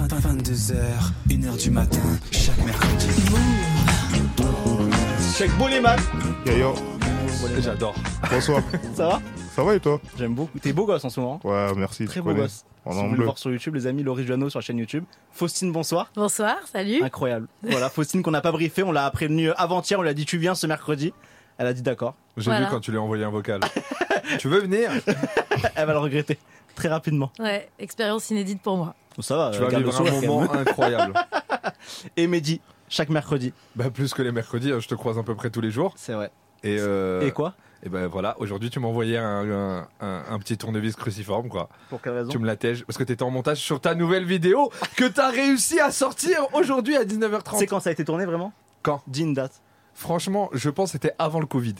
22h, 1h du matin, chaque mercredi. Check beau les macs Yo yo, J'adore. bonsoir. Ça va Ça va et toi J'aime beaucoup. T'es beau gosse en ce moment. hein? Ouais, merci. Très tu beau connais. gosse. On si est vous en voulez le bleu. voir sur YouTube, les amis, Laurie Juano sur la chaîne YouTube. Faustine, bonsoir. Bonsoir, salut. Incroyable. Voilà, Faustine qu'on n'a pas briefé, on l'a prévenue avant-hier, on lui a dit tu viens ce mercredi. Elle a dit d'accord. J'ai Voilà. vu quand tu lui as envoyé un vocal. tu veux venir Elle va le regretter. Très rapidement. Ouais, expérience inédite pour moi. Bon, ça va, Tu euh, vas garde vivre le un sourire, quand moment même. incroyable. Et Mehdi, chaque mercredi. Bah plus que les mercredis, je te croise à peu près tous les jours. C'est vrai. Et, euh, Et quoi Et ben voilà, aujourd'hui tu m'as envoyé un, un- un- un petit tournevis cruciforme quoi. Pour quelle raison Tu me l'attèges parce que t'étais en montage sur ta nouvelle vidéo que t'as réussi à sortir aujourd'hui à C'est 19h30. quand ça a été tourné vraiment Quand Dis une date. Franchement, je pense que c'était avant le Covid.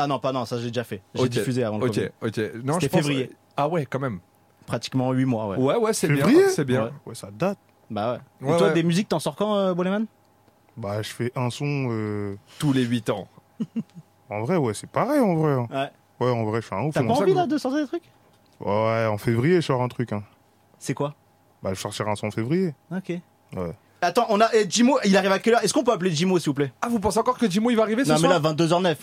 Ah non, pas non, ça j'ai déjà fait. J'ai Ok. diffusé avant le Ok, Covid. ok. Non, C'était je pense- février. Ah ouais, quand même. Pratiquement 8 mois, ouais. Ouais, ouais, c'est bien. Février C'est bien. Ouais. Ouais, ça date. Bah ouais. Ouais, Et toi, ouais. des musiques, t'en sors quand, euh, Boleman Bah, je fais un son. euh, Tous les 8 ans. En vrai, ouais, c'est pareil en vrai. hein. Ouais. Ouais, en vrai, je suis un ouf. T'as hein. pas ça envie que- là de sortir des trucs Ouais, en février, je sors un truc. Hein. C'est quoi Bah, je sortirai un son en février. Ok. Ouais. Attends, on a eh, Jimo, il arrive à quelle heure Est-ce qu'on peut appeler Jimo s'il vous plaît Ah, vous pensez encore que Jimo il va arriver ce Non mais soir là 22h09.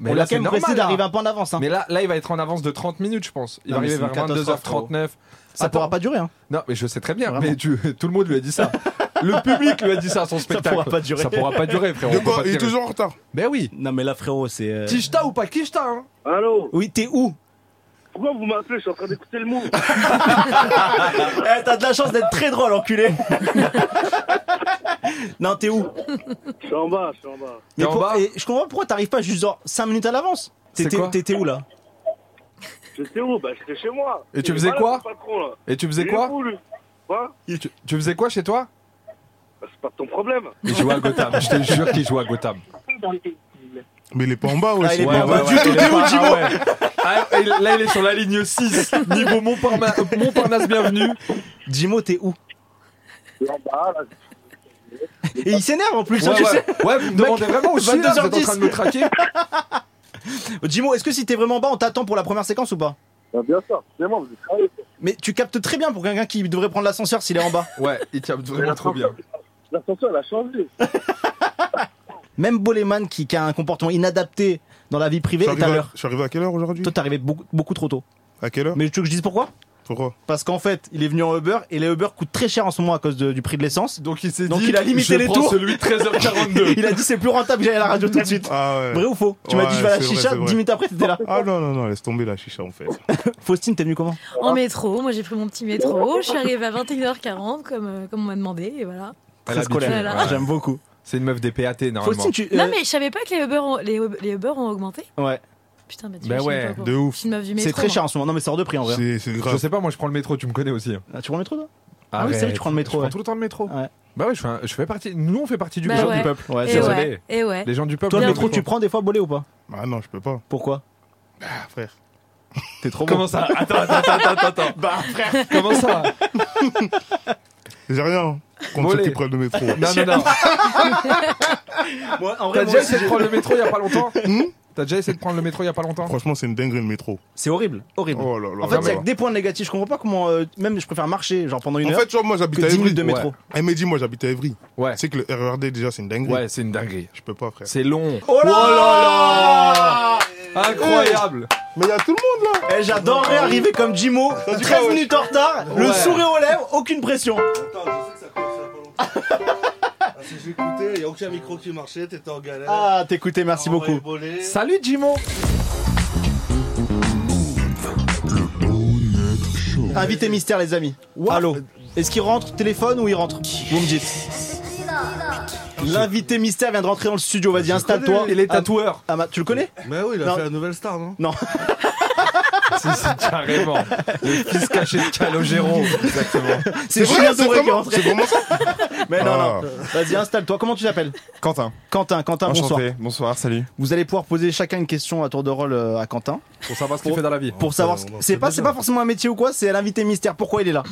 Mais on là, l'a quand c'est même normal, pressé là. d'arriver un peu en avance. Hein. Mais là, là, il va être en avance de 30 minutes, je pense. Il Non, va mais arriver c'est une vers catastrophe, 22h39. ça Attends. pourra pas durer. Hein. Non, mais je sais très bien. Vraiment. Mais tu- tout le monde lui a dit ça. le public lui a dit ça à son spectacle. pourra pas durer. Ça pourra pas durer, frérot. De on peut quoi pas Il est tirer. toujours en retard. Mais oui. Non mais là frérot c'est. euh, Kishta ou pas Kishta, hein Allô Oui t'es où Pourquoi vous m'appelez Je suis en train d'écouter le move. Eh t'as de la chance d'être très drôle enculé. non t'es où Je suis en bas, je suis en bas. T'es en pour- bas et Je comprends pas pourquoi t'arrives pas juste genre 5 minutes à l'avance. C'est T'étais quoi t'étais où là J'étais où Bah j'étais chez moi. Et tu Il est faisais pas là, quoi ton patron, là. Et tu faisais Il est quoi où, lui Quoi tu, tu faisais quoi chez toi Bah, C'est pas ton problème. Il jouait à Gotham. je te jure qu'il jouait à Gotham. Mais il est pas en bas Ah, aussi. il est pas en bas. Ah, du tout, Ah, Là, il est sur la ligne 6, niveau Montparnasse, Montparnasse bienvenue. Jimo t'es où Je suis en bas, là. Et il s'énerve en plus. Ouais, hein, tu ouais. ouais, vous me demandez vraiment où je suis là, vous êtes en train de me traquer. sais. Jimo est-ce que si t'es vraiment en bas on t'attend pour la première séquence ou pas Bah, bien sûr, c'est moi, vous êtes sérieux. Mais tu captes très bien pour quelqu'un qui devrait prendre l'ascenseur s'il est en bas. Ouais, il tient vraiment trop bien. L'ascenseur, il a changé. Même Boleman qui, qui a un comportement inadapté dans la vie privée Je suis est à arrivé à- l'heure. je suis arrivé à quelle heure aujourd'hui Toi, t'es arrivé beaucoup, beaucoup trop tôt. À quelle heure Mais tu veux que je dise pourquoi Pourquoi Parce qu'en fait, il est venu en Uber et les Uber coûtent très cher en ce moment à cause de- du prix de l'essence. Donc il s'est Donc dit, il a limité je les prends tours. celui de 13h42. Il a dit c'est plus rentable que j'aille à la radio tout de suite. Ah ouais. Vrai ou faux Tu m'as Ouais, dit je vais à la c'est vrai, chicha, c'est vrai. 10 minutes après t'étais là. Ah non, non, non, laisse tomber la chicha en fait. Faustine, t'es venu comment En métro, moi j'ai pris mon petit Oh. métro, je suis arrivée à 21h40 comme, euh, comme on m'a demandé et voilà. Elle Très a scolaire. l'habitude, Voilà. ouais. J'aime beaucoup. C'est une meuf des PAT normalement. Faustine, tu. euh, Non mais je savais pas que les Uber ont, les, Ub- les Uber ont augmenté. Ouais, Putain, bah, tu Bah vois, je ouais, savais pas, quoi. De Je ouf. suis une meuf du métro. hein. c'est très moi. cher en ce moment. Non mais c'est hors de prix en vrai. C'est c'est Je grave. sais pas, moi je prends le métro, tu me connais aussi. Ah, Tu prends le métro toi Ah Ah oui, c'est vrai, tu prends le métro, Je ouais. prends tout le temps le métro. Ouais. Bah ouais, je fais, un- je fais partie. Nous on fait partie du Bah peuple. ouais. peuple. Eh Ouais, Et c'est vrai. Désolé. ouais, et ouais. Les gens du peuple. Toi, le on métro, les tu prend. prends des fois bolé ou pas Ah non, je peux pas. Pourquoi Ah, frère. T'es trop bon. Comment ça Attends, attends, attends, attends, attends. Bah frère. Comment ça J'ai rien. hein, Contre Volé. ceux qui prennent le métro. Non, non, non. Moi, en vrai, moi T'as déjà aussi, essayé de j'ai- prendre le métro il y a pas longtemps T'as déjà essayé de prendre le métro il y a pas longtemps Hmm Franchement, c'est une dinguerie le métro. c'est horrible. Horrible. Oh là là. En fait, Non, il y a mais- que des points négatifs. Je comprends pas comment. euh, même, je préfère marcher, genre pendant une En heure. fait, tu vois, moi j'habite que à 10 Evry. minutes de métro. Ouais. Eh, Elle m'a dit, moi j'habite à Evry. Ouais. C'est que le RERD déjà, c'est une dinguerie. Ouais, c'est une dinguerie. Je peux pas, frère. C'est long. Oh là là Incroyable. Mais il y a tout le monde là Eh, J'adorerais arriver comme Jimo, 13 minutes en retard, le Ouais. sourire aux lèvres, aucune pression. Attends, je sais que ça commence à pas longtemps. Parce que j'écoutais, il n'y a aucun micro qui marchait, t'étais en galère. Ah, t'écoutais, merci On beaucoup. voyait voler. Salut Jimon. Invité mystère, les amis. Allô Est-ce qu'il rentre téléphone ou il rentre Vous me dites. L'invité mystère vient de rentrer dans le studio, vas-y, installe-toi. Il est tatoueur. Ah, ma- tu le connais Mais oui, il a Non. fait la nouvelle star, non Si, si, carrément. Le fils caché de Calogero. Exactement. C'est vrai, Julien c'est Doré qui est vraiment- rentré. c'est vraiment ça Mais non, Ah. non. Vas-y, installe-toi. Comment tu t'appelles Quentin, Quentin, Quentin, bonsoir. enchanté, bonsoir. salut. Vous allez pouvoir poser chacun une question à tour de rôle euh, à Quentin. Pour savoir ce qu'il fait dans la vie. Pour savoir, ce- on en c'est fait pas, déjà. c'est pas forcément un métier ou quoi, c'est l'invité mystère. Pourquoi il est là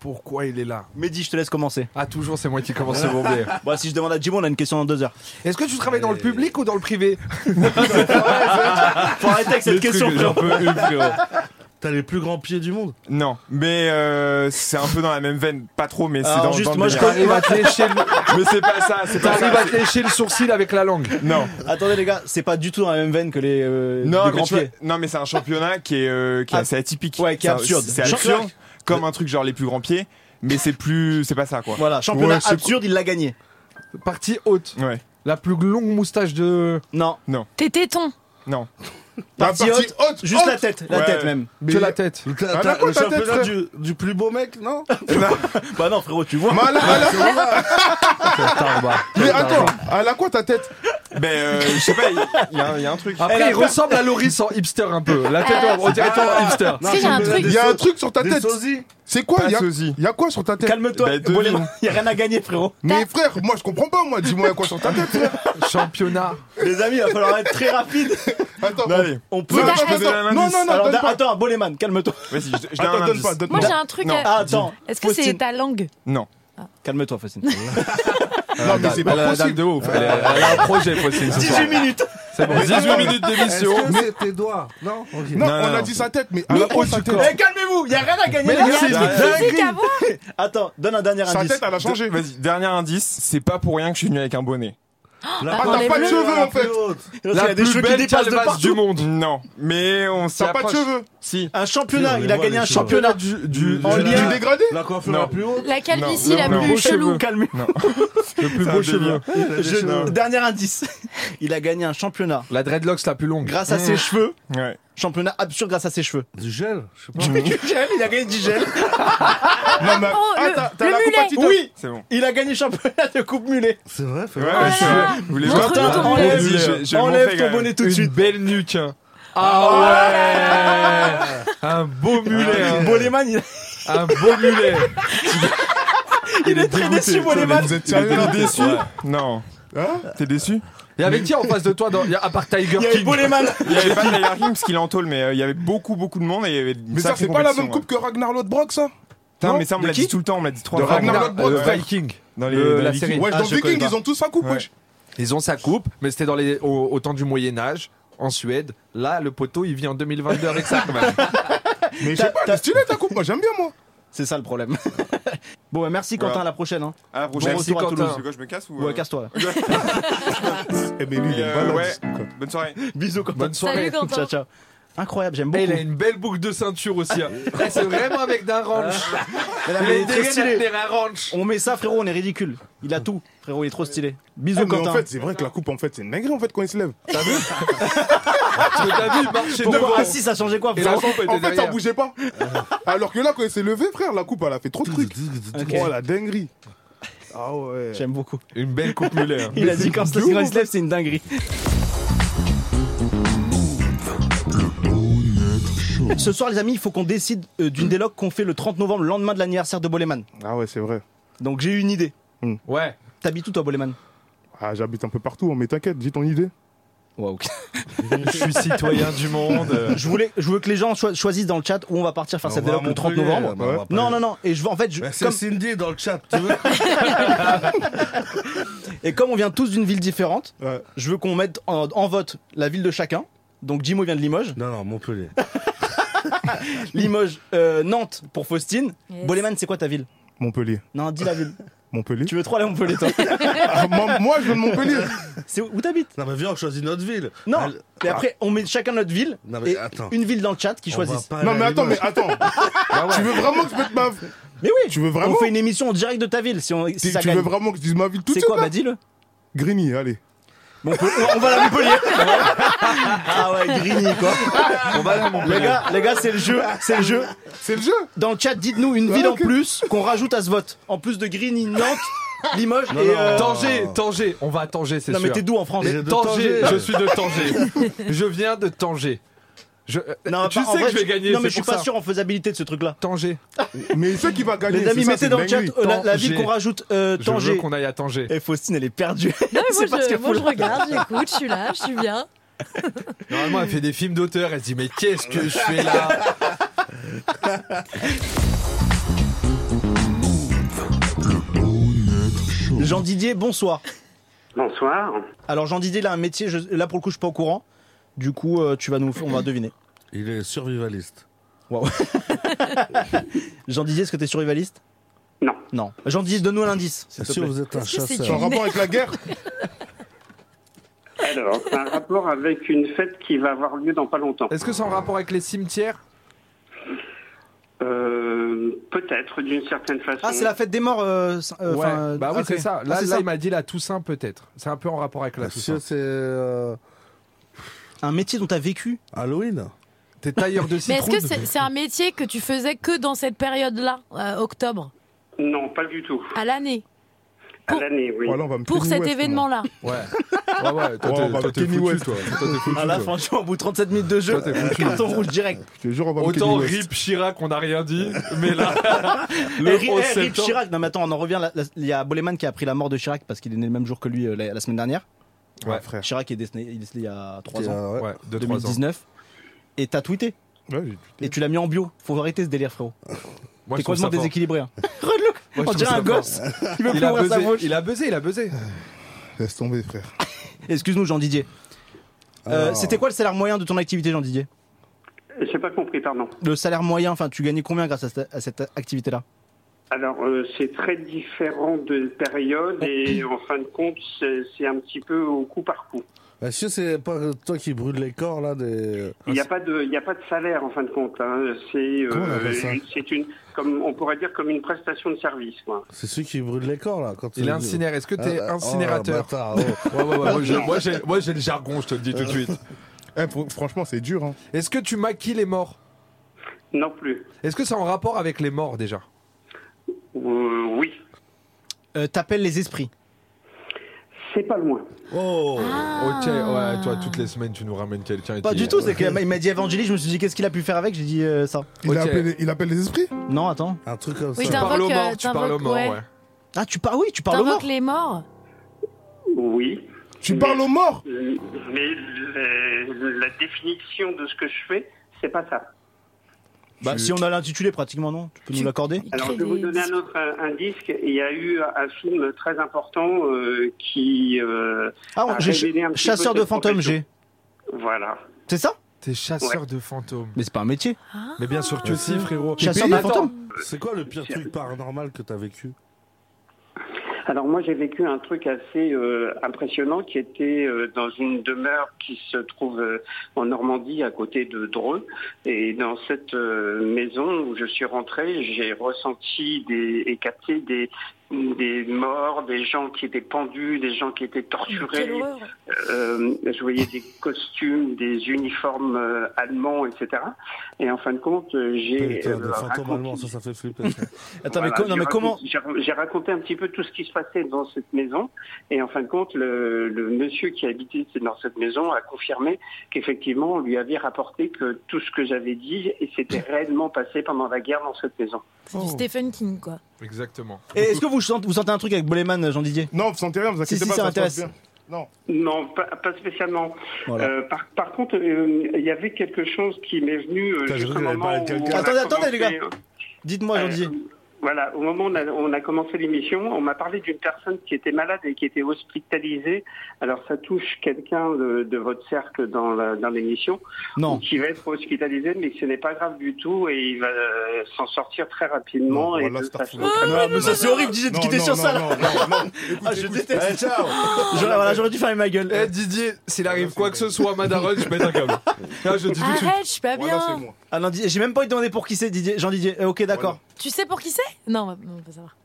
Pourquoi il est là Mehdi, je te laisse commencer. Ah, toujours, c'est moi qui commence ce bomber. Bon, Bah, si je demande à Jimon, on a une question dans deux heures. Est-ce que tu travailles dans le public ou dans le privé Faut arrêter avec cette Le truc, question, j'en frérot. peux plus, frérot. T'as les plus grands pieds du monde. Non, mais euh, c'est un peu dans la même veine, pas trop, mais c'est Alors, dans, juste, dans le moi, je délire. T'arrives à te lécher le- Mais c'est pas ça, c'est pas t'arrives ça. à te lécher le sourcil avec la langue. Non, Attendez les gars, c'est pas du tout dans la même veine que les, euh, non, mais, les grands tu vois- pieds. non, mais c'est un championnat qui est, euh, qui est Ah. assez atypique. Ouais, qui est Ça- absurde. C'est Championnat- absurde, comme un truc genre les plus grands pieds, mais c'est plus, c'est pas ça quoi. Voilà, championnat Ouais, c'est- absurde, il l'a gagné. Partie haute. Ouais. La plus euh, longue moustache de. Non, Tes tétons. partie haute, juste la tête, la Ouais. tête même. de la tête. T'as, Ah, d'accord, le ta tête, championnat frère. du, du plus beau mec, non Bah non frérot, tu vois. Mais à la- mais attends, Ah, elle a quoi ta tête Ben, euh, je sais pas, il il y, a un- il y a un truc. Après, il ressemble à Loris en hipster un peu. La tête, on dirait toi en hipster. Est-ce que j'ai un truc Il y a un truc sur ta Des tête. sosies. C'est quoi Pas Il y a- sosie. il y a quoi sur ta tête Calme-toi, Bah, deux Boléro, vies. y a rien à gagner frérot. Bah- Mais frère, moi je comprends pas, moi. Dis-moi, il y a quoi sur ta tête, frère Championnat. Les amis, il va falloir être très rapide. Attends, Non, allez, On Non, peut. t'as- attends, attends, attends, attends. non, non, non, Alors donne da- pas. attends, Boléman, calme-toi. vas-y, je, je donne un Attends, donne indice. pas, donne Moi pas. j'ai un truc. Non. à- Ah, attends, Est-ce que c'est Ah. Faustine. ta langue Non. calme-toi Faustine. Non, mais c'est Euh, bah, Elle a pas la dame possible. de ouf. Elle a elle a un projet, Faustine. ce soir. 18 minutes. C'est bon. 18 minutes Est-ce d'émission. que c'est tes doigts Non Ok. Non, Non, Ah, bah, on a non. dit sa tête, mais Mais elle a quoi elle- sa Non. tête Eh, calmez-vous, y a rien à gagner. les gars. c'est Physique à voir. Ah, Attends, donne un dernier Sa indice. tête, elle a changé. Vas-y, dernier indice, c'est pas pour rien que je suis venu avec un bonnet. Ah, t'as pas de cheveux en fait. Parce qu'il y La a des plus cheveux qui belle dépassent de calvasse du partout. monde. Non, mais on s'y T'as pas de approche. cheveux. Si. Un championnat, Mais il a moi, gagné les un cheveux. championnat. du, du, En du- lien. Tu dégradé La coiffure Non. la plus haute La calvitie Non, la non, plus non. chelou. Calmez-vous. Le plus Ça beau devient- cheveu. Je- Dernier indice. Il a gagné un championnat La dreadlocks la plus longue. grâce à ses cheveux. Ouais. Championnat absurde grâce à ses cheveux. Du gel Je sais pas. Du gel, il a gagné du gel. Non, mais. Oh, Ah, le- t'as- t'as le la coupe à mulet. Tito. Oui, C'est bon. il a gagné championnat de coupe mulet. C'est vrai, frère. Ouais, là je- là. vous voulez Montre-nous voir ton Vas-y, bonnet. je- je- je vais Enlève montrer ton quand même. bonnet tout de Une suite. belle nuque. hein. Ah ouais Un beau mulet. hein. Boleman, il, Un beau mulet. il est très déçu, Boleman. Vous êtes T'es sérieux là déçu Non. Hein T'es déçu Il y avait qui en face de toi dans, il y a- à part Tiger Il y avait King Boleman. Il y avait pas de Tiger King parce qu'il est en tôle, mais euh, il y avait beaucoup, beaucoup de monde et il y avait une Mais ça, sacrée c'est pas la compétition, hein. même ouais. coupe que Ragnar Lodbrok, ça Putain, non mais ça, on me De l'a qui dit tout le temps, on me l'a dit trois De fois. Ragnar Ragnar, Lodbrok, euh, frère. Euh, Viking. Dans les, Le- dans la les série. Vikings. Ouais, Ah, dans je connais Vikings, pas. ils ont tous sa coupe, Ouais. wesh. Ils ont sa coupe, mais c'était dans les au, au temps du Moyen Âge en Suède. Là, le poteau, il vit en 2022 avec ça quand même. Mais je sais pas, elle est stylée ta coupe, moi j'aime bien, moi. C'est ça le problème. Bon, bah, merci Quentin, Voilà. à la prochaine. Hein. À la prochaine. Bon retour à Merci, Toulouse. Quentin. C'est quoi, je me casse ou euh, Ouais, casse-toi. là. Eh, mais lui, il Euh, est malade. ouais. ce truc, quoi. Bonne soirée. Bisous, Quentin. Bonne soirée. Salut, Quentin. Ciao, ciao. Incroyable, j'aime Eh, beaucoup. il a une belle boucle de ceinture aussi. hein. Eh, C'est vraiment avec d'un ranch. Ah. Elle a- Il elle est est très stylée. un ranch. On met ça, frérot, on est ridicule. Il a tout, frérot, il est trop stylé. Bisous, Eh, mais Quentin. en fait, c'est vrai que la coupe, en fait, c'est une dinguerie, en fait, quand il se lève. Parce que t'as vu, il marchait Pourquoi devant. Ah si, ça changeait quoi, Et la frérot coupe était En fait, ça derrière. bougeait pas. Alors que là, quand il s'est levé, frère, la coupe, elle a fait trop de trucs. Ok. Oh, la dinguerie. Ah ouais. J'aime beaucoup. Une belle coupe mulet. hein. Il a dit quand quand il se lève, c'est une dinguerie. Ce soir, les amis, il faut qu'on décide euh, d'une déloc qu'on fait le 30 novembre, le lendemain de l'anniversaire de Boleman. Ah ouais, c'est vrai. Donc j'ai une idée. Ouais. T'habites où, toi, Boleman Ah, j'habite un peu partout, mais t'inquiète, dis ton idée. Je suis citoyen du monde. je, voulais, je veux que les gens cho- choisissent dans le chat où on va partir faire cette déloc le 30 euh, novembre. bah, Ouais. Non, non, non. Et je veux, en fait, je- C'est comme, Cindy dans le chat, tu vois. et comme on vient tous d'une ville différente, Ouais. je veux qu'on mette en, en vote la ville de chacun. Donc Jimo vient de Limoges. Non, non, Montpellier. Limoges, euh, Nantes pour Faustine. Yes. Boleman, c'est quoi ta ville Montpellier. Non, dis la ville. Montpellier. tu veux trop aller à Montpellier, toi Ah, moi, moi, je viens de Montpellier. C'est où où t'habites Non, mais viens, on choisit notre ville. Non, Elle- et après, on met chacun notre ville Non, et mais attends. une ville dans le chat qui on va choisissent. pas aller Non, mais à attends, mais Limoges. attends. Tu veux vraiment que je mette ma. Ah Mais oui, Tu veux on vraiment fait une émission en direct de ta ville si, on, si Tu, ça tu gagne. veux vraiment que je dise ma ville tout de C'est suite quoi là Bah dis-le. Grigny, allez. Bon, on, peut- on va à la Montpellier. ah ouais, Grigny quoi. On va là, mon Les gars, les gars, c'est le jeu, c'est le jeu. C'est le jeu Dans le chat, dites-nous une Ouais, ville ok. en plus qu'on rajoute à ce vote. En plus de Grigny, Nantes, Limoges Non, et. non. euh, Tanger, Tanger. On va à Tanger, c'est Non sûr. mais t'es d'où en France Et- de Tanger, Tanger. je suis de Tanger. je viens de Tanger. Je, euh, Non, tu pas- en sais que vrai, je vais gagner. Non mais c'est je suis pour pas ça. sûr en faisabilité de ce truc là. Tanger. Mais c'est qui va gagner Les c'est amis, ça, mettez c'est dans le une chat dinguerie. euh, la, la ville Tanger. qu'on rajoute euh, Je veux Tanger. qu'on aille à Tanger. Et Faustine, elle est perdue. Non, mais moi, C'est parce je, qu'elle moi, fout je le- regarde, j'écoute, je suis là, je suis bien. Normalement, elle fait des films d'auteur. Elle se dit, mais qu'est-ce que je fais là Jean Didier, bonsoir. Bonsoir. Alors Jean Didier, il a un métier. je- là pour le coup, je suis pas au courant. Du coup, euh, tu vas nous, on va deviner. Il est survivaliste. Jean Didier, est-ce que t'es survivaliste Non. Non. Jean Didier, donne-nous un indice. s'il C'est te sûr, plaît. vous êtes un Est-ce que c'est chasseur. C'est en rapport avec la guerre Alors, c'est un rapport avec une fête qui va avoir lieu dans pas longtemps. Est-ce que c'est en rapport avec les cimetières Euh, Peut-être, d'une certaine façon. Ah, c'est la fête des morts. euh, euh, Ouais. enfin, euh, Bah oui, ok. c'est ça. Ah, Là, c'est là, ça. il m'a dit la Toussaint peut-être. C'est un peu en rapport avec la Toussaint. Monsieur, c'est euh, Un métier dont t'as vécu Halloween. T'es tailleur de Mais est-ce citrouille. que c'est c'est un métier que tu faisais que dans cette période-là, euh, octobre, Non, pas du tout. à l'année, À Pour- l'année, oui. Oh, là, on va me pour Kenny cet West, événement-là Ouais. Ouais, ouais. Toi, Oh, t'es- bah, toi, t'es Kenny foutu, West. toi. Toi, t'es foutu, Ah là, toi. franchement, au bout de 37 minutes de jeu, Toi, t'es foutu. carton rouge direct. moi. Je te jure, on va me Autant Kenny West. Rip Chirac, on n'a rien dit, mais là, Eh, le Ri- 11 eh, Rip septembre- Chirac, non mais attends, on en revient. la- la- Il y a Boleman qui a appris la mort de Chirac parce qu'il est né le même jour que lui euh, la, la semaine dernière. Ouais. frère. Chirac est décédé, il est décédé il y a 3 C'est, ans, euh, ouais. Ouais, deux, trois ans. 2019. Et t'as tweeté. Ouais, j'ai- Et tu l'as mis en bio. Faut arrêter ce délire, frérot. Moi, T'es je trouve ça complètement fort. déséquilibré. hein. Regarde-le, Moi, je on trouve dirait ça un fort. gosse. Il veut plus Il a ouvrir sa buzzé, bouche. il a buzzé, il a buzzé. Laisse tomber, frère. Excuse-nous, Jean Didier. Euh, Alors. C'était quoi le salaire moyen de ton activité, Jean Didier J'ai pas compris, pardon. Le salaire moyen, enfin, tu gagnais combien grâce à, cette- à cette activité-là Alors, euh, c'est très différent de période et Oh. en fin de compte, c'est c'est un petit peu au coup par coup. Monsieur, Bah, c'est pas toi qui brûle les corps là des. Il n'y Ah, a pas de, il y a pas de salaire en fin de compte. hein. C'est, euh, Comment on appelle ça c'est une, comme on pourrait dire comme une prestation de service. Quoi. C'est celui qui brûle les corps là. Quand euh, Il est incinéré. Est-ce que t'es Ah, ah, incinérateur oh, bâtard, oh. Ouais, ouais, ouais, moi, j'ai- moi, j'ai- moi, j'ai le jargon, je te le dis tout de suite. Eh, fr- franchement, c'est dur. Hein. Est-ce que tu maquilles les morts Non plus. Est-ce que c'est en rapport avec les morts déjà Euh, oui, Euh, T'appelles les esprits. c'est pas loin. Oh. Ok, ouais, toi, toutes les semaines, tu nous ramènes quelqu'un. Ah. Pas qui- du tout, c'est qu'il m'a- il m'a dit Evangélie, je me suis dit qu'est-ce qu'il a pu faire avec J'ai dit euh, ça. Il, Ok. appelle les, il appelle les esprits Non, attends. Un truc comme Oui, Tu ça. t'as- parles aux T'invoques, euh, morts, tu parles aux t'invoques, morts, ouais. ouais. Ah, tu parles, oui, tu parles aux morts. T'invoques les morts Oui. Tu parles aux morts Euh, Mais le- la définition de ce que je fais, c'est pas ça. Bah, si on a l'intitulé, pratiquement, non. Tu peux nous Tu- l'accorder Ils Alors, créent je vais vous des donner un discours. autre euh, indice. Il y a eu un film très important euh, qui. euh, Ah, Ah, j'ai révéler un ch- petit chasseur peu de cette fantômes, j'ai. profession. voilà. C'est ça T'es chasseur de fantômes. Mais c'est pas un métier. Ah. Mais bien sûr que si, frérot. Chasseur Mais de attends, fantômes C'est quoi le pire truc paranormal que t'as vécu Alors moi j'ai vécu un truc assez euh, impressionnant qui était euh, dans une demeure qui se trouve euh, en Normandie à côté de Dreux et dans cette euh, maison où je suis rentré j'ai ressenti des, et capté des, des morts, des gens qui étaient pendus, des gens qui étaient torturés, Quelle horreur euh, je voyais des costumes, des uniformes euh, allemands, etc. Et en fin de compte euh, j'ai... Putain, euh, des fantômes raconté- allemands, ça, ça fait flipper. ça. Attends, mais, voilà, co- non, j'ai mais raconté- comment j'ai- J'ai raconté un petit peu tout ce qui se passait dans cette maison. Et en fin de compte, le, le monsieur qui habitait dans cette maison a confirmé qu'effectivement, on lui avait rapporté que tout ce que j'avais dit et s'était réellement passé pendant la guerre dans cette maison. C'est du Stephen King, quoi. Ah, Exactement. Et Est-ce que vous sentez, vous sentez un truc avec Boleman, Jean Didier Non, vous sentez rien, vous Si, inquiétez si, pas, ça ça se passe m'intéresse. bien. Non. Non, pas, pas spécialement. Voilà. Euh, par, par contre, euh, il y avait quelque chose qui m'est venu euh, Putain, je juste au rigole, elle moment parle de où quelqu'un. on a Attendez, attendez, les gars. commencé, euh, Dites-moi, Jean Euh, Didier. Voilà, au moment où on a, on a commencé l'émission, on m'a parlé d'une personne qui était malade et qui était hospitalisée. Alors ça touche quelqu'un de, de votre cercle dans la- dans l'émission Non. qui va être hospitalisé, mais ce n'est pas grave du tout et il va euh, s'en sortir très rapidement Non, et voilà, de c'est façon un fou. très- Non, mais ça c'est horrible, Didier, de Non, quitter non, sur non, ça. non, là. non, non. Ah, je déteste. Allez, ciao J'aurais voilà, j'aurais dû fermer ma Eh gueule. Didier, s'il arrive quoi que ce soit à Madaron, je mets un câble. Là, je dis tout de suite. Arrête, je suis pas Voilà, bien. c'est moi. Ah non, Didier, j'ai même pas envie de demander pour qui c'est, Didier. Jean Didier. Euh, ok, d'accord. Tu sais pour qui c'est Non, on va- on va pas savoir.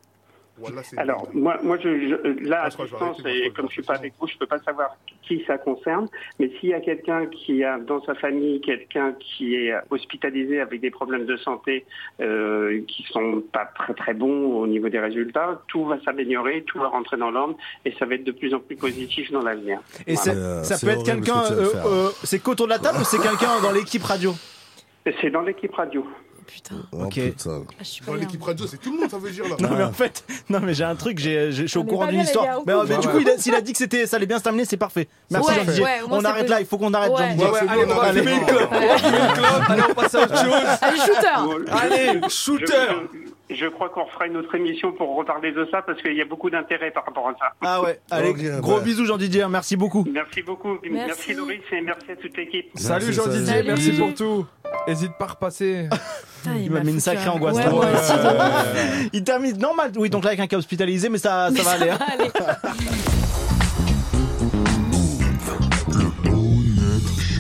Voilà, c'est- Alors moi, moi je, je- là Ah, à je crois que je vais arrêter, distance moi, je et crois que comme je je suis vais pas arrêter. avec vous, je peux pas savoir qui ça concerne. Mais s'il y a quelqu'un qui a dans sa famille quelqu'un qui est hospitalisé avec des problèmes de santé euh, qui sont pas très très bons au niveau des résultats, tout va s'améliorer, tout va rentrer dans l'ordre et ça va être de plus en plus positif dans l'avenir. Et Voilà. c'est- euh, ça c'est peut être horrible quelqu'un. ce que tu vas euh, faire. euh, c'est qu'autour de la table ou c'est quelqu'un dans l'équipe radio C'est dans l'équipe radio. Putain, Oh, Ok. putain. ah, je suis Dans pas bien. l'équipe radio, c'est tout le monde, ça veut dire là. Non mais en fait, non mais j'ai un truc, j'ai- j'ai- je suis au On est courant Ah, pas d'une bien, les histoire. gars, au mais courant. mais du Ouais, coup, ouais. il, a- s'il a dit que c'était, ça allait bien se terminer, c'est parfait. Merci Ouais, Jean Didier. ouais, au moins, on c'est arrête plus- là, il faut qu'on arrête Ouais. Jean Didier. Ouais, c'est allez, bon, on va allez. fumer une clope. On va fumer une clope. Allez, on passe à autre chose. Allez, shooter Cool. Allez, Je, shooter. je- je crois qu'on fera une autre émission pour reparler de ça parce qu'il y a beaucoup d'intérêt par rapport à ça. Ah ouais, allez, Ok, gros bah. bisous Jean Didier, merci beaucoup. Merci beaucoup. Merci. merci Doris et merci à toute l'équipe. Salut Merci, Jean salut. Didier, merci Salut. pour tout. Hésite pas à repasser. Putain, Il m'a mis une foutu sacrée un- angoisse, Ouais, là. moi aussi. Il termine normal. Oui, donc là avec un cas hospitalisé, mais ça, ça va aller. hein. Allez.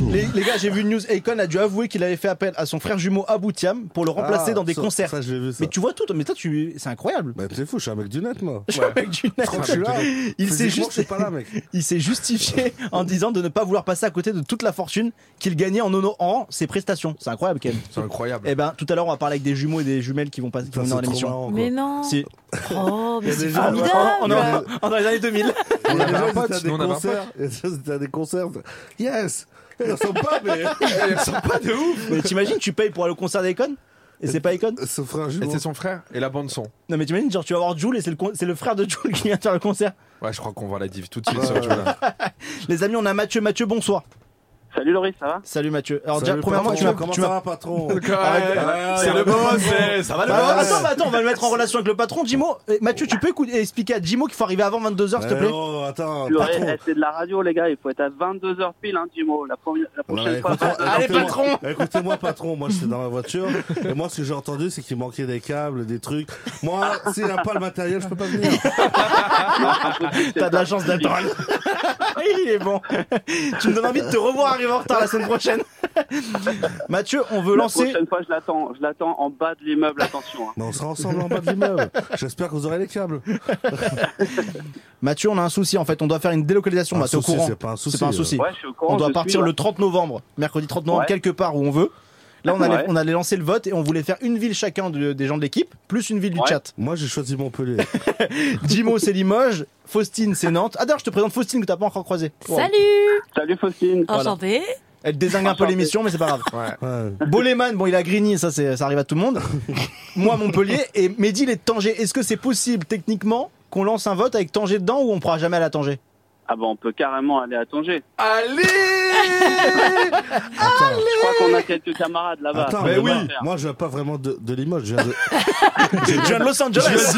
Les, les gars, j'ai vu une news. Akon a dû avouer qu'il avait fait appel à son frère jumeau Aboutiam pour le remplacer Ah, dans des ça- concerts. Ça, je l'ai vu, ça. mais tu vois tout, mais toi, tu, c'est incroyable. Bah, t'es fou, je suis un mec du net, moi. Je suis un mec du net. Je suis là. Il s'est Physiquement, Je juste, suis pas là, mec. il s'est justifié en disant de ne pas vouloir passer à côté de toute la fortune qu'il gagnait en honorant ses prestations. C'est incroyable, Ken. C'est incroyable. Eh ben, tout à l'heure, on va parler avec des jumeaux et des jumelles qui vont passer, qui vont Putain, venir dans c'est trop marrant, l'émission. quoi. Mais non. Si. Oh, mais Il y a c'est des gens- Ah, On est en- formidable. on est dans les années 2000. On On avait a un déjà pote, pote, nous, on avait un C'était à des concerts. Yes Elles ressemblent pas, mais Elles sont pas de ouf. Mais t'imagines, tu payes pour aller au concert d'Akon et c'est pas Akon ce frère Et jumeau. c'est son frère et la bande son. Non mais t'imagines, genre tu vas voir Jules et c'est le, con- c'est le frère de Jules qui vient faire le concert. Ouais, je crois qu'on voit la div tout de suite Ouais, sur ouais, Joula. Les amis, on a Mathieu. Mathieu, bonsoir. Salut Laurie, ça va Salut Mathieu. Alors Salut, déjà, premièrement, patron, tu m'as... Comment tu ça m'as- va, patron Ah, C'est le boss, eh, ça va Bah, bah, attends, bah, attends, on va le mettre en relation avec le patron, Jimo. Eh, Mathieu, tu peux écouter- expliquer à Jimo qu'il faut arriver avant 22h, s'il te Eh plaît non, attends, Purée, patron. eh, C'est de la radio, les gars, il faut être à 22h pile, hein, Jimo. La, première- la prochaine Ouais, fois. écoutez- 22h. écoutez-moi- Bah, Écoutez-moi, patron, moi j'étais dans ma voiture et moi ce que j'ai entendu c'est qu'il manquait des câbles, des trucs. Moi, s'il n'y a pas le matériel, je peux pas venir. T'as de la chance d'être drôle. Il est bon. tu me donnes envie de te revoir arriver en retard la semaine prochaine. Mathieu, on veut La lancer... prochaine fois, je l'attends. Je l'attends en bas de l'immeuble, attention. hein. Mais on sera ensemble en bas de l'immeuble. J'espère que vous aurez les câbles. Mathieu, on a un souci en fait, on doit faire une délocalisation, Un bah, t'es au souci, courant. c'est pas un souci. euh. C'est pas un souci. Ouais, je suis au courant. On doit je partir suis, le 30 novembre, mercredi 30 novembre, Ouais. quelque part où on veut. Là, on allait, Ouais. on allait lancer le vote et on voulait faire une ville chacun de- des gens de l'équipe, plus une ville du Ouais. chat. Moi j'ai choisi Montpellier. Dimo, c'est Limoges. Faustine, c'est Nantes. Ah, d'ailleurs, je te présente Faustine que t'as pas encore croisée. Wow. Salut. Salut Faustine. Enchanté. Elle désingue un peu Enchanté. l'émission, mais c'est pas grave. Ouais. Boleman, bon, il a grigné, ça, c'est- ça arrive à tout le monde. Moi, Montpellier. Et Mehdi, il est de Tanger. Est-ce que c'est possible, techniquement, qu'on lance un vote avec Tanger dedans ou on pourra jamais aller à Tanger Ah bah, on peut carrément aller à Tanger. Allez Attends. Je crois qu'on a quelques camarades là-bas. Attends, Ça mais peut oui. faire. Moi je viens pas vraiment de, de Limoges, je viens de. Je viens de Los Angeles.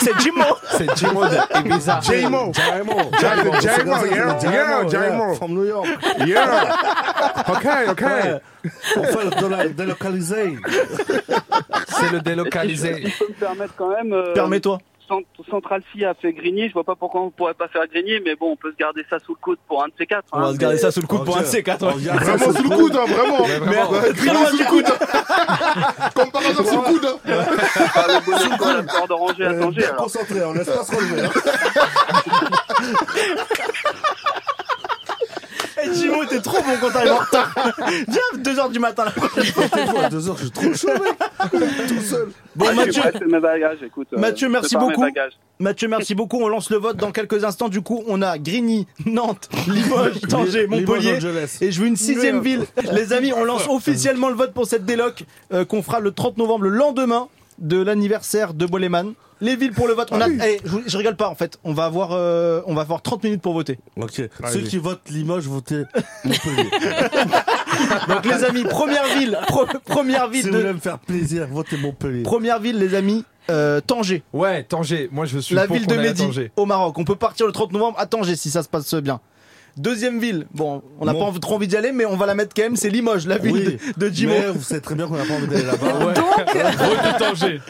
c'est Jimo. C'est Jimod et bizarre. J-Mo. Jaimo. Jaimo, yeah, yeah, Jaimo. From New York. Yeah. Okay, okay. On fait de la délocaliser. C'est le Si je, délocalisé. si je peux me permettre quand même. euh, Permets-toi. Cent- Central Sea a fait grigny. Je vois pas pourquoi on pourrait pas faire grigny, mais bon, on peut se garder ça sous le coude pour un de ces quatre. On va hein. se garder ça sous le coude Oh, pour un Dieu. C4. ouais. Vraiment sous le coude, hein, vraiment. Mais vraiment, Ouais, Très loin du coude. Comme par hasard sous le coude. hein. Ah, le bonheur de la fleur d'oranger à Euh, Tanger. bien alors. concentré, on laisse pas se relever. Eh Jimo, t'es trop bon quand t'arrives en retard. Viens, 2h du matin la prochaine fois. Moi, à deux heures, je suis trop chaud, mec. Tout seul. Bon, Ah, Mathieu, j'ai presque mes bagages, écoute. euh, Mathieu, je merci prépare mes beaucoup. bagages. Mathieu, merci beaucoup. On lance le vote dans quelques instants. Du coup, on a Grigny, Nantes, Limoges, Tanger, Limoges, Montpellier. Angeles. Et je veux une sixième ville. Les amis, on lance officiellement le vote pour cette déloc euh, qu'on fera le 30 novembre, le lendemain de l'anniversaire de Boleman. Les villes pour le vote. On Ah a... Eh, je, je rigole pas en fait. On va avoir, euh, on va avoir 30 minutes pour voter. Ok. Ceux qui votent Limoges, votez Montpellier. Donc les amis, première ville, pro- première ville si vous voulez de, me faire plaisir, votez Montpellier. première ville, les amis, euh, Tanger. Ouais, Tanger. Moi, je suis la pour ville qu'on de aille à Mehdi Tanger. au Maroc. On peut partir le 30 novembre à Tanger si ça se passe bien. Deuxième ville, bon, on n'a Bon. pas envie- trop envie d'y aller, mais on va la mettre quand même, c'est Limoges, la ville Oui, de, de Jimo. Mais vous savez très bien qu'on n'a pas envie d'aller là-bas. Ouais. Retour Tanger.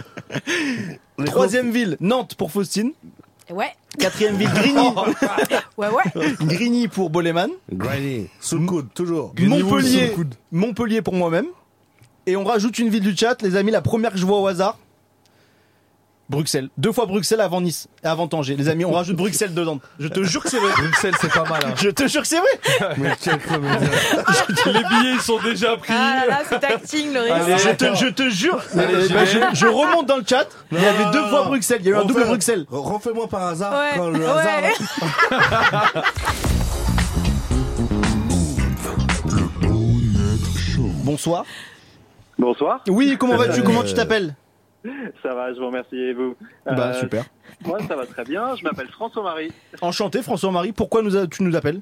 Les Troisième ville, Nantes pour Faustine. Ouais. Quatrième ville, Grigny, Ouais, ouais. Grigny pour Boleman. Granny. Sous le coude, toujours. Montpellier, Montpellier pour moi-même. Et on rajoute une ville du chat, les amis, la première que je vois au hasard. Bruxelles. Deux fois Bruxelles avant Nice, et avant Tanger. Les amis, on rajoute Bruxelles dedans. Je te jure que c'est vrai. Bruxelles, c'est pas mal. hein. Je te jure que c'est vrai. Mais quel comédien. Les billets, ils sont déjà pris. Ah là là, c'est acting, Laurie. Allez. Je te, je te jure, Allez, Eh j'y ben, vais. je, je remonte dans le chat. Il y Non, avait non, deux non, fois non. Bruxelles. Il y a eu un Refais- double Bruxelles. Refais-moi par hasard Ouais, quand le ouais. hasard. là. Bonsoir. Bonsoir. Oui, comment vas-tu Euh, Comment tu t'appelles Bah, Ça va, je vous remercie. Et vous Euh, super. Moi, ça va très bien. Je m'appelle François-Marie. Enchanté, François-Marie. Pourquoi nous a- tu nous appelles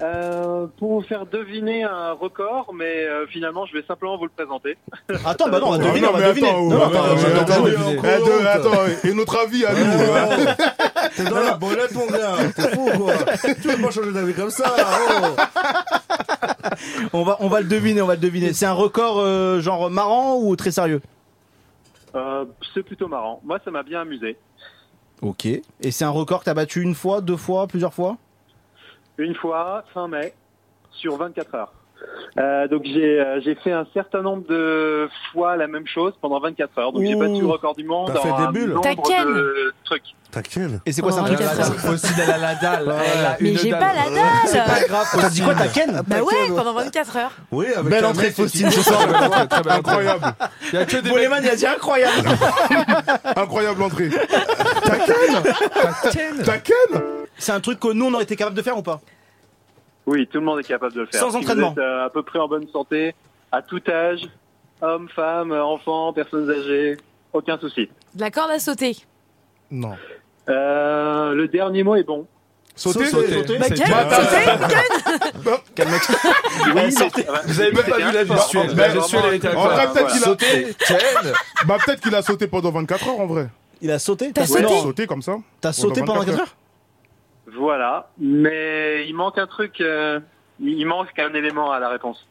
Euh, pour vous faire deviner un record, mais euh, finalement, je vais simplement vous le présenter. Euh, Attends, bah non, on va Oh, deviner, non, on va mais deviner. attends, Non, non, ouais, attends, ouais, je- ouais, attends, attends, je- attends, Eh, deux, attends, et notre avis à nous. hein. T'es dans la bolette, mon gars. T'es fou, quoi. Tu peux pas changer d'avis comme ça. oh. On va, on va le deviner, on va le deviner. C'est un record euh, genre marrant ou très sérieux Euh, c'est plutôt marrant. Moi, ça m'a bien amusé. Ok. Et c'est un record que t'as battu une fois, deux fois, plusieurs fois Une fois, fin mai, sur 24 heures. Euh, donc j'ai euh, j'ai fait un certain nombre de fois la même chose pendant 24 heures. Donc j'ai Ouh. battu le record du monde T'as fait en des un bulles. nombre T'as quel de trucs. T'as quel Et c'est quoi, c'est un Oh, truc la dalle. Possible, elle a la dalle. Elle a Mais une j'ai dalle. pas la dalle C'est pas grave. T'as dit quoi, t'as Ken Bah ouais, pendant 24 heures. Oui, avec Belle un entrée mec qui- Faustine ce soir. Incroyable. Il y a que des Boleman, il a dit incroyable. Incroyable entrée. T'as Ken C'est un truc que nous on aurait été capable de faire ou pas Oui, tout le monde est capable de le faire. Sans Si vous entraînement. êtes, euh, à peu près en bonne santé, à tout âge, hommes, femmes, enfants, personnes âgées, aucun souci. De la corde à sauter. Non. Euh, le dernier mot est bon. Sauter, Sauter. sauter. Bah, C'est- Ken, Bah, Oui, mais- Vous avez même pas vu la gestuelle. Bah, La gestuelle, elle était Bah, En vrai, incroyable. peut-être qu'il a- Sauter, Ken. Bah, peut-être qu'il a sauté pendant 24 heures en vrai. Il a sauté T'as Il a sauté sauté comme ça. T'as sauté pendant 24 heures Voilà, mais il manque un truc. euh, il il manque un élément à la réponse.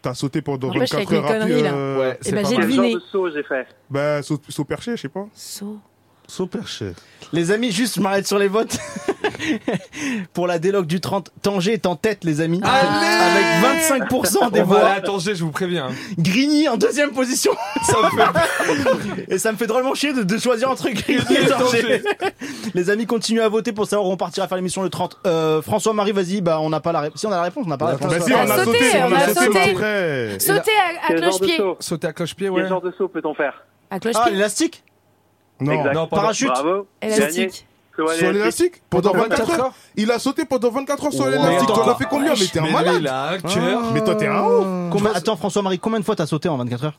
T'as sauté pendant Moi, je suis avec 24 heures. mes conneries, là. euh, Ouais, Eh c'est ben pas j'ai mal. Quel genre deviné. de saut j'ai fait Bah, saut saut perché, je sais pas. Saut. Saut perché. Les amis, juste je m'arrête sur les votes. Pour la déloc du 30, Tanger est en tête, les amis. avec 25% des On va voix. aller à Tanger, je vous préviens. Grigny en deuxième position. et ça me fait drôlement chier de, de choisir entre Grigny et Tanger. les amis, continuez à voter pour savoir où on partira faire l'émission le 30. Euh, François-Marie, vas-y, bah on n'a pas la réponse. Si on a la réponse, on n'a pas la réponse. Bah, si, on on a a sauté, sauté, on on a a sauté, sauté. mais après. Sauter à, à Quel genre de cloche-pied. saut Sauter à cloche-pied, ouais. Quel genre de saut peut-on faire À Ah, cloche-pied. l'élastique Non. Exact. Non, pendant- Parachute Bravo. Élastique. Gagné. Saut à Sur l'élastique. l'élastique Pendant 24 24 heures heures Il a sauté pendant 24 heures sur Ouais. l'élastique. Mais T'en attends. as fait combien Mais t'es un Mais lui, il malade. Ah. a un cœur. Mais toi, t'es un ouf. Combien- Attends, François-Marie, combien de fois t'as sauté en 24 heures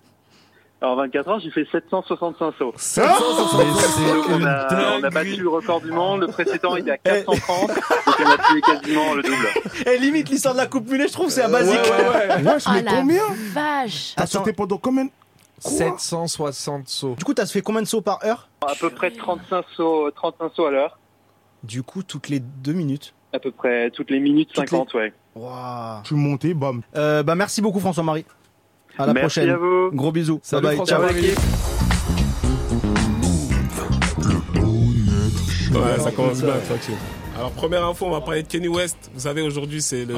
En 24 ans, j'ai fait 765 sauts. Mais c'est On une a, on a battu dinguerie. le record du monde. Le précédent, Eh. il est à 430. donc on a tué quasiment le double. Et Eh, limite, l'histoire de la coupe mulet, je trouve, c'est à basique. Wesh, Oh mais la combien vache. T'as Attends. sauté pendant combien Quoi 760 sauts. Du coup, t'as fait combien de sauts par heure À peu près 35 sauts, 35 sauts à l'heure. Du coup, toutes les deux minutes. À peu près toutes les minutes Toutes les- 50, ouais. Waouh. Je suis Ah. monté, bam. Euh, bah, merci beaucoup, François-Marie. À la Merci prochaine. à vous. Gros bisous. Salut, bye bye. François. Ciao. Marie. Ouais, ça commence bien. Alors, première info, on va parler de Kenny West. Vous savez, aujourd'hui, c'est Ah le,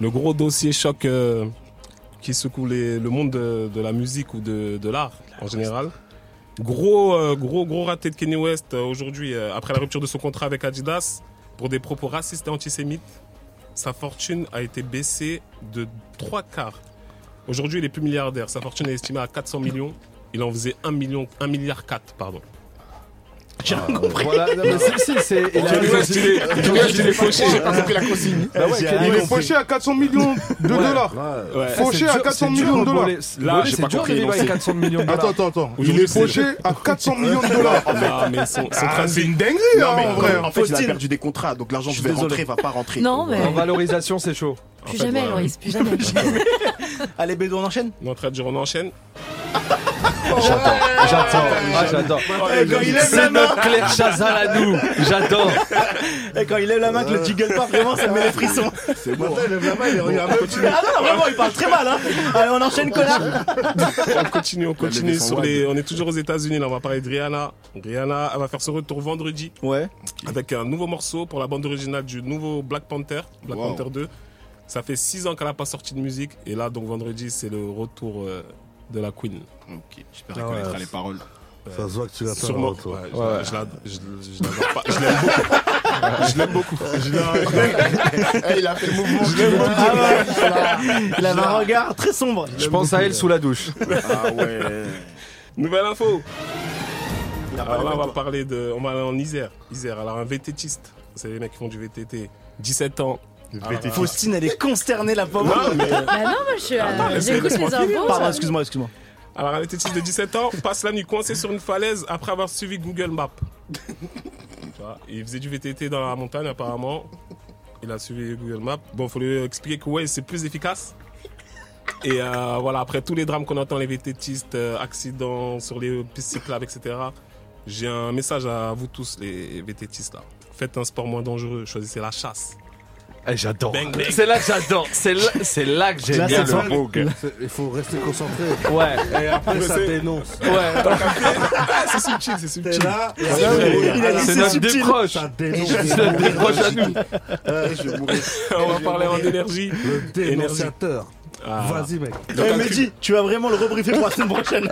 le gros dossier choc euh, qui secoue les- le monde de, de la musique ou de, de l'art en général. Gros, euh, gros, gros raté de Kenny West euh, aujourd'hui, euh, après la rupture de son contrat avec Adidas, pour des propos racistes et antisémites. Sa fortune a été baissée de trois quarts. Aujourd'hui, il est plus milliardaire. Sa fortune est estimée à 400 millions. Il en faisait 1 million, 1 milliard 4, pardon. Ah, Voilà, non, mais si, si, c'est. il a- Ah, Kenny West, il est, Kenny West, il est fauché. J'ai pas compris la consigne. Bah ouais, Kenny Il est West, fauché à 400 millions de dollars. Ouais. Fauché à 400 millions de dollars. Là, Là, j'ai j'ai pas pas compris, non, avec c'est- 400 millions de dollars. Attends, attends, attends. Il Aujourd'hui, est c'est- fauché à 400 millions de dollars. Non, mais son, son Ah, principe- c'est une dinguerie, hein, mais en vrai. en fait, il a perdu des contrats, donc l'argent qui va rentrer va pas rentrer. Non, mais En valorisation, c'est chaud. en plus fait, jamais, voilà. Loris, plus jamais. Allez, Bédo, on enchaîne On est en train de dire on enchaîne. J'attends, j'attends, ah, j'attends. Eh, quand il lève la C'est main. notre Claire Chazal à nous. J'adore. Et Eh, quand il lève la main, que le jingle part, vraiment, ça me met les frissons. C'est bon. Attends, il lève la main, il regarde même plus. Ah non, non, vraiment, il parle très mal, hein. Allez, on enchaîne, connard. On continue, on continue levé son sur les. On est toujours aux États-Unis. Là, on va parler de Rihanna. Rihanna, elle va faire son retour vendredi Ouais. avec un nouveau morceau pour la bande originale du nouveau Black Panther, Black Wow. Panther 2. Ça fait 6 ans qu'elle n'a pas sorti de musique et là, donc vendredi, c'est le retour euh, de la Queen. Ok, j'espère reconnaître les paroles. Ah Ça se voit que tu l'as pas Sûrement. en retour. Ouais, je la- je la- je- je l'adore pas. Je l'aime Eh, Il a fait le mouvement. Ah ouais. Il avait un regard très sombre. Je pense à elle sous la douche. Ah ouais. Nouvelle info Alors là, on va parler de. On va aller en Isère. Isère, alors un VTTiste. Vous savez, les mecs qui font du VTT. 17 ans. Ah Faustine, elle est consternée, la pauvre. Bah non, moi je suis. Attends, euh, laisse- J'écoute laisse-moi les infos. Pardon, excuse-moi, excuse-moi. Alors, un VTTiste de 17 ans passe la nuit coincé sur une falaise après avoir suivi Google Maps. Tu vois, il faisait du VTT dans la montagne, apparemment. Il a suivi Google Maps. Bon, faut lui expliquer que ouais, c'est plus efficace. Et euh, voilà, après tous les drames qu'on entend, les VTTistes, euh, accidents sur les pistes cyclables, etc. J'ai un message à vous tous, les VTTistes là. Faites un sport moins dangereux, choisissez la chasse. Eh, j'adore. Bang, bang. C'est là que j'adore. C'est là, c'est là que j'aime bien le Vogue. Il faut rester concentré. Ouais. Et après, Mais ça c'est- dénonce. Ouais. Ah, c'est subtil, c'est subtil. T'es là, Ouais, et après, ouais, voilà. il a dit C'est c'est notre subtil. décroche. Ça dénonce. C'est notre décroche à nous. On va parler en énergie. Énergie. Dénonciateur. Ah. Vas-y, mec. Donc, un truc- Eh, Mehdi, tu vas vraiment le rebriefer pour la semaine prochaine.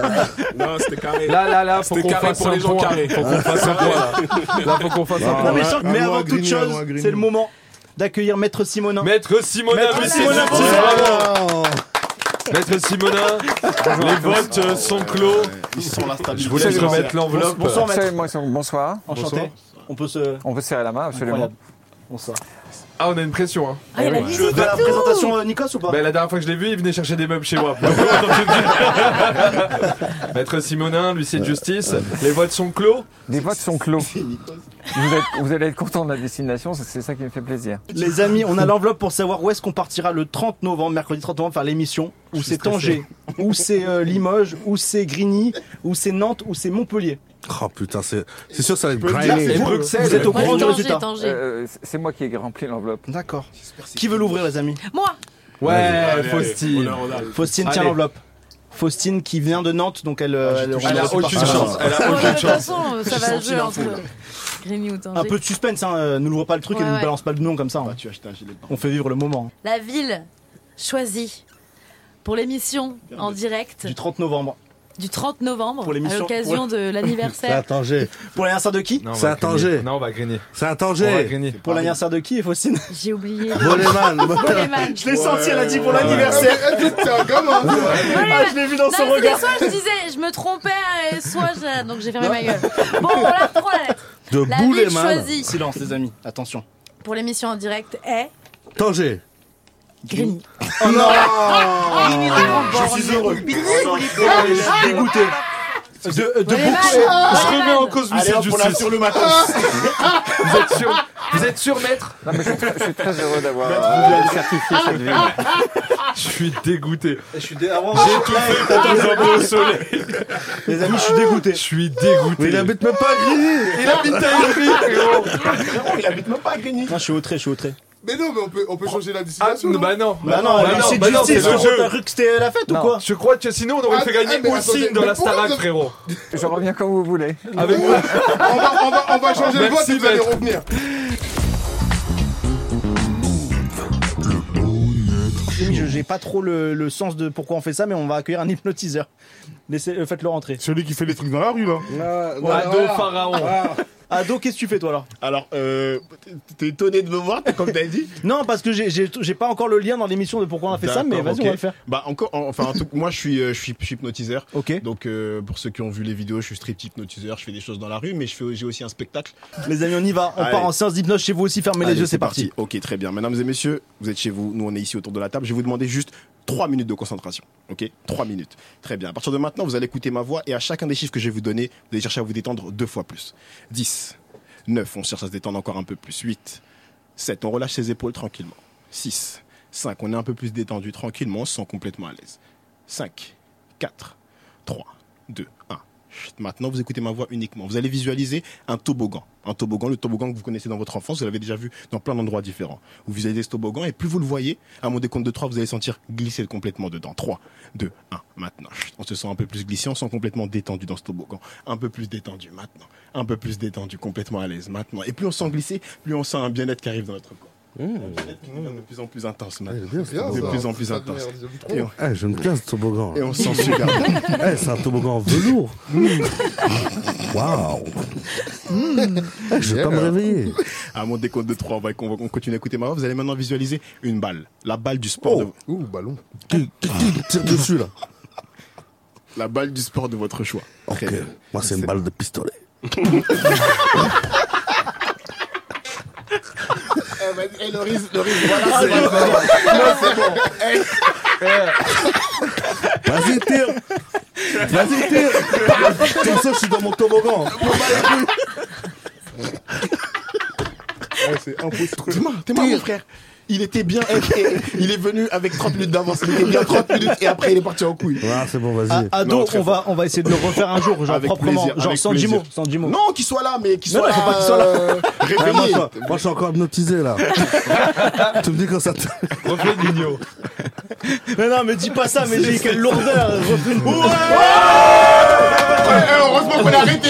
Non, c'était carré. Là, là, là, faut C'était qu'on carré fasse pour les un gens point. carrés. Faut qu'on fasse un point. Là, faut qu'on fasse un Non, point. mais, je sens que- mais avant toute chose, c'est le moment d'accueillir Maître Simonin. Maître Simonin, Maître mais c'est Simonin, gentil, bonsoir. bravo. Maître Simonin, les votes euh, sont clos. Ils sont là, Je vous laisse remettre l'enveloppe. Bonsoir, maître. Salut, Bonsoir. Bonsoir. Enchanté. On peut se. On peut serrer la main, absolument. Incroyable. Bonsoir. Ah, on a une pression. Hein. Ah, il y a la musique et tout. euh, Nikos ou pas Ben, La dernière fois que je l'ai vu, il venait chercher des meubles chez moi. Donc, autant te le dire. Maître Simonin, l'huissier de justice, les votes sont clos. Les votes sont clos. vous, êtes- vous allez être content de la destination, c'est- c'est ça qui me fait plaisir. Les amis, on a l'enveloppe pour savoir où est-ce qu'on partira le 30 novembre, mercredi 30 novembre, faire l'émission. Où c'est Tanger, où c'est euh, Limoges, où c'est Grigny, où c'est Nantes, où c'est Montpellier. Oh putain, c'est c'est sûr, ça va être peux le dire, grillé. c'est vous. Bruxelles, Vous êtes au courant du Tanger, résultat. Tanger. Euh, C'est moi qui ai rempli l'enveloppe. D'accord. Qui veut l'ouvrir, les amis Moi Ouais, Allez, Faustine. allez, honneur, honneur. Faustine, tiens Allez. Ah, l'enveloppe. Faustine qui vient de Nantes, donc elle, euh, elle, Elle a aucune chance. Elle a Bon, là, aucune Oh, de toute chance. façon, euh, ça J'ai va senti jouer l'info, entre là. Grémy ou Tanger. Un peu de suspense, hein, euh, nous l'ouvre pas le truc Ouais, et nous ouais. balance pas le nom comme ça. Bah, hein. On fait vivre le moment. hein. La ville choisie pour l'émission en direct Du 30 novembre. du 30 novembre Pour à l'émission- l'occasion pour- de C'est à l'anniversaire. Tanger. Pour l'anniversaire de qui Non, on C'est va à grigner. Tanger. Non, on va grigner. C'est à On va Tanger. grigner. Pour l'anniversaire de qui, Faustine J'ai oublié. Voleman. Voleman. Je l'ai senti, elle a dit pour Ouais. l'anniversaire. C'est un gamin. Ah, je l'ai vu dans Non, son c'était regard. Soit je disais, je me trompais, et soit je... donc j'ai fermé ma gueule. Bon, on la prend la lettre. De La boulet ville man. choisie. Silence, les amis, attention. Pour l'émission en direct est Tanger. Grigny. Oh non Grigny Je de suis heureux. Je suis dégoûté. euh, De, de beaucoup. Je remets en cause Allez, l'huissier de hop, on l'a justice. sur le matos. Vous êtes sûr Vous êtes sûr, maître Non, mais je, je suis très heureux d'avoir euh, certifié cette ville. Je suis dégoûté. Je suis dé- ah, vraiment, J'ai tout fait pour tomber un peu au soleil. Les amis, je suis dégoûté. Je suis dégoûté. Mais il habite même pas à Grigny. Il habite à Évry, frérot. Il habite même pas à Grigny. Non, je suis outré, je suis outré. Mais non, mais on peut, on peut changer la Ah, destination. non, non bah non. Bah non, bah c'est bah non, justice, c'est le jeu. t'as cru que c'était la fête ou Non. quoi eh, Je crois que sinon on aurait Ah, fait ah, mais gagner attendez, Oussine dans mais la pourquoi Starac, vous- frérot. Je reviens quand vous voulez. Avec on, va, on, va, on va changer le vote Merci, et vous allez maître. revenir. Oui, je- J'ai pas trop le, le sens de pourquoi on fait ça, mais on va accueillir un hypnotiseur. Laissez, euh, faites-le rentrer. Celui qui fait les trucs dans la rue, là. Ado Pharaon. Ado, qu'est-ce que tu fais toi alors Alors, euh, t'es étonné de me voir, comme t'as dit Non, parce que j'ai- j'ai j'ai pas encore le lien dans l'émission de pourquoi on a fait ça, mais vas-y, D'accord, on ok. va le faire. Bah encore, en- enfin en tout, moi je suis, euh, je suis, je suis hypnotiseur. Ok. Donc euh, pour ceux qui ont vu les vidéos, je suis strip hypnotiseur. Je fais des choses dans la rue, mais je fais, j'ai aussi un spectacle. Les amis, on y va. On Allez. part en séance d'hypnose chez vous aussi. Fermez les Allez, yeux, c'est parti. Ok, très bien. Mesdames et messieurs, vous êtes chez vous. Nous on est ici autour de la table. Je vais vous demander juste 3 minutes de concentration. Ok, 3 minutes. Très bien. À partir de maintenant, vous allez écouter ma voix et à chacun des chiffres que je vais vous donner, vous allez chercher à vous détendre deux fois plus. 10, 9, on cherche à se détendre encore un peu plus. 8, 7, on relâche ses épaules tranquillement. 6, 5, on est un peu plus détendu tranquillement, on se sent complètement à l'aise. 5, 4, 3, 2, 1. Chut, Maintenant, vous écoutez ma voix uniquement. Vous allez visualiser un toboggan. Un toboggan, le toboggan que vous connaissez dans votre enfance, vous l'avez déjà vu dans plein d'endroits différents. Vous visualisez ce toboggan et plus vous le voyez, à mon décompte de 3, vous allez sentir glisser complètement dedans. 3, 2, 1. Maintenant, Chut, on se sent un peu plus glissé, on se sent complètement détendu dans ce toboggan. Un peu plus détendu maintenant. Un peu plus détendu, complètement à l'aise maintenant. Et plus on se sent glisser, plus on sent un bien-être qui arrive dans notre corps. Un bien-être qui devient de plus en plus intense maintenant. Mmh. Eh, bien, ce de toboggan. plus en plus intense. Et on, Eh, je me casse ce toboggan. et on se sent super bien. Eh, c'est un toboggan en velours. Waouh. Eh, Je vais pas me réveiller. À mon décompte de 3, on va on va- on continue à écouter ma voix. Vous allez maintenant visualiser une balle. La balle du sport. Oh. de- Ouh, ballon. Qui, qui- qui tire dessus, là la balle du sport de votre choix. Ok. Très bien. Moi, c'est une balle de pistolet. Eh, vas-y, eh, Loris, Loris, voilà, c'est Eh. Vas-y, tire Vas-y, tire De toute façon, je suis dans mon toboggan. c'est impossible. T'es mort, t'es mort, mon frère. Il était bien. eh, eh, il est venu avec 30 minutes d'avance. Il était bien 30 minutes et Ah, après il est parti en couille. Ah, c'est bon, À, vas-y. à dos, Ah, on va, on va essayer de le refaire un jour, genre Avec proprement, plaisir, genre avec sans plaisir. Jimo, sans Jimo. Non, qu'il soit là, mais qu'il Non, soit non, faut pas qu'il soit là. là. euh, Ouais, moi, Réveillé. je- moi, je suis encore hypnotisé là. ah. tu me dis quand ça te. Reflet d'igno. Non, non, mais dis pas ça, mais j'ai quelle lourdeur. heureusement qu'on est arrêté.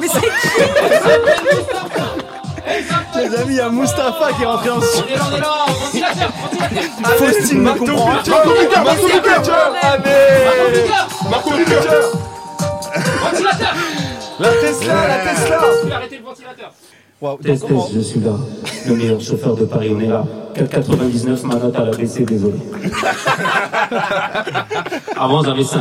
Mais c'est Les amis, il y a Mustapha qui est rentré en On est là, on est là, on tire la chair, on tire la chair. Faustine me comprend. Marco Ricard, Marco Ricard. Marco Ricard. Ventilateur La Tesla, la Tesla Arrêtez le ventilateur Waouh, donc Test, comment- test, je suis là. Le meilleur chauffeur de Paris, on est là. 4,99, ma note à la baissée, désolé. Avant, j'avais 5.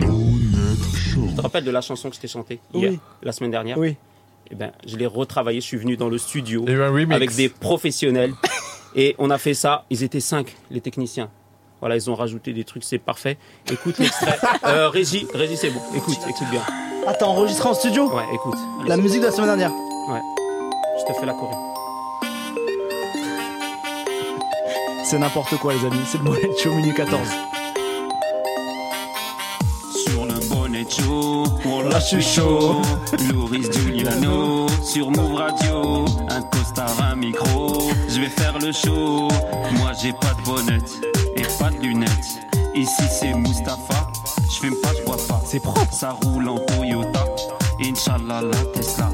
Je te rappelle de la chanson que je t'ai chantée hier, Oui. la semaine dernière Oui. Eh ben, je l'ai retravaillée, je suis venu dans le studio Eh Il y a eu ben un remix. avec des professionnels et on a fait ça. Ils étaient cinq, les techniciens. Voilà, ils ont rajouté des trucs, c'est parfait. Écoute l'extrait. Euh, Régie, Régie, c'est bon. Écoute, écoute bien. Ah, t'as enregistré en studio Ouais, écoute. La musique de la semaine dernière. Ouais. Je te fais la choré. C'est n'importe quoi, les amis. C'est le Bolet Show Minu 14. Sur le bonnet chaud, on lâche chaud. Loris Giuliano, sur Move Radio, un costard, un micro. Je vais faire le show. Moi j'ai pas de bonnette et pas de lunettes. Ici c'est Mustapha, je fume pas, je bois pas. C'est propre. Ça roule en Toyota, Inch'Allah la Tesla.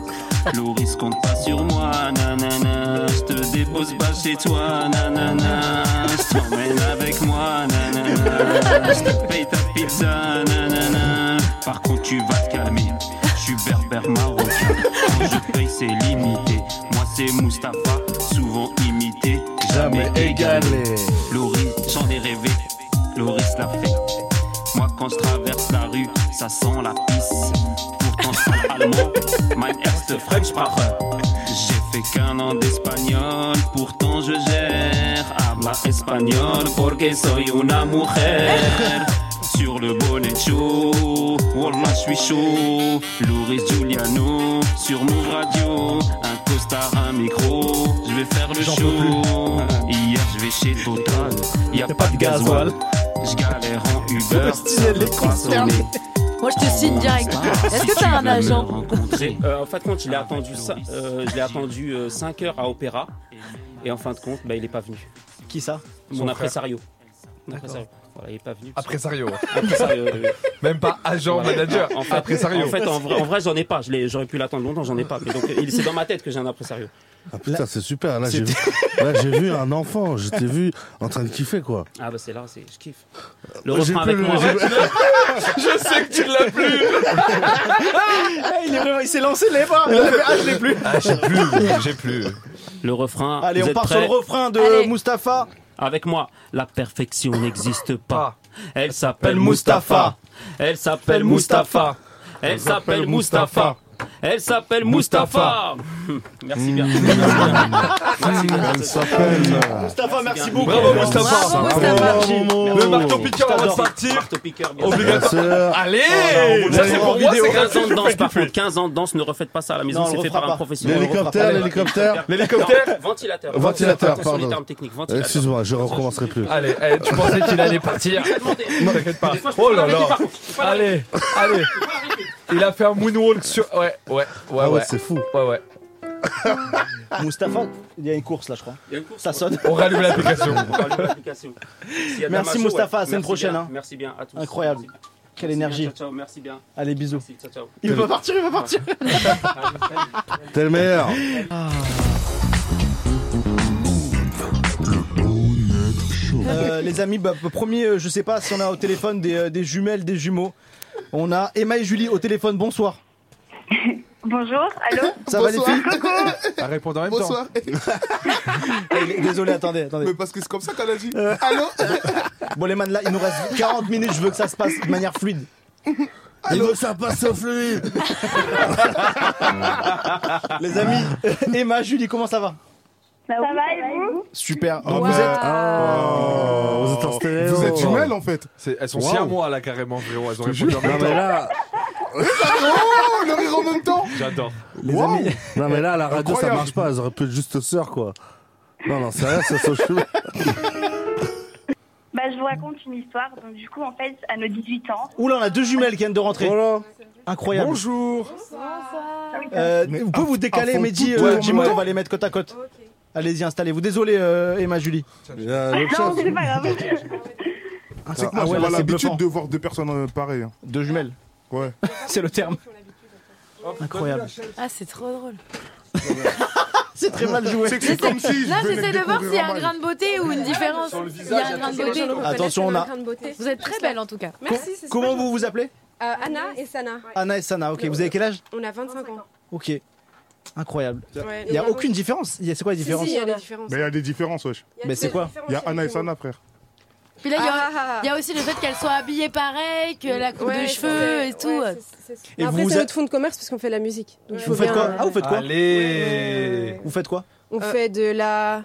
Loris compte pas sur moi, nanana. Je te dépose pas chez toi, nanana. Je t'emmène avec moi, nanana. Je te paye ta pizza, nanana. Par contre, tu vas te calmer. Je suis berbère marocain. Quand je paye, c'est limité. Moi, c'est Mustapha, souvent imité, jamais égalé. Loris, j'en ai rêvé. Loris l'a fait. Moi, quand je traverse la rue, ça sent la pisse. Pourtant, je parle allemand. Mein erste Fremdsprache. J'ai fait qu'un an d'espagnol, pourtant je gère. Habla espagnol, porque soy una mujer. Sur le bonnet chaud, Wallah, je suis chaud. Loris Giuliano, sur mon radio, un costard, un micro. Je vais faire le show. Hier, je vais chez Total, y a pas de gasoil. Je galère en Uber, ça veut pas sonner. Moi, je te signe direct. Est-ce que tu t'as veux un me agent rencontrer Euh, En fin de compte, il a attendu, cin- euh, je l'ai attendu 5 heures à Opéra. Et en fin de compte, bah, il n'est pas venu. Qui ça Mon Son impresario. Mon D'accord. impresario. Voilà, il n'est pas venu. Impresario. Impresario, oui. Même pas agent, Voilà. manager. En fait, Impresario. en, fait, en vrai, en vrai, j'en ai pas. Je l'ai- J'aurais pu l'attendre longtemps, j'en ai pas. Mais donc, il- c'est dans ma tête que j'ai un impresario. Ah putain, c'est super. Là, j'ai vu, là, j'ai vu un enfant. Je t'ai vu en train de kiffer quoi. Ah bah c'est là, c'est je kiffe. Le J'ai refrain plus avec le- moi. j'ai- Je sais que tu l'as Ah, il est vraiment- il s'est lancé les bras. Il a fait, ah, je l'ai plus. j'ai plus, j'ai plus. Le refrain. Allez, vous on êtes part sur prêts le refrain de Mustapha. Avec moi, la perfection n'existe pas. Ah. Elle Elle s'appelle Mustapha. Mustapha. Elle s'appelle Mustapha. Elle s'appelle Mustapha. Elle s'appelle Mustapha. Hmm. Merci bien. Merci bien. Elle s'appelle. Mustapha, merci beaucoup. Bravo Mustapha. Bravo, Mustapha. Bravo. Le marteau piqueur avant de partir. Obligatoire. Allez. Oh, Ça c'est pour moi, c'est 15 ans de danse, gratuit. par contre, 15 ans de danse, ne refaites pas ça à la maison, Non, on c'est le fait refera par un pas. professionnel. L'hélicoptère, On le refera pas. l'hélicoptère. L'hélicoptère Non, Ventilateur. Ventilateur, Attention, les pardon. termes techniques, ventilateur. Excuse-moi, je recommencerai plus. Allez, eh, tu pensais qu'il allait partir. T'inquiète pas. Oh là là. Allez, allez. Il a fait un moonwalk sur. Ouais, ouais, ouais. Ah ouais, ouais. c'est fou. Ouais, ouais. Mustapha, il y a une course là, je crois. Il y a une course. Ça sonne. On rallume l'application. On rallume l'application. S'il y a de la Merci macho, Mustapha, à la ouais. semaine Merci prochaine, bien, hein. Merci bien, à tous. Incroyable. Quelle Merci bien, énergie. Ciao, ciao, merci bien. Allez, bisous. Merci, ciao, ciao. Il va partir, il va partir. T'es le meilleur. Euh, les amis, bah, premier, euh, je sais pas si on a au téléphone des, euh, des jumelles, des jumeaux. On a Emma et Julie au téléphone, bonsoir. Bonjour, allô Ça va, les filles À répondre en même Bonsoir. Désolé, attendez, attendez. Euh. Mais parce que c'est comme ça qu'elle a dit. Allô Bon les man, là, il nous reste 40 minutes, je veux que ça se passe de manière fluide. Il veut que ça passe au fluide. les amis, Emma, Julie, comment ça va Ça va et vous Super. Donc, vous euh, êtes. Ah. Oh, vous êtes en stéréo. Vous êtes jumelles en fait. C'est- Elles sont Waouh. si à moi là carrément, frérot. Elles ont répondu jure. en Non, même mais temps. là- Oh, le rire en même temps J'adore. Les amis. Non, mais là, à la radio, ça Incroyable. marche pas. Elles auraient pu être juste sœurs, quoi. Non, non, c'est rien, ça se Bah, je vous raconte une histoire. Donc, du coup, en fait, à nos 18 ans. Oula, on a deux jumelles qui viennent de rentrer. Incroyable. Bonjour. Euh, vous pouvez vous décaler, à fond, Mehdi, tout le euh, monde. Jim, on va les mettre côte à côte. Allez-y, installez-vous. Désolé, euh, Emma, Julie. non, c'est pas grave. Ah, c'est que moi, j'ai Ah ouais, là, pas c'est l'habitude bluffant. de voir deux personnes euh, pareilles. Deux jumelles Ouais. C'est le terme. Incroyable. Ah, c'est trop drôle. C'est très mal joué. C'est que c'est comme si je Là, venais j'essaie de voir découvrir s'il y a un Amman. grain de beauté ou Ah, une différence. Il y a un grain de beauté. Attention, on a- Vous êtes très belle en tout cas. Merci, c'est Comment super. vous vous appelez Euh, Anna et Sana. Anna et Sana, ok. Vous avez quel âge On a 25 ans. Ok. Incroyable. Ouais, Il n'y a donc, aucune différence. Il y a- C'est quoi la Si, différence si, il y a des différences. Mais il y a des différences, wesh. Mais c'est quoi Il y a Anna et Sana, frère. Puis là, il y a- Ah, ah, ah. il y, a aussi le fait qu'elle soit habillée pareil, que la coupe Ouais, de c'est- cheveux et ouais, tout. c'est- c'est- Et Après, vous c'est a- notre fonds de commerce parce qu'on fait de la musique. Donc, il faut Vous bien, faites quoi Euh. euh, Ah, vous faites quoi Allez Vous faites quoi On fait de la.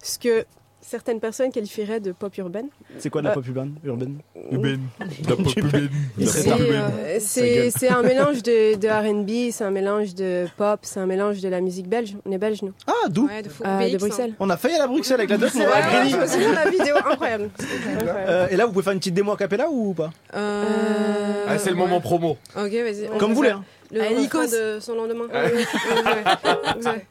ce que certaines personnes qualifieraient de pop urbaine. C'est Euh, quoi de la pop urbaine Urbaine Urbaine. La pop urbaine. C'est, euh, C'est c'est un mélange de, de RB, c'est un mélange de pop, c'est un mélange de la musique belge. On est belge, nous. Ah, d'où de, Euh, de Bruxelles. On a failli aller à Bruxelles avec la doc, mais Ouais, on a ouais, gagné. je me souviens de la vidéo, incroyable. Incroyable. Euh, et là, vous pouvez faire une petite démo a cappella ou pas Euh, Ah, c'est le moment promo. Ok, vas-y. on Comme peut vous voulez, faire hein. Le Allez, refrain Nikos. de son lendemain. Ouais, Ouais. ouais, ouais.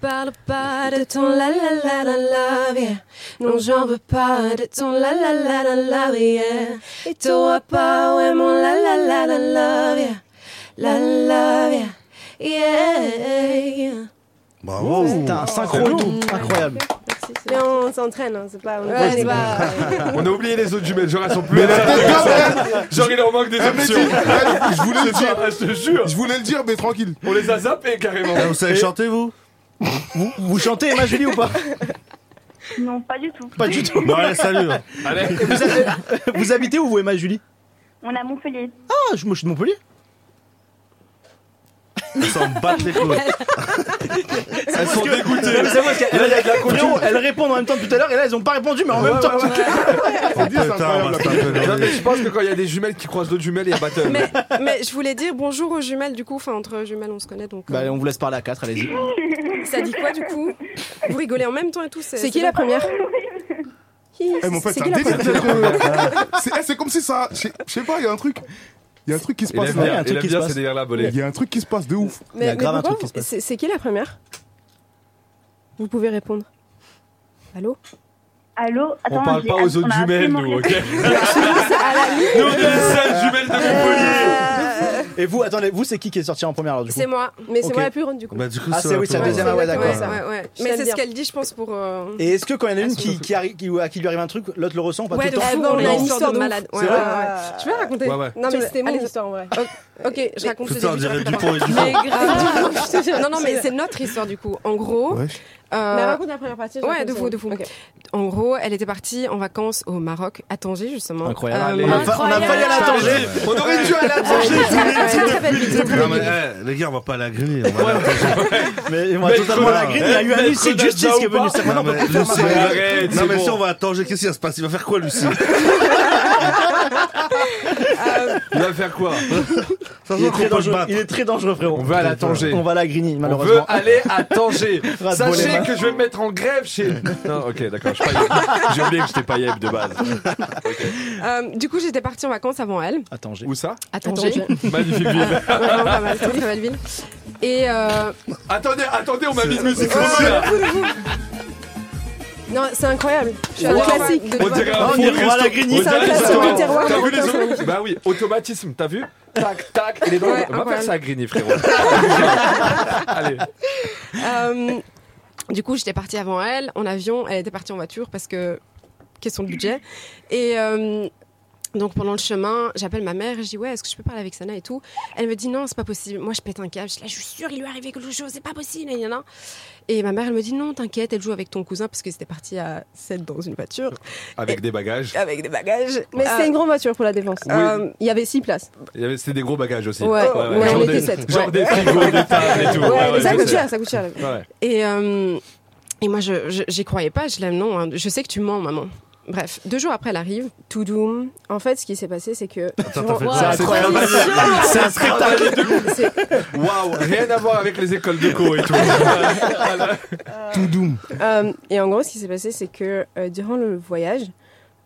Parle pas de ton la la la la la yeah. Non j'en veux pas de ton la la la la la yeah. Et toi pas ouais mon la la la la la yeah. La la yeah. Yeah, yeah. Bah Bravo. T'as Oh, un synchro et tout. Incroyable. Mais on s'entraîne, hein, c'est pas... On Ouais, c'est pas... On a oublié les autres jumelles, genre elles sont plus là. Genre il leur manque Eh, des options. Je voulais le dire. Je te jure. Je voulais le dire, mais tranquille. Eh, On les a zappés carrément. Vous savez chanter, vous vous, vous chantez Emma Julie ou pas Non, pas du tout. Pas du tout. Bon, allez, salut. Allez. Et Vous, avez- vous habitez où, vous, Emma Julie On a Montpellier. Ah, je, moi, je suis de Montpellier. Ils s'en battent les couilles. Elles sont dégoûtées. Non, mais c'est vrai, parce qu'elles- Là, il y a de la couture. Frérot, Elles répondent en même temps tout à l'heure et là, elles ont pas répondu, mais en même temps. Oh, putain, on va se taper Non, mais aujourd'hui. je pense que quand il y a des jumelles qui croisent d'autres jumelles, il y a battle. Mais, mais je voulais dire bonjour aux jumelles, du coup. Enfin, entre jumelles, on se connaît, donc... euh, Bah, on vous laisse parler à 4, allez-y. Ça dit quoi du coup Vous rigolez en même temps et tout C'est qui la première Eh, mais en C'est fait, c'est qui un la délire. première d'être, euh, C'est eh, c'est comme si ça. Je sais- je sais pas, il y a un truc. Il y a un truc qui se Il passe aime là. bien, un il truc aime qui bien se ces passe. délires-là, Il Bolé. y a un truc qui se passe de ouf. Mais- mais pourquoi vous- c'est- C'est qui la première Vous pouvez répondre. Allô Allô Attends, On parle j'ai- pas aux on autres a jumelles, absolument nous, rien. ok Nous, on est les seules jumelles de Montpellier Et vous, attendez, vous, c'est qui qui est sorti en première alors du coup Euh, C'est moi, mais c'est Ok. moi la plus grande du coup. Bah, du coup, Ah, c'est oui, c'est la deuxième, ah ouais, d'accord. Ouais, ouais. Mais c'est ce qu'elle dit, je pense, pour. euh, Et est-ce que quand il y en a une qui, qui arri- qui- à qui lui arrive un truc, l'autre le ressent ou pas Ouais, tout de le temps fou, on a Non. une histoire de C'est malade. vrai Ouais, ouais, ouais. Je vais raconter. Ouais, ouais. euh, Non, mais Tu- c'était mon allez. histoire en vrai. Ok, je raconte. le Putain, on début de dirait la du pour et du Mais faux. grave, du coup, je te jure. Non, non, mais c'est notre histoire du coup. En gros. Wesh. euh, Mais raconte la première partie, je Ouais, raconte de ça. fou, de fou. Ok. En gros, elle était partie en vacances au Maroc, à Tanger justement. Incroyable. Euh, On a fa- on a failli aller à Tanger. On aurait dû aller à Tanger, Ouais. je vous l'ai dit Très, très belle depuis ville, le début. très, très belle ville. Non, mais, eh, les gars, on va pas la griller. on va la- Mais on va totalement la grille, il y a eu un huissier de justice qui est venu. C'est Non, maintenant, on mais peut plus faire Lucie, marche arrière. Arrête, non, c'est mais bon. si on va à Tanger, qu'est-ce qui se passe Il va faire quoi, Lucie Il va faire quoi Ça se Euh, Il est voit qu'on peut se très dangereux, battre. il est très dangereux, frérot. On veut aller à Tanger. On va à la grigny, On veut malheureusement. aller à Tanger. Ras de hein. Sachez Bolema. que je vais me mettre en grève chez. Non, ok, d'accord, je suis pas J'ai oublié que j'étais pas Yeb de base. Euh, du coup, j'étais partie en vacances avant elle. À Tanger. Où ça À Tanger. Magnifique ville. Vraiment pas mal, très très belle ville. Et euh, Attendez, attendez, on m'a mis de musique Ouais, aussi, là. non, c'est incroyable. Je suis Wow. un classique. de- On dirait un On four ira à la resto. Grigny. On Ça dirait va, un ça va, restaurant. le terroir T'as vu les marocain. autres Bah oui, automatisme, t'as vu Tac, tac, il est dans le- Ouais, On va faire incroyable. ça à Grigny, frérot. Allez. Euh, du coup, j'étais partie avant elle en avion. Elle était partie en voiture parce que question de budget. Et euh, donc pendant le chemin, j'appelle ma mère. Je dis ouais, est-ce que je peux parler avec Sana et tout. Elle me dit non, c'est pas possible. Moi, je pète un câble. Je, dis, Là, je suis sûre, il lui est arrivé quelque chose. C'est pas possible. Et, nanana. et ma mère, elle me dit non, t'inquiète, elle joue avec ton cousin parce qu'ils étaient partis à 7 dans une voiture Avec des bagages. avec des bagages. Mais Euh, c'est une grande voiture pour la défense. Oui. euh, Il y avait 6 places. Il y avait- C'était des gros bagages aussi. Ouais, ouais, genre on des, était sept, Genre ouais. des frigos, des tables et tout. Ouais, mais ça je coûte sais. cher, ça coûte cher. Ouais. Et, euh, Et moi, je je- j'y croyais pas. Je l'aime, non. hein. Je sais que tu mens, maman. Bref, deux jours après, elle arrive. Tout doux. En fait, ce qui s'est passé, c'est que. t'as fait- Wow, C'est incroyable. transition C'est un Waouh, rien à voir avec les écoles de co et tout. Tout doux. Euh, et en gros, ce qui s'est passé, c'est que euh, durant le voyage,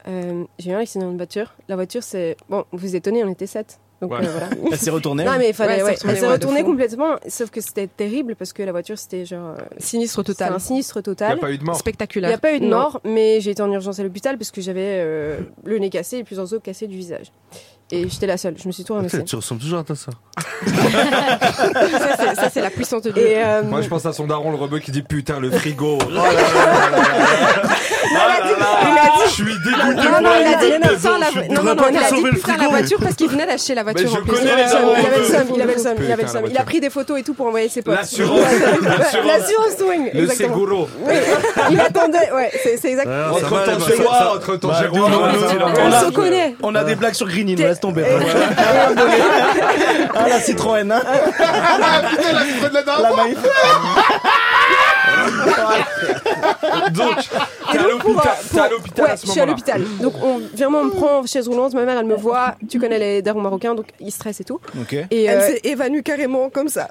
euh, j'ai eu un accident de voiture. La voiture, c'est. Bon, vous vous étonnez, on était sept. Donc Ouais. euh, voilà. Elle s'est retournée, Non, elle mais il fallait. Ouais, elle s'est ouais, retournée, Elle s'est ouais, de retournée fou. complètement. Sauf que c'était terrible parce que la voiture, c'était genre. euh, Sinistre total. c'était un sinistre total. Il y a pas eu de mort. Spectaculaire. Il n'y a pas eu de Non. mort, mais j'ai été en urgence à l'hôpital parce que j'avais euh, le nez cassé et plusieurs os cassés du visage. Et j'étais la seule. Je me suis tournée en Putain, océan. Tu ressembles toujours à ta sœur. ça, c'est- ça, c'est la puissance de Dieu. Et, euh, Moi, je pense à son daron, le rebeu, qui dit putain, le frigo. Je suis Non, dégoûté. non, non, il a dit pour putain la la vie. voiture. Non, non, non, il a dit putain la voiture parce qu'il venait d'acheter la Mais voiture je en plus. connais les il, avait darons, le eux. seum, il avait le seum, il avait le Putain, seum. la Il a voiture. pris des photos et tout pour envoyer ses potes. L'assurance. L'assurance. L'assurance swing. Le exactement. seguro. Oui, il attendait. Ouais, c'est c'est exact. Ouais, Entre temps chez moi, entre temps chez moi, on On se connaît. On a des blagues sur Green Hill, laisse tomber. Ah la Citroën, hein La Maïf. Donc, Et t'es à donc, pour, l'hôpital- euh, t'es à pour- l'hôpital ouais, à ce je suis à moment-là. l'hôpital. Donc, on, vraiment, on me prend en chaise roulante. Ma mère, elle me voit. Tu connais les darons marocains, donc ils stressent et tout. Ok. Et Elle s'est évanouie carrément comme ça.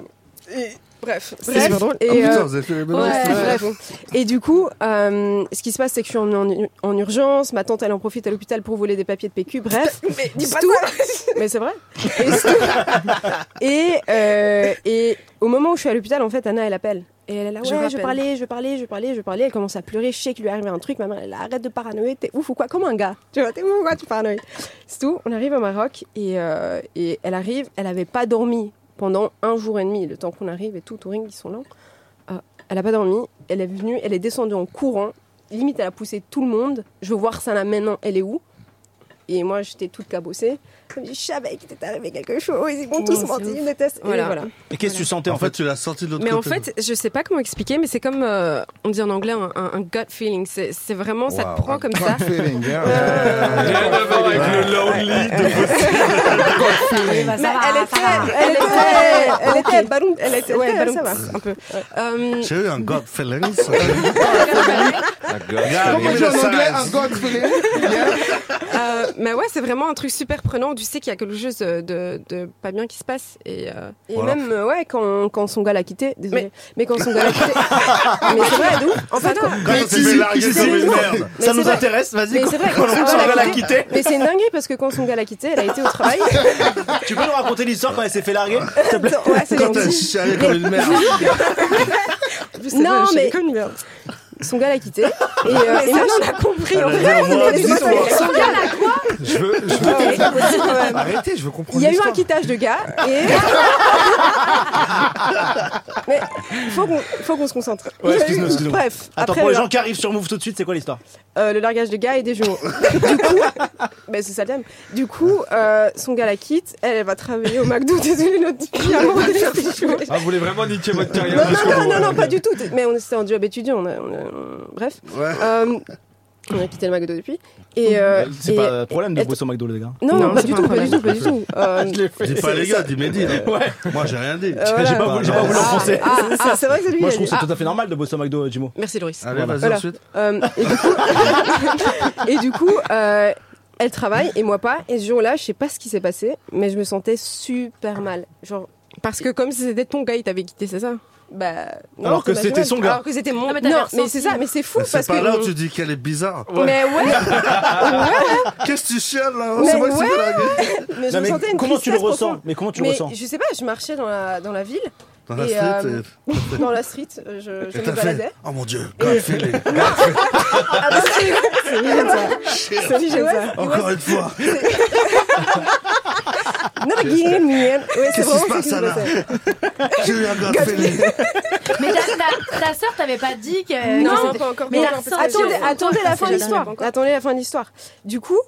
Et, bref. C'est pas drôle. Et, Ah, putain, euh, vous avez fait les mêmes ouais, choses. bref. Et du coup, euh, ce qui se passe, c'est que je suis emmenée en, u- en urgence. Ma tante, elle en profite à l'hôpital pour voler des papiers de PQ. Bref. Mais dis pas Mais c'est vrai. Et, c'est tout. Et, euh, et au moment où je suis à l'hôpital, en fait, Anna, elle appelle. Et elle est là, Je ouais, je, rappelle. parlais, je parlais, je parlais, je parlais. Elle commence à pleurer. Je sais qu'il lui est arrivé un truc. Ma mère, elle là, arrête de paranoïer. T'es ouf ou quoi Comme un gars. Tu vois, t'es ouf ou quoi Tu paranoïes. C'est tout. On arrive au Maroc et, euh, et elle arrive. Elle n'avait pas dormi pendant un jour et demi. Le temps qu'on arrive et tout, Touring, ils sont lents. Euh, elle n'a pas dormi. Elle est venue. Elle est descendue en courant. Limite, elle a poussé tout le monde. Je veux voir ça là maintenant. Elle est où et moi, j'étais toute cabossée. Comme Je savais qu'il était arrivé quelque chose. Ils vont tous Ouais, mentir, c'est ouf. ils me détestent. Et Voilà. voilà. Et qu'est-ce que tu sentais en fait Tu l'as sorti de Mais en fait, je sais pas comment expliquer, mais c'est comme euh, on dit en anglais un, un- un gut feeling. C'est c'est vraiment ça te prend comme ça. Rien à voir avec le lonely Mais elle était, elle Elle était, était- elle elle était était ballon. elle était, Ouais, ballon. ça va, un peu. Euh, J'ai eu un god feeling. Comment on dit en anglais un god feeling euh, mais ouais, c'est vraiment un truc super prenant. Tu sais qu'il y a quelque chose de, de- de pas bien qui se passe. Et, euh, Et même, euh, ouais, quand, quand son gars l'a quitté, désolé, mais, quand son gars l'a quitté. mais c'est vrai, d'où En fait, quand- Quand on s'est fait larguer Mais comme une c'est- merde. mais Ça c'est nous vrai. intéresse, vas-y, Mais quand- c'est vrai, quand quand son gars l'a quitté. quitté. Mais c'est une dinguerie parce que quand son gars l'a quitté, elle a été au travail. Tu peux nous raconter l'histoire quand elle s'est fait larguer s'il te plaît Ouais, c'est Quand elle gentil. chialait comme une merde. c'est vrai, Non, je suis mais. déconne, Son gars l'a quitté. Et, euh, Mais ça, et maintenant, on a compris, en Elle a vrai, dit, on moi, a compris. dis-moi, Son gars l'a quoi Je veux, je veux- Ah, Ouais, c'est quand même. Arrêtez, je veux Il comprendre. y a eu un l'histoire. quittage de gars et. Mais faut qu'on faut qu'on se concentre. Il y a eu- Bref, Attends, après pour les le, gens qui arrivent sur Move tout de suite, c'est quoi l'histoire euh, le largage de gars et des jumeaux. du coup, mais c'est ça le thème. Du coup, euh, son gars la quitte, elle, elle va travailler au McDo. Désolée, notre fille a mangé des choux. Ah, vous voulez vraiment niquer votre Non, carrière jusqu'au non, non, bout non, non, pas du tout. Mais on était en job étudiant. on a- on a- on- Bref. Euh, on a quitté le McDo depuis. Et, euh, C'est et- pas un problème de et- bosser au McDo, les gars. Non, non, pas, du tout, pas du tout, pas du Je l'ai tout. Euh, Dis pas les gars, dis Mehdi. là. Ouais. Moi, j'ai rien dit. Euh, voilà. J'ai pas voulu, j'ai pas voulu Ah, enfoncer. ah, ah, c'est vrai que c'est lui, Moi, il a je trouve que dit. c'est tout à fait normal de bosser au McDo, Jimo. Merci Loris. Allez, vas-y, Voilà. ensuite. Euh, et du coup, et du coup, euh, elle travaille et moi pas. Et ce jour-là, je sais pas ce qui s'est passé, mais je me sentais super mal. Genre, parce que comme si c'était ton gars, il t'avait quitté, c'est ça bah. non, Alors que c'est ma c'était jumelle. son gars. Alors que c'était mon. Ah, mais t'as non, l'air mais sensible. c'est ça, mais c'est fou Mais parce C'est que. pas là où tu dis qu'elle est bizarre. Mais ouais. Qu'est-ce que tu chiales là Mais hein, C'est moi qui ouais. suis largué. Mais je Non, me mais sentais une comment tu le tristesse ressens profonde. Mais comment tu le Mais ressens Je sais pas, je marchais dans la, dans la ville. Dans la et, street, euh, et- Dans la street, euh, je, je Et me t'as fait. baladais. Oh mon dieu, god feeling. Ah bah, c'est c'est mignonne, ça. C'est mignonne, ça. Encore une fois. Non, mais Guillaume, mignonne. eh. Ouais, c'est Qu'est-ce vraiment qui se ça passe, qui se Anna passait. J'ai eu un god feeling. Mais ta, ta, ta sœur t'avait pas dit que. euh, Non, que c'était- pas encore. Mais Non, t'as non, ressenti attendez, au fond de attendez toi la que fin de c'était l'histoire. dingue. Attendez la fin de l'histoire. Du coup,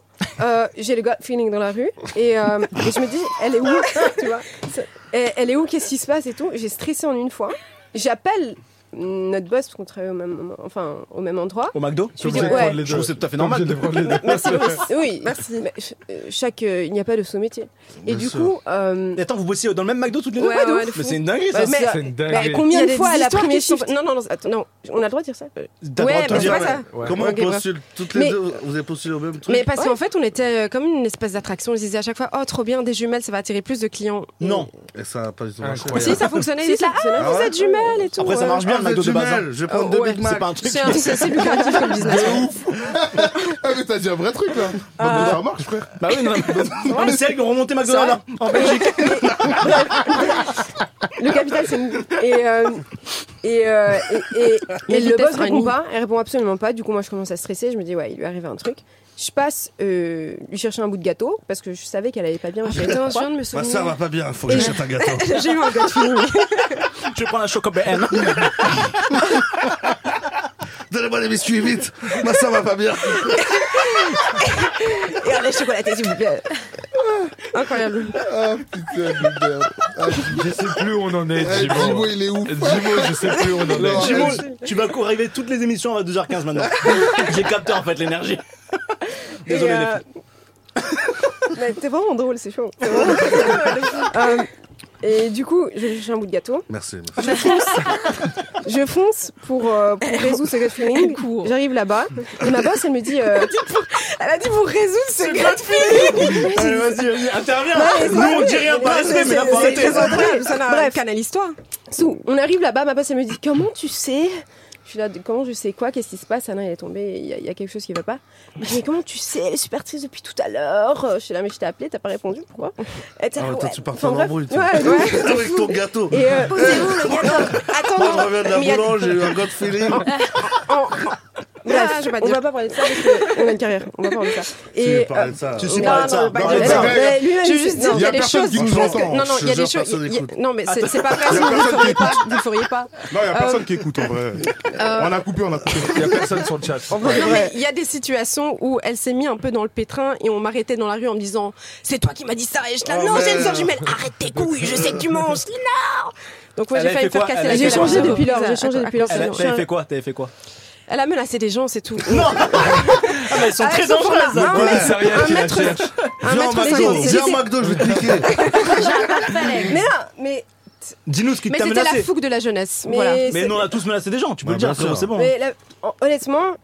euh, j'ai le gut feeling dans la rue et, euh, et je me dis, elle est où Tu vois C'est- elle, elle est où Qu'est-ce qui se passe et tout J'ai stressé en une fois. J'appelle notre boss, parce qu'on travaillait au même, moment- enfin, au même endroit. Au McDo Je lui dis, T'es obligé de ouais. prendre les Je deux. trouve que c'est tout à fait T'es obligé normal. de prendre les deux. Merci, mais- oui, merci. mais ch- euh, chaque, euh, il n'y a pas de sous-métier. Et du coup, euh, Et attends, vous bossiez dans le même McDo toutes les deux Ouais, de ouais, ouf. de fou. Mais c'est une dinguerie, Bah, ça. mais- c'est une mais dinguerie. combien Il y de a fois des elle a histoires pris qui mes shiftent. Non, non, non, attends, non, on a le droit de dire ça. Ouais, T'as le droit de te mais c'est dire, pas ouais. ça. Ouais. Comment Ok, on bref. postule toutes Mais- les deux Vous avez postulé au même truc Mais parce qu'en fait, on était euh, comme une espèce d'attraction. Ils disaient à chaque fois, oh, trop bien, des jumelles, ça va attirer plus de clients. Non. Et ça n'a pas du tout marché. Si, ça fonctionnait. Si, ils étaient ça- là, ah, ah vous ouais. êtes jumelles et tout. Après, ça marche bien, le Ah, McDo de vous êtes base, hein. jumelles, Je vais Oh, prendre deux Big Mac. C'est pas un truc. C'est c'est assez lucratif comme business. Ah, mais t'as dit un vrai truc là. Ah. Donc, Ça marche, frère. Bah oui, non, non, mais c'est elles qui ont remonté C'est vrai McDonald's hein, en Belgique. Le capital, c'est une... Et, euh, et, euh, et, et- Mais et le vitesse boss répond réunie. pas, elle répond absolument pas. Du coup, moi, je commence à stresser. Je me dis, ouais, il lui est arrivé un truc. Je passe euh, lui chercher un bout de gâteau parce que je savais qu'elle allait pas bien. Je fais, attends, Ah, je viens de me Bah, souvenir. ça va pas bien, faut que Et- j'achète un gâteau. J'ai eu un gâteau feeling. Je vais prendre un choc BM. Donnez-moi les biscuits vite Moi, ça va pas bien Et allez, chocolaté, s'il vous plaît. Incroyable. Ah putain de merde. Ah, Je sais plus où on en est, Eh, Jimo. Jimo, il est où eh, Jimo, je sais plus où on en est. Jimo, tu vas courir arriver toutes les émissions à 2h15 maintenant. J'ai capté en fait l'énergie. Désolé Et, les euh, filles. Mais t'es vraiment drôle, c'est chaud. C'est vraiment- Euh, et du coup, je cherche un bout de gâteau. Merci. Je fonce, je fonce pour, euh, pour résoudre ce gut feeling. J'arrive là-bas et ma boss elle me dit. euh, elle a dit pour résoudre ce gut feeling. Allez, vas-y, vas-y, Ah, interviens. Non, mais Nous, on c'est- dit rien par c'est- respect, mais là, c'est- faut c'est arrêter. très incroyable, ça n'a- Bref. canal histoire. Sous, on arrive là-bas, ma boss elle me dit comment tu sais je suis là, comment je sais quoi Qu'est-ce qui se passe Ah non, il est tombé, il y, a- il y a quelque chose qui va pas. Elle me dit, Mais comment tu sais Elle est super triste depuis tout à l'heure. Euh, Je suis là, mais je t'ai appelé, t'as pas répondu, pourquoi Elle était là, Ah, toi, ouais. tu partais Enfin, en bref. embrouille, toi. Ouais, Toi, ouais. avec ton gâteau. Et euh, Posez-vous le Attends, Moi, je reviens de la mais il y a- boulange, j'ai eu un god feeling. Bref, Ah, je vais pas on dire. va pas parler de ça parce qu'on a une carrière. On va pas parler de ça. Tu veux parler de ça euh, Tu sais non, parler de non, ça. on va pas Parle dire de ça. ça. Mais lui-même, Je veux il juste se- dire non, qu'il y a des choses qui nous parce que- entendent. Non, non, Je il y a jure, des choses. personne il y a- n'écoute. Non, mais c'est Attends. c'est pas vrai. Il y a sinon Vous personne feriez qui pas. écoute. Vous le feriez pas. Non, y'a Euh, personne qui écoute en vrai. Euh. On a coupé, on a coupé. Il y a personne sur le chat. Non, mais il y a des situations où elle s'est mise un peu dans le pétrin et on m'arrêtait dans la rue en me disant C'est toi qui m'as dit ça Et je là, Oh, non, j'ai une merde. soeur jumelle, arrête tes couilles, je sais que tu manges, non Donc, ouais, Elle j'ai avait failli me fait faire quoi casser Elle la avait gueule. fait quoi J'ai changé depuis lors, j'ai changé depuis lors. Elle- T'avais fait quoi T'avais fait quoi Elle a menacé des gens, c'est tout. Non Ah, mais elles sont Ah, très elles sont dangereuses. là. hein. Ouais, Ouais, c'est rien un qui la mètre- cherche. un Viens au mètre McDo, cinquante. viens au McDo, je vais te piquer. Mais là, mais. Dis-nous ce qui Mais t'a c'était la menacé. Ah, fougue de la jeunesse. Mais, voilà. nous, on a tous menacé des gens, tu peux Bah, le dire, bien frérot, sûr. c'est bon. Mais la- hon- honnêtement.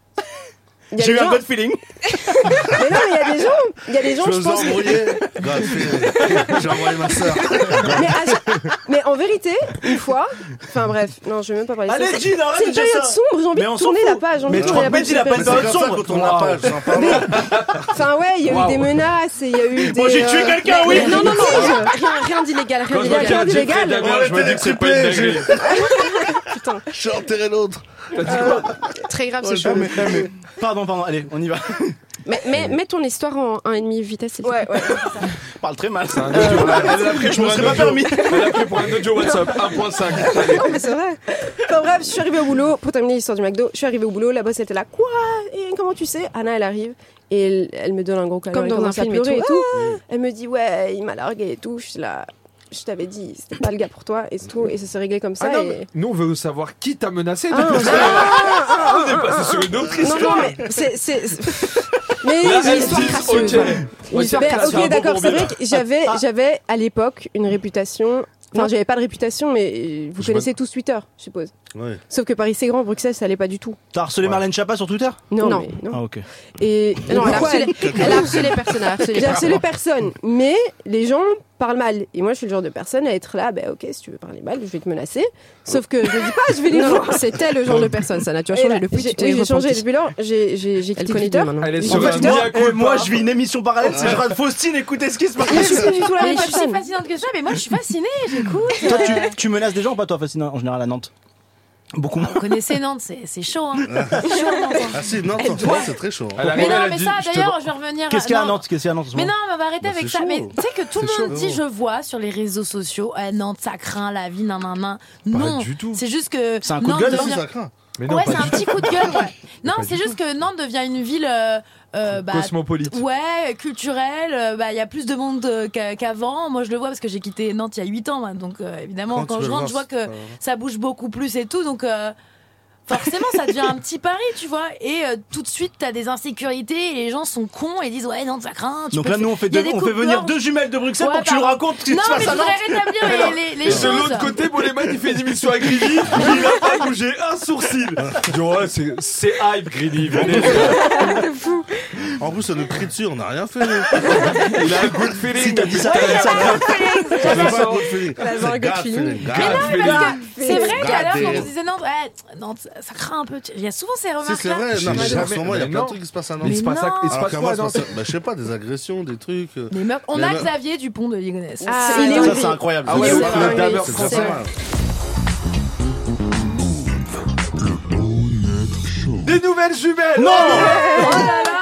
il y a J'ai des eu un gens- bon feeling. Mais non, mais il y a des gens, il y a des gens, je pense. que- God feeling. J'ai envoyé ma soeur. Mais, à chaque- mais en vérité, une fois, enfin bref, non, je vais même pas parler de Allez, ça. Gilles, arrête C'est de une dire période ça. sombre, j'ai envie Mais on de s'en tourner fout. la page. j'ai envie Mais de tourner tu crois que Benji, la de cette période période. sombre. Quand on n'a pas, j'en parle. Enfin, ouais, il y a eu Waouh. des menaces et il y a eu des. Bon, j'ai tué euh, quelqu'un, mais- oui. mais Non, non, non, rien- rien- rien d'illégal, rien Quand je vois d'illégal. qu'il y Rien a un Jeffrey d'illégal. Dahmer, je me dis que c'est pas une dinguerie. Je suis enterré l'autre. Très grave, Ouais, Ah, c'est chaud. mais- mais- Pardon, pardon, allez, on y va. Mais, mais mets ton histoire en 1,5 vitesse, s'il te plaît. Ouais, ouais. Je parle très mal. Euh, Un audio. Elle l'a Je pris pour me un serais pas audio. permis. Elle l'a pris pour un audio WhatsApp 1.5. Allez. Non, mais c'est vrai. Enfin bref, je suis arrivée au boulot, pour terminer l'histoire du McDo, je suis arrivée au boulot, la boss elle était là, quoi Et comment tu sais Anna, elle arrive, et elle, elle me donne un gros câlin. Comme elle dans un commence à film et pleurer tout. Ah Elle me dit, ouais, il m'a largué et tout, je suis là, je t'avais dit, c'était pas le gars pour toi, et c'est tout, et ça s'est réglé comme ça. Ah non, et- mais nous on veut savoir qui t'a menacé. Ah, depuis tout ah, à l'heure. ah, ah, On est passé sur une autre Non, histoire. non, mais c'est. c'est- Mais Là, j'ai elles une histoire disent, crasseuse. ok. Une Ouais, histoire c'est- crasseuse. c'est un Ok, bon d'accord, c'est bourbier. vrai que j'avais, j'avais à l'époque une réputation. Ah, Enfin, j'avais pas de réputation, mais vous Je connaissez me- tous Twitter, je suppose. Ouais. Sauf que Paris c'est grand, Bruxelles ça allait pas du tout. T'as harcelé Marlène Chapa sur Twitter Non, Non. mais non. Ah, ok. Et Non, elle a Pourquoi harcelé- elle a harcelé personne, elle a harcelé J'ai harcelé personne. personne, mais les gens parlent mal. Et moi, je suis le genre de personne à être là, bah, ok, si tu veux parler mal, je vais te menacer. Sauf que je dis pas, je vais les Non, voir. c'était le genre de personne, Sana, tu as Et changé là, depuis, j'ai- tu t'es oui, j'ai changé repenti. depuis lors. J'ai j'ai- j'ai quitté connaît Twitter. bien maintenant. Elle est En fait, moi, et moi, je vis une émission parallèle, c'est Ouais. je rate Faustine, écoutez ce qui se passe. Mais je suis pas du tout la même Mais je suis personne. fascinante que ça, mais moi je suis fascinée, j'écoute. Toi, Euh, tu, tu menaces des gens ou pas, toi, Faustine, en général à Nantes Beaucoup moins. Vous connaissez Nantes, c'est c'est chaud. Hein. C'est chaud, Nantes, hein. Ah si, non, Elle attends, doit- c'est très hein. chaud. Mais non, mais ça, d'ailleurs, je vais revenir. Qu'est-ce qu'il y a à non. Nantes Qu'est-ce qu'il y a à Nantes en ce Mais non, moment mais on va arrêter Bah, avec c'est ça. chaud. Mais tu sais que C'est tout le monde chaud, dit, vraiment. je vois sur les réseaux sociaux, à Nantes, ça craint, la vie, nan, nan, nan. Non, du tout. c'est juste que. C'est un coup de Nantes gueule, devient- si, ça craint. Mais ouais, pas c'est un du petit tout. coup de gueule. ouais. non, pas c'est du juste que Nantes devient une ville. euh, euh, bah, Cosmopolite. Ouais, culturelle. euh, bah, Il y a plus de monde euh, qu'a- qu'avant. Moi, je le vois parce que j'ai quitté Nantes il y a 8 ans. moi, donc, euh, évidemment, Quand quand, tu je vas rentre, je voir, vois que c'est pas- ça bouge beaucoup plus et tout. Donc. euh, Forcément, ça devient un petit pari, tu vois. Et euh, tout de suite, t'as des insécurités et les gens sont cons et disent Ouais, Nantes, ça craint. tu Donc peux là, faire- nous, on fait, Il y a deux- des on fait venir coupes-gorges. deux jumelles de Bruxelles Ouais, pour que tu nous pardon. racontes ce qui Non, se passe mais à je voudrais Nantes. rétablir les- Alors, les- les Et choses. de l'autre côté, Boleman, il fait des émissions à Grigny, il a pas bougé un sourcil. Il dit, ouais, c'est- c'est hype, Grigny, venez. En plus, ça nous crie dessus, on n'a rien fait. Il a un good feeling. Si t'as dit ça, Ouais, comme il a ça, un grave. good feeling. Ça fait J'avais pas un raison. good feeling. Il avait C'est un good grave feeling. feeling, Mais grave non, mais feeling. parce Ah, C'est vrai qu'à l'heure, quand Gardez. on disait Nantes, ouais, Nantes, ça- ça craint un peu. Il y a souvent ces Si remarques-là. c'est vrai, non, mais en ce moment, il y a mais plein non. de trucs qui se passent à Nantes. Mais Il se passe à- non. il se Alors passe qu'à quoi à moi, ça se Nantes passe- bah, Je sais pas, des agressions, des trucs. euh. Les meurtres. On Mais a me- Xavier Dupont de Ligonnès. Ah, Il est ça, où, c'est lui incroyable. Ah ouais, Il est le où, lui dameur C'est français. vraiment- Des nouvelles jumelles Non Oh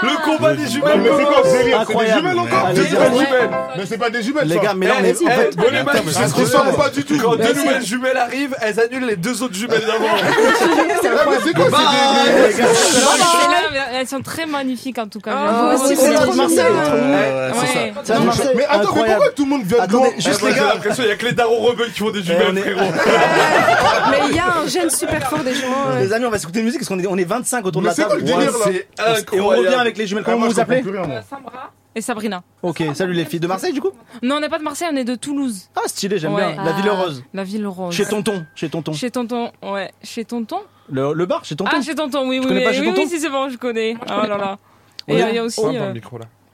Le combat des jumelles Mais c'est quoi commence. ce délire C'est des Incroyable. jumelles encore Ah, Ouais, Des allez-y, nouvelles allez-y. jumelles Mais c'est pas des jumelles, Les ça. gars, mais là, on est- en fait, Eh, Boleman, attends, mais ça ça se se ressemble pas du tout. Quand deux Merci. nouvelles jumelles arrivent, elles annulent les deux autres jumelles d'avant. Ah, mais c'est quoi Bah, ces les gars. elles sont très magnifiques en tout cas. Ah, J'avoue. aussi, c'est trop Marseille. Ouais, c'est Ouais. ça. Non, Marseille, mais attends, mais incroyable. pourquoi tout le monde vient de loin Juste les gars, j'ai l'impression qu'il y a que les darons rebelles qui font des jumelles, frérot. Mais il y a un gène super fort des gens. euh, Les amis, on va s'écouter une musique parce qu'on est, on est 25 autour de Mais la c'est table. quoi le délire, Ouais, là c'est- Et on revient avec les jumelles. Ah, Comment moi, vous je vous appelez comprends plus rien, moi. Et Sabrina. Ok, salut les filles de Marseille du coup Non, on n'est pas de Marseille, on est de Toulouse. Ah, stylé, j'aime bien. La Ville Rose. La Ville Rose. Chez Tonton. Chez Tonton. Chez Tonton, ouais. Chez Tonton Le, le bar, chez Tonton. Ah, chez Tonton, oui, Tu oui. connais oui, pas chez oui, Tonton oui, si, c'est bon, je connais. Oh là là. On Et est- euh, il y a aussi. euh,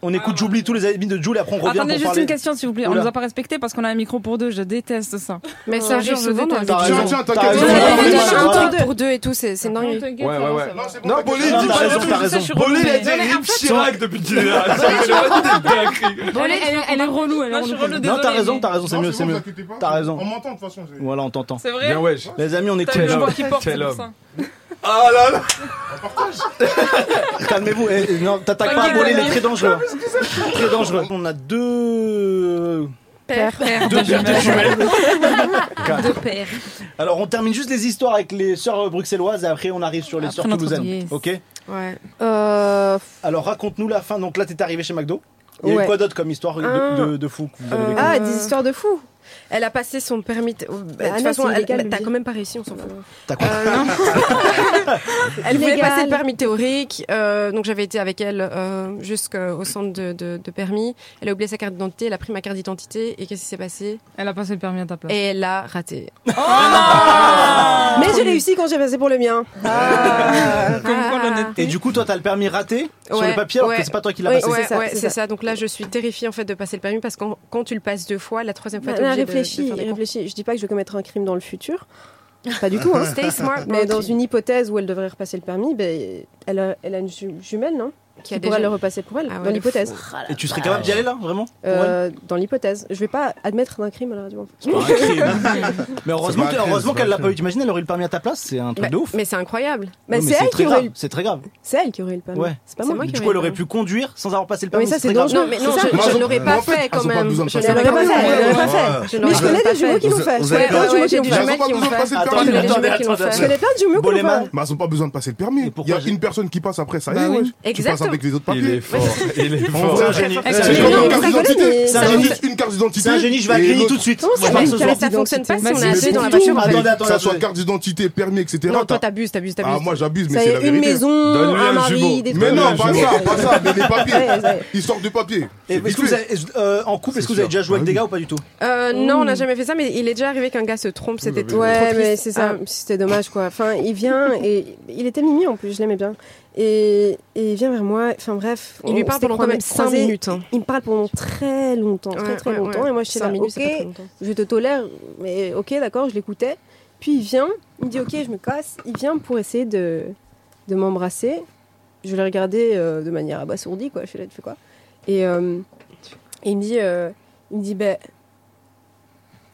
On écoute Joubli, tous les amis de Joubli, après on revient Attendez, pour juste parler. une question, s'il vous plaît. Oula. On nous a pas respecté parce qu'on a un micro pour deux. Je déteste ça. Mais ça arrive jure, souvent dans la déteste. vie. t'as raison. Il y a des gens Voilà. pour deux et tout, c'est c'est dingue. Ouais, Ouais, ouais, ouais. Non, Bolé, Non, il dit t'as pas raison, de t'as trucs. raison. Bolé, il a dit Mais en Rime fait- Chirac depuis qu'il est là. Ça fait le dingue. Elle est- elle est- elle est relou, elle est Moi, je suis relou. relou, Non, t'as désolée, raison, mais- t'as raison, c'est Non, mieux, c'est c'est bon, mieux. vous inquiétez pas, T'as raison. On m'entend, de toute façon. j'ai- Voilà, on t'entend. C'est vrai Bien, wesh. Les amis, on écoute. Quel homme. Quel homme. Ah là là. Calmez-vous. eh, eh, Non, t'attaques pas, Bolé, il est très dangereux. Très dangereux. On a deux. Père. Père. Deux paires de jumelles. De père. Alors, on termine juste les histoires avec les sœurs bruxelloises et après, on arrive sur les Après sœurs notre toulousaines. yes. Ok Ouais. Alors, raconte-nous la fin. Donc là, t'es arrivé chez McDo. Il y a eu Ouais. quoi d'autre comme histoire de, Un- de- de fou que vous avez Euh, vécu Ah, des histoires de fous. Elle a passé son permis. t- oh, bah, De Ah toute non, façon, c'est elle- illégal, bah, t'as Olivier. quand même pas réussi, on s'en fout. Euh, T'as quoi Elle voulait Légal. passer le permis théorique, euh, donc j'avais été avec elle euh, jusqu'au centre de, de- de permis. Elle a oublié sa carte d'identité, elle a pris ma carte d'identité et qu'est-ce qui s'est passé Elle a passé le permis à ta place. Oh Et elle l'a raté. Mais j'ai réussi quand j'ai passé pour le mien. Ah, Et du coup, toi, t'as le permis raté sur Ouais, le papier alors ouais. que c'est pas toi qui l'as Oui, passé. ouais, ouais, c'est ça. Donc là, je suis terrifiée en fait de passer le permis parce que quand tu le passes deux fois, la troisième fois, Bah, t'es non, obligée de- réfléchis, de faire des réfléchis. Je dis pas que je vais commettre un crime dans le futur. Pas du tout. Hein. Stay smart, Mais monkey. dans une hypothèse où elle devrait repasser le permis, ben, elle, a, elle a une ju- jumelle, non Qui Qui, a pourrait déjà- le repasser pour elle, Ah ouais, dans de l'hypothèse. fou. Ah. Et tu serais capable d'y aller là, vraiment Pour elle Euh, Dans l'hypothèse. Je vais pas admettre d'un crime à la radio. pas un Mais heureusement que- crime, heureusement c'est pas qu'elle un l'a crime. pas eu. T'imagines, elle aurait eu le permis à ta place, c'est un truc Bah, de ouf. Mais c'est incroyable. Mais Non, c'est elle très qui aurait grave, eu- C'est très grave. C'est elle qui aurait eu le permis. Ouais. C'est pas moi. Du coup, elle aurait pu conduire sans avoir passé le permis. Oui, ça, très c'est grave. dangereux. Non, mais non, C'est ça. je- Moi, je l'aurais pas fait, fait, quand elles ont même. besoin de Je passer l'aurais le pas permis. fait, Ouais. je l'aurais pas fait. Ouais. Je l'aurais Mais je connais pas des fait. jumeaux qui l'ont fait. Je connais plein de jumeaux qui l'ont fait. Attends, attendez, Attendez, attendez, attendez, attendez. attendez. Je connais plein de jumeaux qui l'ont Boleman. fait. Mais elles ont pas besoin de passer le permis. Il y a une personne qui passe après ça. y est, ouais. Tu passes Exactement. avec les autres papiers. Il est fort, il est En fort. vrai, C'est un génie. c'est C'est un une génie. Non, mais carte vous rigolez, d'identité. mais Ça c'est un vous génie. coûte une carte d'identité. C'est un génie, je vais à et Grigny l'autre. tout de suite. Comment ça, Je pars ce soir. ça fonctionne pas si on est à deux dans la voiture, en fait. Attendez, attendez. Que ça soit carte d'identité, permis, etc. Non, toi, t'abuses, t'abuses, t'abuses. Ah, moi, j'abuse, mais Ça c'est y la est, une vérité. maison, Donne-lui un un mari, jumeau. des Mais trucs. non, pas Ouais, ça, ouais. pas ça, mais les Ouais, ouais. papiers. Histoire du papier. Et est-ce que vous avez- est-ce- euh, en couple, est-ce que vous avez déjà joué avec des gars ou pas du tout Euh, Non, on n'a Ouh. jamais fait ça, mais il est déjà arrivé qu'un gars se trompe. C'était trop Mm. Ouais, triste. Ah. mais c'est ça, c'était dommage quoi. Enfin, il vient et il était mimi en plus, je l'aimais bien. Et, et il vient vers moi, enfin bref. Il lui on parle s'était pendant quand même croisés- cinq croisés. minutes, hein. Il me parle pendant très longtemps, très Ouais, très ouais, longtemps. ouais. Et moi je suis Cinq là, minutes, c'est pas très ok, longtemps. je te tolère, mais ok, d'accord, je l'écoutais. Puis il vient, il me dit ok, je me casse. Il vient pour essayer de, de m'embrasser. Je l'ai regardé euh, de manière abasourdie, quoi. Je suis là, tu fais quoi Et euh, il me dit, euh, il me dit, ben,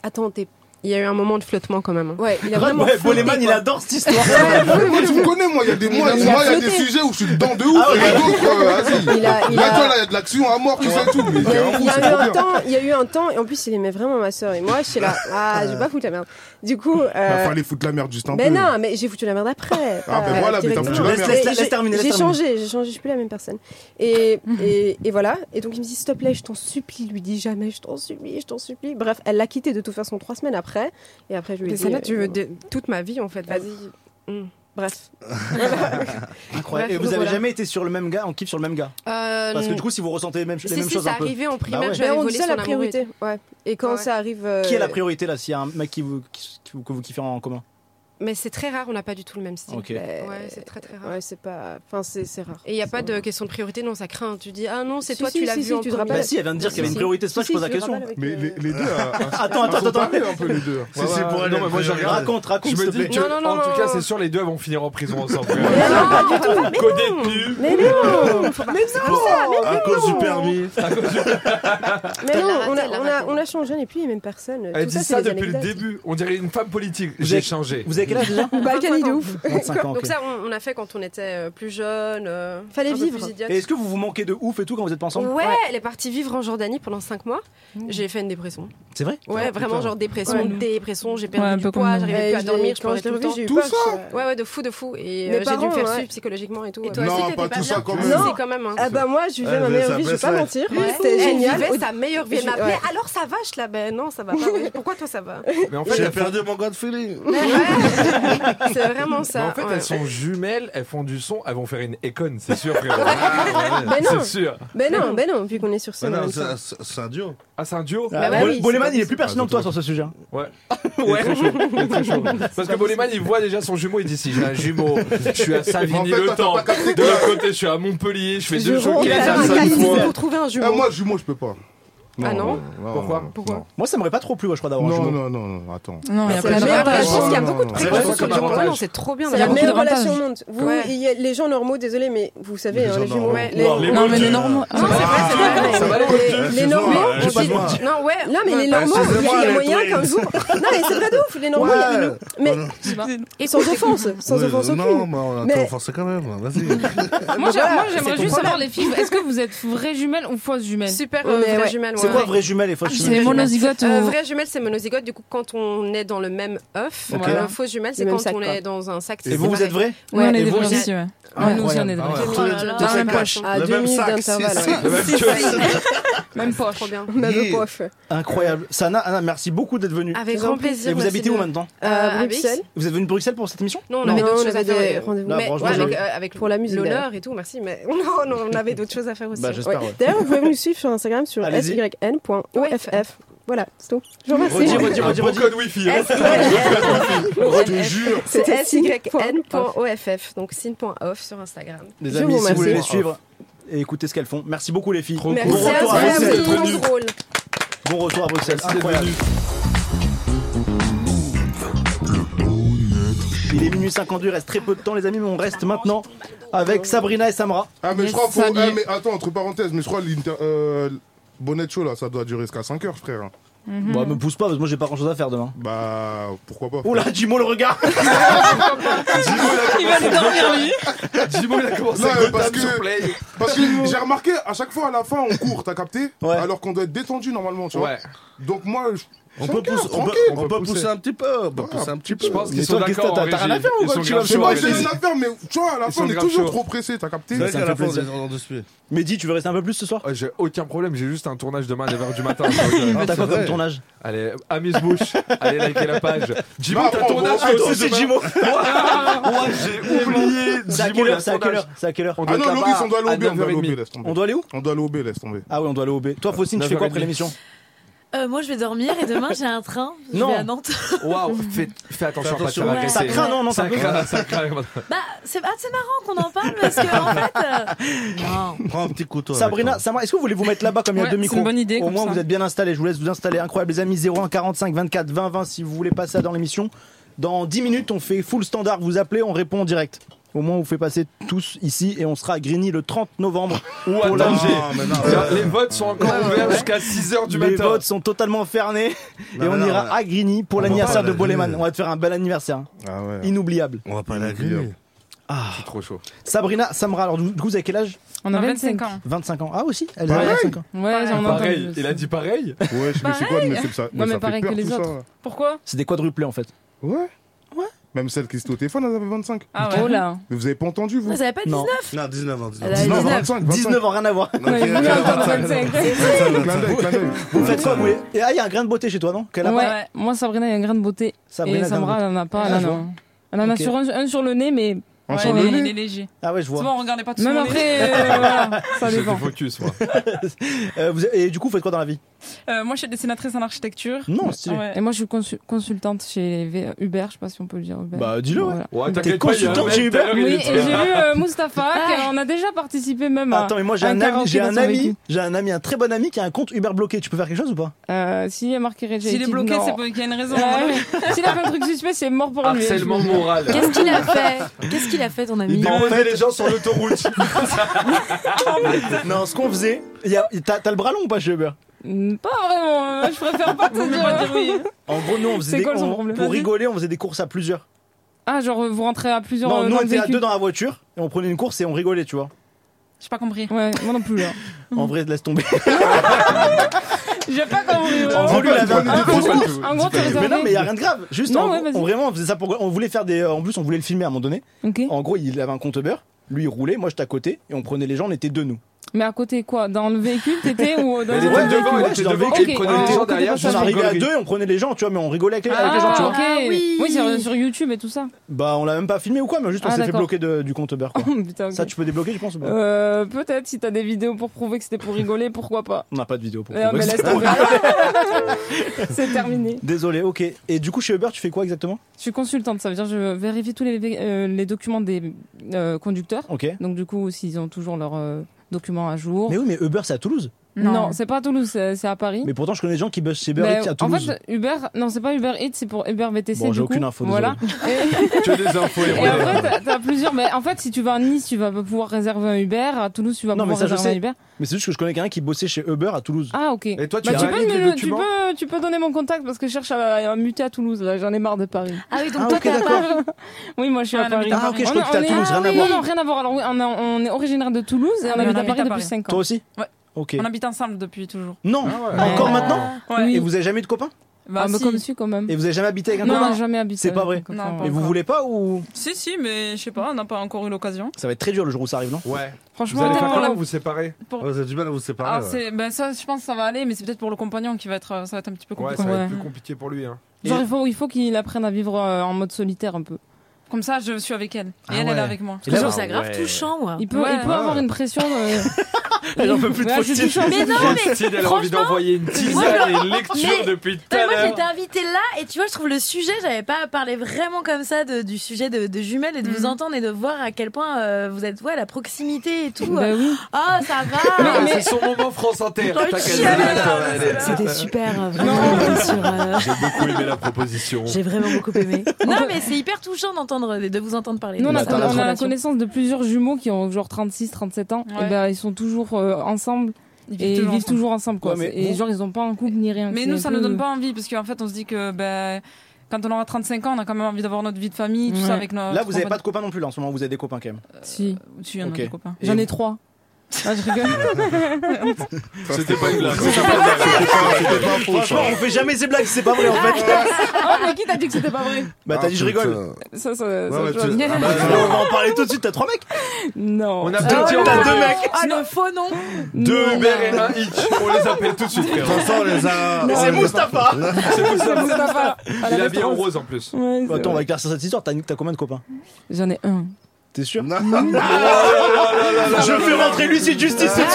attends, t'es il y a eu un moment de flottement quand même. hein. Ouais, il Ouais, ouais, Boleman, il adore cette histoire. Moi, tu me connais, moi, il y a des, mois, Il a- moi, il y a flotté. des sujets où je suis dedans de ouf, Ah ouais. et d'autres, euh, vas-y. Il a- il Là, a- toi, là, il y a de l'action à mort, tu sais tout. mais t'es un fou, Il y a c'est eu trop un bien. temps, il y a eu un temps, et en plus il aimait vraiment ma soeur et moi, je suis là, ah, je vais pas foutre la merde. Du coup, euh, Bah, fallait foutre la merde juste un peu. ben non, mais j'ai foutu la merde après. Ah, ben Euh, voilà, mais t'as foutu la directement. merde. Laisse- laisse- laisse J'ai- terminer, laisse J'ai terminer. changé, j'ai changé, je suis plus la même personne. Et, et, et voilà. Et donc il me dit, s'il te plaît, je t'en supplie, lui dis jamais, je t'en supplie, je t'en supplie. Bref, elle l'a quitté de toute façon trois semaines après. Et après, je lui ai Mais dit. Sana, tu veux toute ma vie en fait, vas-y. Mm. Bref. Incroyable. Et Bref, vous avez voilà. jamais été sur le même gars, on kiffe sur le même gars Euh, Parce que non. du coup, si vous ressentez les mêmes, les Si, mêmes si, choses c'est un peu. arrivé en primaire, ouais. j'avais Mais on volé dit ça son la amourette. priorité. Ouais. Et quand Ouais. ça arrive. euh, Qui est la priorité là S'il y a un mec qui vous, qui- qui vous- que vous kiffez en commun Mais c'est très rare, on n'a pas du tout le même style. Ok. Ouais, c'est très très rare. Ouais, c'est pas. Enfin, c'est c'est rare. Et il n'y a pas de question de priorité, non, ça craint. Tu dis, ah non, c'est Si, toi, si, tu l'as si, vu si, en tu te premier. Bah si, elle vient de dire qu'il y avait une priorité, c'est pour ça que je pose la question. Mais les, les deux. euh, hein. Attends, attends, sont attends. parlés un peu, les deux. Ouais, ouais, ouais. Non, mais moi, je regarde. Raconte, raconte. Je me s'il te dis plaît. que, en tout cas, c'est sûr, les deux elles vont finir en prison ensemble. Codé Mais non Faut pas- c'est comme ça, mais À non cause du permis. Mais non, Elle on l'a a, on, a, on a changé, on n'est plus les mêmes personnes. Elle Tout dit c'est Eh, ça des depuis le anecdotes. début. On dirait une femme politique. J'ai changé. Vous avez quel âge déjà Balkany de ouf. 25 ans, ok. Donc ça, on, on a fait quand on était euh, plus jeune. euh, Fallait un peu vivre. plus idiote. Et est-ce que vous vous manquez de ouf et tout quand vous êtes pas ensemble Ouais, Mmh. elle est partie vivre en Jordanie pendant 5 mois. J'ai fait une dépression. C'est vrai Ouais, vraiment, genre dépression, Ouais. dépression. J'ai perdu Ouais, un peu du comme poids, nous. j'arrivais Ouais, plus à je dormir. l'ai- Je quand pleurais je l'ai tout le revu, temps. j'ai eu Tout peur, ça je- Ouais, ouais, de fou, de fou. Mes Et euh, j'ai dû parents, me faire ouais. suivre psychologiquement et tout. Et toi aussi, Non, t'étais pas pas tout bien. ça quand même. Non, Non. quand même. hein. Ah bah moi, je vivais Elle ma vivait meilleure sa vie, je vais best pas life. mentir. Ouais. C'était Elle génial. vivait Au- sa meilleure vie. Elle Je- m'appelait ouais. alors ça va, je la ben non ça va pas. Pourquoi toi ça va Mais en fait, J'ai elles font- perdu mon god feeling. C'est vraiment ça. Mais en fait, ouais. elles sont jumelles, elles font du son, elles vont faire une éconne, c'est sûr, frérot. Mais Ben non. C'est sûr. Mais non, mais non, vu qu'on est sur Bah scène. en même temps. c'est un duo. Ah, c'est un duo Bah ouais, Bo- oui, c'est Boleman, il est plus pertinent que toi sur ce sujet. Ouais. Il est très chaud, il est très chaud. Parce que Boleman, il voit déjà son jumeau, il dit si j'ai un jumeau, je suis à Savigny Mais en fait, le toi, temps. t'as pas capté De l'autre côté, je suis à Montpellier, je fais deux jure, showcases il a à un chaque mécanisme fois. pour trouver un Eh, moi, jumeau, je peux pas. Ah non Pourquoi Pourquoi Moi, ça m'aurait pas trop plu, ouais, je crois, d'avoir un Non, jumeau. non, non, non, attends. Non, il y a C'est plein la d'avantages. meilleure Je pense qu'il y a beaucoup de Non, précautions non, sur les non, gens. non, Ah Non, non, c'est trop bien C'est la d'avoir meilleure beaucoup d'avantages. relation au monde. Vous, Ouais. il y a- les gens normaux, désolé, mais vous savez, Les hein, gens les jumeaux. normaux. les- Non, les Non, mais les normaux. Non, c'est vrai, c'est vrai. Ça va, les Les- motifs. Les Excuse-moi, normaux, euh, excuse-moi. on dit- Non, ouais. Non, mais les Bah, normaux, il y a- il y a excusez-moi, moyen les qu'un twins. jour. Non, mais c'est vrai de ouf, les normaux. il y a- Ouais. Mais et sans offense, sans Ouais, offense Non, aucune. bah, mais on a Mais- mais... forcé quand même. hein, Vas-y. Moi, j'ai- voilà, moi, c'est j'aimerais ton juste savoir, problème. les filles, est-ce que vous êtes vraies jumelles ou fausses jumelles Super, euh, vraies jumelles. C'est ouais. quoi vrai jumelle et fausse C'est jumelle monozygote Euh, ou- Vraie jumelle, c'est monozygote. Du coup, quand on est dans le même œuf, Ok. Euh, fausse jumelle, c'est Le même quand sac, on quoi. est dans un sac. Et c'est vous, vous pareil. êtes vrai Ouais, Nous, on est et des vous, vrais vous êtes- aussi, ouais. Ah Ouais, nous aussi, on est des incroyable. vrais. Ah ouais. Tous les Oh deux, là dans là. la même Sac à- poche. à demi d'intervalle, ouais. La même C'est chose. ça. Même poche. Trop bien. Yeah. Incroyable. Sana, Anna, merci beaucoup d'être venue. Avec grand plaisir, Et vous merci habitez de- où maintenant Euh, à Bruxelles. Vous êtes venu de Bruxelles pour cette émission Non, on avait Non, on d'autres choses à avait des faire. euh, rendez-vous. Là, mais- franchement, ouais, avec, j'ai- euh, avec Pour la musique, l'honneur d'ailleurs. et tout, merci. Mais non, non, on avait d'autres choses à faire aussi. Bah, j'espère, Ouais. ouais. D'ailleurs, vous pouvez nous suivre sur Instagram sur Allez-y. syn.off. Voilà, c'est tout. Je vous remercie. Redis, redis, redis, redis. code wifi. Je te jure. C'est syn.off. syn.off, donc syn.off sur Instagram. Les Je amis, si vous remercie. voulez les suivre et écouter ce qu'elles font. Merci beaucoup, les filles. Merci Bon à retour à vous, Bruxelles. c'est trop drôle. Bon retour à Bruxelles. Merci d'être Incroyable. venu. Il est minuit 50, il reste très peu de temps, les amis, mais on reste maintenant avec Sabrina et Samra. Ah, mais je crois, faut... eh, mais attends, entre parenthèses, mais je crois, l'inter- euh, Bonnet Show, là, ça doit durer jusqu'à 5 heures, frère. Mhm. Bah, me pousse pas, parce que moi j'ai pas grand chose à faire demain. Bah, pourquoi pas Oula, Jimo le regard Il va aller dormir, lui. Jimo, il a commencé Non, à mais parce Gotham sur que- Play. Parce que j'ai remarqué, à chaque fois à la fin, on court, t'as capté Alors qu'on doit être détendu normalement, tu vois. Ouais. Donc moi, je- On cinq peut heures, pousser- on peut- tranquille. on peut pousser un petit peu. On peut pousser un petit peu. Je pense qu'ils Mais sont toi, qu'est-ce d'accord. que en t'as- t'as rien à régie. faire ou Ils quoi, sont tu grave vas- Je sais chauds en pas, j'ai régie. rien à faire, mais tu vois, à la Ils fin, sont on est grave toujours chauds. trop pressé, t'as capté C'est vrai qu'à la fin, on plaisir. est en dessus. Mehdi, tu veux rester un peu plus ce soir Ouais, J'ai aucun problème, j'ai juste un tournage demain à 9h du matin. euh, Ah, T'as quoi comme tournage Allez, amuse-bouche, allez liker la page. Jimo, Non, t'as bon, tournage bon, attends, aussi Ah, c'est demain Jimo. Ouah, J'ai oublié C'est à Jimo, quelle il a heure C'est à quelle tournage. heure C'est à quelle heure On Ah doit non, être Loris, on doit là-bas aller au B, on doit à aller au B, 9h30. laisse tomber. On doit aller où On doit aller au B, laisse tomber. Ah oui, on doit aller au B. Toi, Faustine, tu fais quoi après 9h30. l'émission Euh, moi, je vais dormir et demain, j'ai un train. Je Non. vais à Nantes. Waouh, fais, fais attention à pas te faire attention. agresser. Ça craint, non, non, ça ça peut. craint, ça craint. Bah, c'est ah, c'est marrant qu'on en parle parce que, en fait. euh, Non. Prends un petit couteau. Sabrina, Samra, est-ce que vous voulez vous mettre là-bas comme il y a Ouais, deux c'est micros une bonne idée, Au comme moins, ça. vous êtes bien installés. Je vous laisse vous installer. Incroyable, les amis. 01 45 24 20 20 si vous voulez passer dans l'émission. Dans 10 minutes, on fait full standard. Vous appelez, on répond en direct. Au moins, on vous fait passer tous ici et on sera à Grigny le 30 novembre. Ou à pour la- Tanger. Les votes sont encore Ouais, ouais, ouverts ouais. jusqu'à 6h du Les matin. votes sont totalement fermés Non, et on mais non, ira ouais. à Grigny pour On va l'anniversaire pas de la Boleman. griller. On va te faire un bel anniversaire. hein. Ah, Inoubliable. On va pas la griller. Ah. C'est trop chaud. Sabrina, Samra, alors du du coup, vous avez quel âge On a 25 ans. 25 ans. Ah, aussi Elle Pareil. a 25 ans. Ouais, j'en ai entendu. Pareil, il a dit pareil Ouais, je Pareil. Ouais, mais pareil que les autres. Pourquoi C'est des quadruplés en fait. Ouais. Ouais. Même celle qui était au téléphone, elle avait 25. Ah ouais. Oh là. Mais vous avez pas entendu, vous Ah, Vous avez pas dit Non. 19 Non, 19 ans. Elle a 19, 25, 19 ans, rien à voir. Ouais, nous, on entend 25. Clin d'œil, clin d'œil. Vous faites quoi, vous les- Et Ah, il y a un grain de beauté chez toi, non Qu'elle a ouais. pas Moi, Sabrina, elle a un grain de beauté. Sabrina, et grain de Samra, beauté. elle en a pas. Ah, elle en a je vois. un. Elle en a Ok. sur un, un sur le nez, mais. Un sur le il est- nez il est léger. Ah ouais, je vois. C'est bon, on regardait pas tout Même son après, nez. euh, voilà, ça J'ai dépend. fait focus, moi. Euh, vous- Et du coup, vous faites quoi dans la vie Euh, moi, je suis dessinatrice en architecture. Non, stylé. Et moi, je suis consu- consultante chez V- euh, Uber. Je sais pas si on peut le dire. Uber. Bah, dis-le, ouais. Ouais, T'es t'inquiète pas, il y a un consultant mec chez tout Uber à l'heure, il Oui, et était j'ai là. vu euh, Mustapha, qu'on a déjà participé même à. Attends, mais moi j'ai à un, ami, karaoké j'ai dans un son ami, véhicule. j'ai un ami, un très bon ami qui a un compte Uber bloqué. Tu peux faire quelque chose ou pas Euh, S'il est marqué Red S'il est Jacket, bloqué, non. c'est pour- qu'il y a une raison. hein. Ah S'il a fait un truc suspect, c'est mort pour lui. Harcèlement je vous le dis. moral. Qu'est-ce qu'il a fait Qu'est-ce qu'il a fait, ton ami déposait les gens sur l'autoroute. Non, ce qu'on faisait, y a- t'as t'as le bras long ou pas chez Uber Mm, Pas vraiment, euh, je préfère pas te Vaut mieux dire. pas dire En gros, nous on faisait C'est des, quoi son on- problème pour Vas-y. rigoler, on faisait des courses à plusieurs. Ah, genre euh, vous rentrez à plusieurs. non, euh, nous dans on le était à véhicule. deux dans la voiture et on prenait une course et on rigolait, tu vois. J'ai pas compris. Ouais, moi non plus. là. En vrai, laisse tomber. J'ai pas compris. En gros, lui, il avait un- un gros Ah, En compte. gros, en gros, t'es Mais réservé. non, mais y a rien de grave. Juste, Non, en ouais, gros, vas-y. on, vraiment, on faisait ça pour. On voulait faire des. En plus, on voulait le filmer à un moment donné. En gros, il avait un compte Uber. Lui, il roulait, moi, j'étais à côté, et on prenait les gens, on était deux, nous. Mais à côté quoi Dans le véhicule, t'étais ou dans Mais le les deux véhicule devant, Oh, Ouais, les deux j'étais dans le devant, véhicule. qui Ok, prenaient les ah, gens ok, derrière, d'accord, juste ça on fait. arrivait à deux et on prenait les gens, tu vois, mais on rigolait avec, les- avec les gens, tu vois. Ah, Ah ok. oui, sur, sur YouTube et tout ça. Bah, on l'a même pas filmé ou quoi, mais juste on Ah, s'est fait d'accord. Oh, bloquer de- du compte Uber, quoi. Putain, ok. Ça, tu peux débloquer, je pense, ou pas Euh, Peut-être si t'as des vidéos pour prouver que c'était pour rigoler, pourquoi pas. On n'a pas de vidéo pour Non, mais Uber. laisse tomber. C'est terminé. Désolé, ok. Et du coup, chez Uber, tu fais quoi exactement Je suis consultante, ça veut dire que je vérifie tous les, vé- euh, les documents des euh, conducteurs. Ok. Donc du coup, s'ils ont toujours leurs euh, documents à jour. Mais oui, mais Uber, c'est à Toulouse. Non, c'est pas à Toulouse, c'est c'est à Paris. Mais pourtant, je connais des gens qui bossent chez Uber Mais, Eats à en Toulouse. fait, euh, Uber, non, c'est pas Uber Eats, c'est pour Uber VTC. Bon, du j'ai coup. aucune info, Voilà. Tu as des infos, Et héros. après, t'as- t'as plusieurs. Mais en fait, si tu vas à Nice, tu vas pas pouvoir réserver un Uber. À Toulouse, tu vas non, mais pouvoir ça, je réserver un sais. Uber. Mais c'est juste que je connais quelqu'un qui bossait chez Uber à Toulouse. Ah, ok. Et toi, tu Bah, as tu, peux validé les me- tu, documents peux, tu peux donner mon contact parce que je cherche à, à muter à Toulouse. Là, j'en ai marre de Paris. Ah oui, donc Ah, toi, ok, t'es à d'accord. Paris Oui, moi, je suis Ah, à non, mais Paris. t'es à Ah, ok, je Paris. crois que On- t'es à on est- Toulouse, rien à oui, voir. Non, rien à voir. Alors, oui, on, est- on est originaire de Toulouse et on mais habite on à habite Paris à depuis Paris. 5 ans. Toi aussi Ouais. Ok. habite ensemble depuis toujours. Non, Ah ouais. encore Ouais. maintenant Ouais. Et vous avez jamais eu de copain Bah, me comme si, quand même. Et vous avez jamais habité avec un Non, copain jamais habité C'est pas avec vrai. un copain, Non, pas Et vous encore. voulez pas ou Si, si, mais je sais pas, on n'a pas encore eu l'occasion. Ça va être très dur le jour où ça arrive, non Ouais. Franchement, vous allez faire pour comment la- vous vous séparez pour- Vous avez du mal à vous séparer. Ah, ouais. c'est- ben ça, je pense que ça va aller, mais c'est peut-être pour le compagnon qui va être, euh, ça va être un petit peu Ouais, compliqué. ça va être plus compliqué pour lui. Hein. Genre, il faut, il faut qu'il apprenne à vivre euh, en mode solitaire un peu. Comme ça, je suis avec elle. Et Ah elle, elle ouais. est avec moi. Et là, Toujours ah ça grave ouais. touchant, moi. Il peut, il peut Ah. avoir une pression. euh, J'en peux plus de Ouais, je suis Faustine. Mais non, mais Faustine, elle a envie franchement, d'envoyer une moi, tisane et je- une lecture mais- depuis tout mais à Moi, l'heure. j'étais invitée là et tu vois, je trouve le sujet, j'avais pas parlé vraiment comme ça de- du sujet de, de jumelles et de Mm. vous entendre et de voir à quel point euh, vous êtes, ouais, la proximité et tout. Bah oui. Ah, ça Ah, va. C'est son moment France Inter. J'ai envie de t'inquiète, chialer, elle est là, là. elle est là. C'était super, vraiment, bien sûr, euh. J'ai beaucoup aimé la proposition. J'ai vraiment beaucoup aimé. Non, mais c'est hyper touchant d'entendre, de vous entendre parler. Nous, on, de a, ça. on a la connaissance de plusieurs jumeaux qui ont genre 36, 37 ans. Ouais. Et ben, ils sont toujours euh, ensemble. Ils vivent et ils toujours vivent ensemble. toujours ensemble, quoi. Ouais, mais et bon. genre, ils ont pas un couple ni rien. Mais C'est nous, un ça peu- nous donne pas envie, parce qu'en fait, on se dit que ben, quand on aura 35 ans, on a quand même envie d'avoir notre vie de famille, tout Ouais. ça avec nos. Là, vous avez pas de copains non plus, là, en ce moment, vous avez des copains quand même. Euh, Si. Si, on a Ok. des copains. Et J'en ai vous- trois. Ah, je rigole. C'était pas une blague. C'était pas une blague. Franchement, on fait jamais ces blagues, c'est pas vrai Ah en fait. oh, Ah, mais qui t'a dit que c'était pas vrai Bah, t'as dit je rigole. Ça, ça, Ouais, ça bah, je tu- vois. Ah, bah, On va en parler tout de suite, t'as trois mecs Non. On a Ah, peut-être ouais. t'as deux mecs. Ah, le faux nom. Deux Hubert et un Hitch. On les appelle tout de suite, frère. De toute façon, on les a- C'est on les a- Moustapha. C'est Moustapha. À la Il est habillé en restaurant. rose en plus. Ouais, c'est Attends, on va vrai. éclaircir cette histoire, t'as t'as combien de copains J'en ai un. T'es sûr Je fais rentrer Lucie Justice Même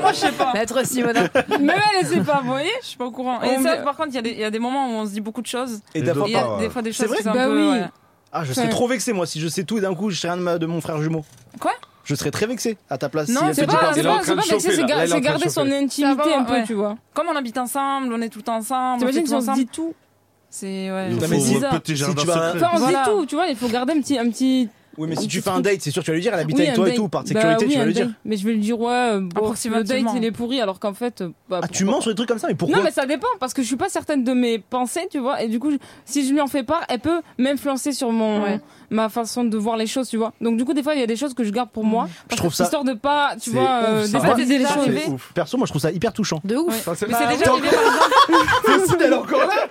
moi, je sais pas. Maître Simonin. Même elle, elle sait pas, vous voyez Je suis pas au courant. Et On ça, me- par contre, il y, a des- il y a des moments où on se dit beaucoup de choses. Et il des fois y a pas, des ouais. fois des C'est choses vrai qui sont un Bah peu, oui. ouais. Ah, je serais trop vexé moi si je sais tout et d'un coup je serais un de ma- de mon frère jumeau. Quoi Je serais très vexé à ta place. si Non, elle c'est te dit pas, c'est Il est en pas, train c'est de pas vexé, chauffer, c'est là. Là, gar- il est en c'est train de garder son chauffer. intimité Ça va, un peu, ouais. tu vois. Comme on habite ensemble, on est tout le temps ensemble. T'imagines fait si on tout se ensemble. dit tout C'est ouais. Non, mais faut si- un petit si jardin tu vas- Enfin, on se Voilà. dit tout, tu vois, il faut garder un petit, un petit Oui, mais si un tu petit fais un truc. date, c'est sûr, tu vas lui dire, elle habite Oui, avec un toi et date. tout, par Bah sécurité, oui, tu vas un lui dire. date. Mais je vais lui dire, ouais, euh, bon, le date Approximativement. il est pourri, alors qu'en fait. euh, bah, Ah, tu pourquoi mens pas. sur les trucs comme ça, mais pourquoi Non, mais ça dépend, parce que je suis pas certaine de mes pensées, tu vois, et du coup, je- si je lui en fais part, elle peut m'influencer sur mon, ma façon de voir les choses, tu vois. Donc, du coup, des fois, il y a des choses que je garde pour moi, parce Mm. trouve que- ça- histoire de Ah, pas, tu C'est vois, ouf, euh, ça. déstabiliser les C'est choses. ouf. Perso, moi je trouve ça hyper touchant. De ouf. c'est- Mais c'est déjà arrivé, par Faustine, elle est encore là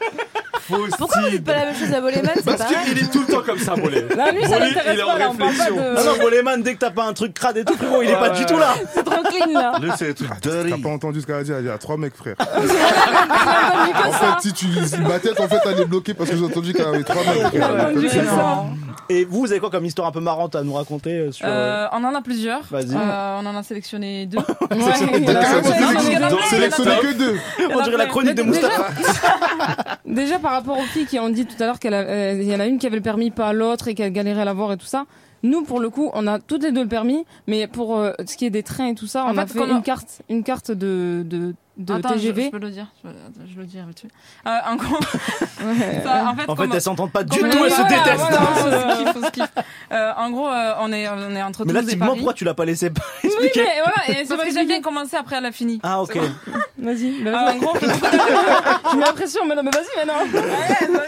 Pourquoi vous dites pas la même chose à Boleman C'est Parce pareil. qu'il est tout le temps comme ça, Bolé. Là, lui, ça Bolé, l'intéresse il est en pas, là, on parle pas réflexion. de- Non, non, Boléman, dès que t'as pas un truc crade et tout, frérot, il est Ouais, pas ouais, du tout ouais. là. C'est trop clean là. Lui, c'est Ah, T'as pas entendu ce qu'elle a dit Elle a dit à trois mecs, frère. en ça. fait, si tu lis ma tête, en fait, elle est bloquée parce que j'ai entendu qu'elle avait trois mecs, frère. Et vous, vous avez quoi comme histoire un peu marrante à nous raconter euh, sur. Euh, on en a plusieurs. Vas-y. Euh, on en a sélectionné deux. sélectionné que deux. On dirait la chronique de Moustapha. Déjà par rapport aux filles qui ont dit tout à l'heure qu'il y en a une qui avait le permis pas l'autre et qu'elle galérait à l'avoir et tout ça. Nous pour le coup on a toutes les deux le permis, mais pour euh, ce qui est des trains et tout ça, En on a fait, fait comment- une carte, une carte de de, de Attends, je- TGV. Je, peux le dire. Je, attends, je le dis tu. Euh, en gros, Ouais. ça, en fait, En fait, comment- elles s'entendent pas du comment- tout, elles se voilà, détestent. voilà, on se kiffe, on se kiffe. Euh, en gros, euh, on est on est entre Mais là, Toulouse et typiquement, Paris. pourquoi tu l'as pas laissé Oui, expliquer mais voilà, et c'est parce que j'ai bien commencé, après elle a fini. Ah, Ah, ok. Vas-y. en gros, J'ai l'impression, mais non, mais vas-y, mais non.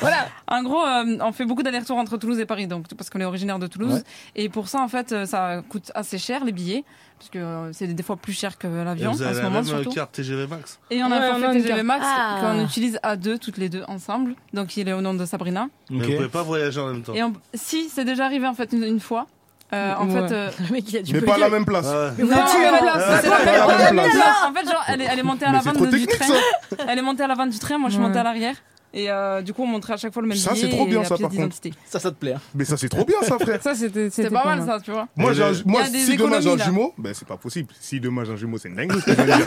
voilà. En gros, euh, on fait beaucoup d'allers-retours entre Toulouse et Paris, donc parce qu'on est originaire de Toulouse. Ouais. Et pour ça, en fait, euh, ça coûte assez cher les billets, parce que euh, c'est des fois plus cher que Et l'avion en vous avez ce la moment même surtout. carte TGV Max Et on a Ouais, un on a forfait une TGV Max carte. Ah. qu'on utilise à deux, toutes les deux ensemble. Donc il est au nom de Sabrina. Mais vous pouvez pas voyager en même temps. Et on- si, c'est déjà arrivé en fait une, une fois. Euh, en Ouais. fait, euh, le mec, il a dû Mais bugger. pas à la même place. Non, Mais en fait, c'est pas pas la la même même place. place. En fait, genre, elle est, elle est montée à Mais la c'est vente trop de- du technique, train. Elle est montée à la vente du train, moi je suis Ouais. montée à l'arrière. Et euh, du coup, on montrait à chaque fois le même Ça, billet c'est trop et bien, la ça, pièce par contre. d'identité. Ça, ça te plaît. hein. Mais ça, c'est trop bien, ça, frère. Ça, c'était c'était C'était pas pas mal, mal. ça, tu vois. Moi, j'ai un- moi, Il y a des si demain j'ai un économies, là. jumeau, ben c'est pas possible. Si demain j'ai un jumeau, c'est une dingue. ce que je veux dire.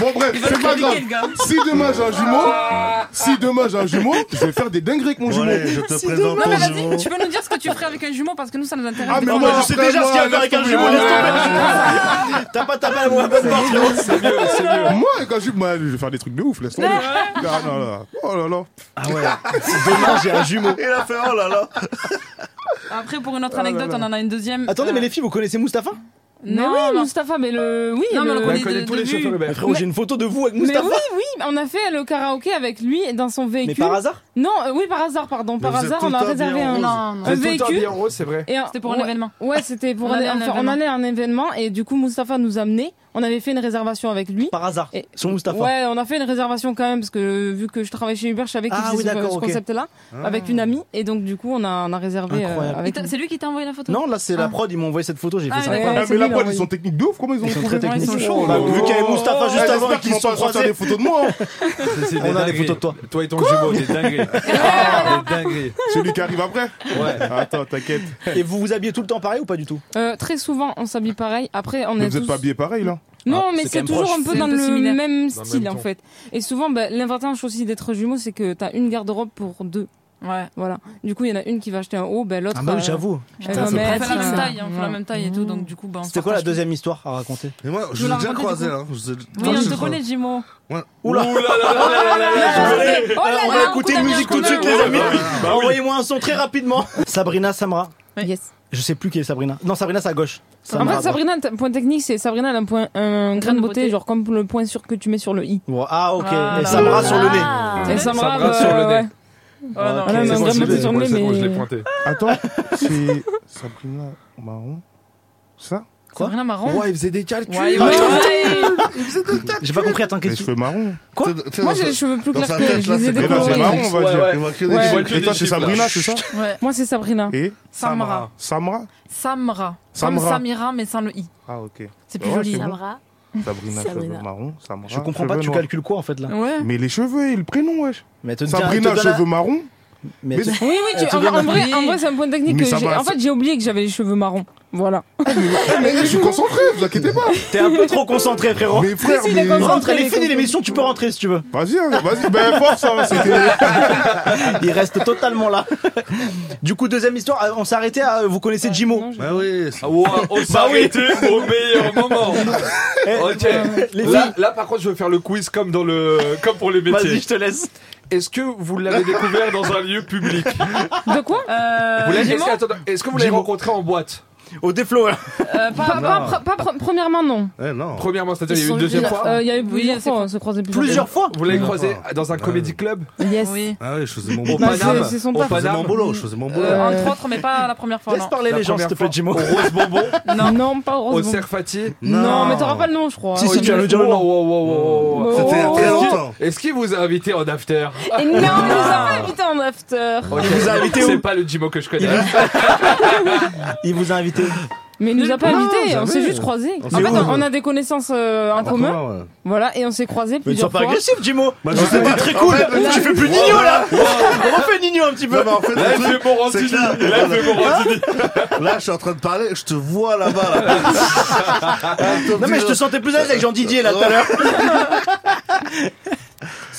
bon, bref, Il va c'est le pas compliquer, le grave. gars. Si demain j'ai un jumeau, si demain j'ai un jumeau, je vais faire des dingueries avec mon jumeau. je te Si présente demain- Non, mais vas-y, tu peux nous dire ce que tu ferais avec un jumeau parce que nous, ça nous intéresse. Ah, mais de moi, savoir. je sais déjà ce qu'il y a à faire avec un jumeau, laisse tomber. T'as pas tapé la bonne porte, frérot. C'est mieux, c'est mieux. Moi, quand je, moi, je vais faire des trucs de ouf, laisse tomber. Ouais. Ah, non, là. Oh là là. Ah ouais. Demain, j'ai un jumeau. Il a fait oh là là. Après, pour une autre Ah là anecdote, là. on en a une deuxième. Attendez, Euh, mais les filles, vous connaissez Moustapha Mais Non, oui, non. Mustapha, mais le. Oui, Non, mais on le... le connaît de- de vue. Mais Frérot, j'ai une photo de vous avec Mais Moustapha. oui, oui, on a fait le karaoké avec lui dans son véhicule. par hasard Non, euh, oui, par hasard, pardon. Par vous êtes hasard, tout on le a temps réservé habillé en un, rose. un Vous êtes tout le temps véhicule. habillé en rose, c'est vrai. Et un- C'était pour un ouais, événement. Ouais, c'était pour On un, allait à un enfin, on événement. allait à un événement et du coup, Mustapha nous a amenés. On avait fait une réservation avec lui. Par hasard, sur Mustapha. Ouais, on a fait une réservation quand même parce que euh, vu que je travaillais chez Uber, je savais qu'ils Ah oui, faisaient ce- d'accord, ce ok. concept-là Ah. avec une amie et donc du coup, on a, on a réservé euh, Incroyable. avec. C'est lui qui t'a envoyé la photo Non, là, c'est la prod, ils m'ont envoyé cette photo, j'ai Ah, fait ça. ouais, Ah, c'est mais lui, la il a prod, ils envoyé. sont techniques de ouf. Comment ils ont Ils sont trouvé très techniques. Oh, chauds. là Bah, vu là. qu'il y avait Mustapha juste Ah, avant j'espère et qu'ils m'ont sont pas sorti croisés. des photos de moi. hein. C'est On a des dingueries. photos de toi. Toi et ton jumeau, t'es dingue. Ah, t'es dingue. Celui qui arrive après Ouais. Attends, t'inquiète. Et vous vous habillez tout le temps pareil ou pas du tout Euh, très souvent, on s'habille pareil. Après, on Mais est vous tous- êtes pas habillés pareil là Non, Ah, mais c'est c'est quand même toujours proche. un peu C'est dans un peu le similaire. même Dans le style même en ton. fait. Et souvent, bah, l'avantage aussi d'être jumeau, c'est que t'as une garde-robe pour deux. Ouais. Voilà. Du coup, il y en a une qui va acheter un haut, bah, l'autre. Ah bah oui, euh, j'avoue. elle Putain, va c'est mettre, On fait la même euh, taille, on fait la même taille et tout, donc du coup, bah, on C'était quoi la deuxième histoire à raconter Mais moi, Je vous la raconte, du hein. coup. Oui, on te connaît, Jimo. Oula Ouh là là là là là là là là. Allez, Oh là On là, va écouter coup une d'avance musique tout qu'on de a. suite, les amis. Ouais. Bah oui. Envoyez-moi un son très rapidement. Sabrina Samra. Yes. Je sais plus qui est Sabrina. Non, Sabrina, c'est à gauche. En Samra, à fait, droite. Sabrina, le point technique, c'est Sabrina, elle a un, point, un grain de beauté, genre comme le point sur que tu mets sur le i. Bon, Ah, ok. Voilà. Et Samra sur le Ah. nez. Et Samra, Samra bah, sur le nez. ouais. Ah, ok. Voilà, elle a un grain de beauté sur le nez, mais. Attends, c'est Sabrina Marron Ça Quoi Sabrina Marron Ouais, il faisait des calculs. Ouais, Ah, ouais. je- J'ai pas compris, attends, Les qu'est-ce que cheveux marrons. Quoi Moi, j'ai les cheveux plus Dans sa clairs que tête, je là, les ai c'est- décolorés. Eh ben, c'est marrant, on va Ouais, dire. ouais. On voit que des Ouais. chiffres. Et toi, c'est Sabrina, c'est ça Ouais. Moi, c'est Sabrina. Et Samra. Samra Samra. Comme Samra. Samira, mais sans le i. Ah, ok. C'est plus Ouais, joli. c'est bon. Sabrina, Sabrina. cheveux marrons. Samra, Je comprends pas, cheveux tu noirs. calcules quoi en fait là Ouais. Mais les cheveux et le prénom, wesh. Mais te dis- Sabrina, te donne la- cheveux marrons. Mais Eh, Mais- te- Oui, oui, tu- Elle te en, donne en un- vrai, en vrai, c'est un point technique. Mais que ça j'ai- va, en ça- fait, j'ai oublié que j'avais les cheveux marrons. Voilà. Mais je suis concentré, vous inquiétez pas. T'es un peu trop concentré, frérot. Mais frère, Si, si, il est mais... concentré, Rentre, elle est il est finie, l'émission, tu peux rentrer si tu veux. Vas-y, hein, vas-y, ben force, hein, c'était. Il reste totalement là. Du coup, deuxième histoire, euh, on s'est arrêté à. euh, Vous connaissez Jimo Bah Bah oui. on s'est arrêté au meilleur moment. Eh, Ok. bah, Là, là, par contre, je vais faire le quiz comme dans le, comme pour les métiers. Vas-y, je te laisse. Est-ce que vous l'avez découvert dans un lieu public De quoi Vous l'avez- est-ce que- attends, attends, Est-ce que vous l'avez rencontré en boîte Au déflow Euh, pas, Non. pas- pre- pas pre- premièrement, non. Premièrement, c'est-à-dire il y a Ils eu une sont- deuxième il a- fois euh, Il y a eu Oui, plusieurs c'est- fois, on se croisait plusieurs, Vous l'avez Plusieurs croisé fois. dans un comedy club Yes. Ah oui, je faisais mon Au boulot. Paname. c'est son Au taf. Paname. Je faisais mon Oh, boulot, je faisais mon boulot. Euh, entre autres, mais pas la première fois. non. parler La les gens, première s'il te plaît, fois, Jimo. Au Rose Bonbon Non, pas au Au Rose Bonbon. Serfati Non, mais t'auras pas le nom, je crois. Si, si, tu vas nous dire le nom. C'était Oh. très longtemps. Est-ce qu'il vous a invité en after Et non, il nous a pas invité en after. Ok. vous a invité où C'est pas le Jimo que je connais. Il vous a invité. Mais il nous a pas Non, invité, on jamais. s'est juste croisés. On En s'est fait, où, on vous a des connaissances euh, en commun, ouais. commun. Voilà, et on s'est croisés Mais ne sois plusieurs pas fois. agressif, Jimo. je sais C'était pas. très Bah, En cool. fait, là, Tu fais ouais, plus Nino là. ouais. Refais Nino un petit peu. Non, mais en fait, Là, le truc, c'est bon, c'est Rosini. que là, Là, c'est bon, Rosini. Là, je suis en train de parler, je te vois là-bas. là. Non, mais je te sentais plus à l'aise avec Jean Didier là tout à l'heure.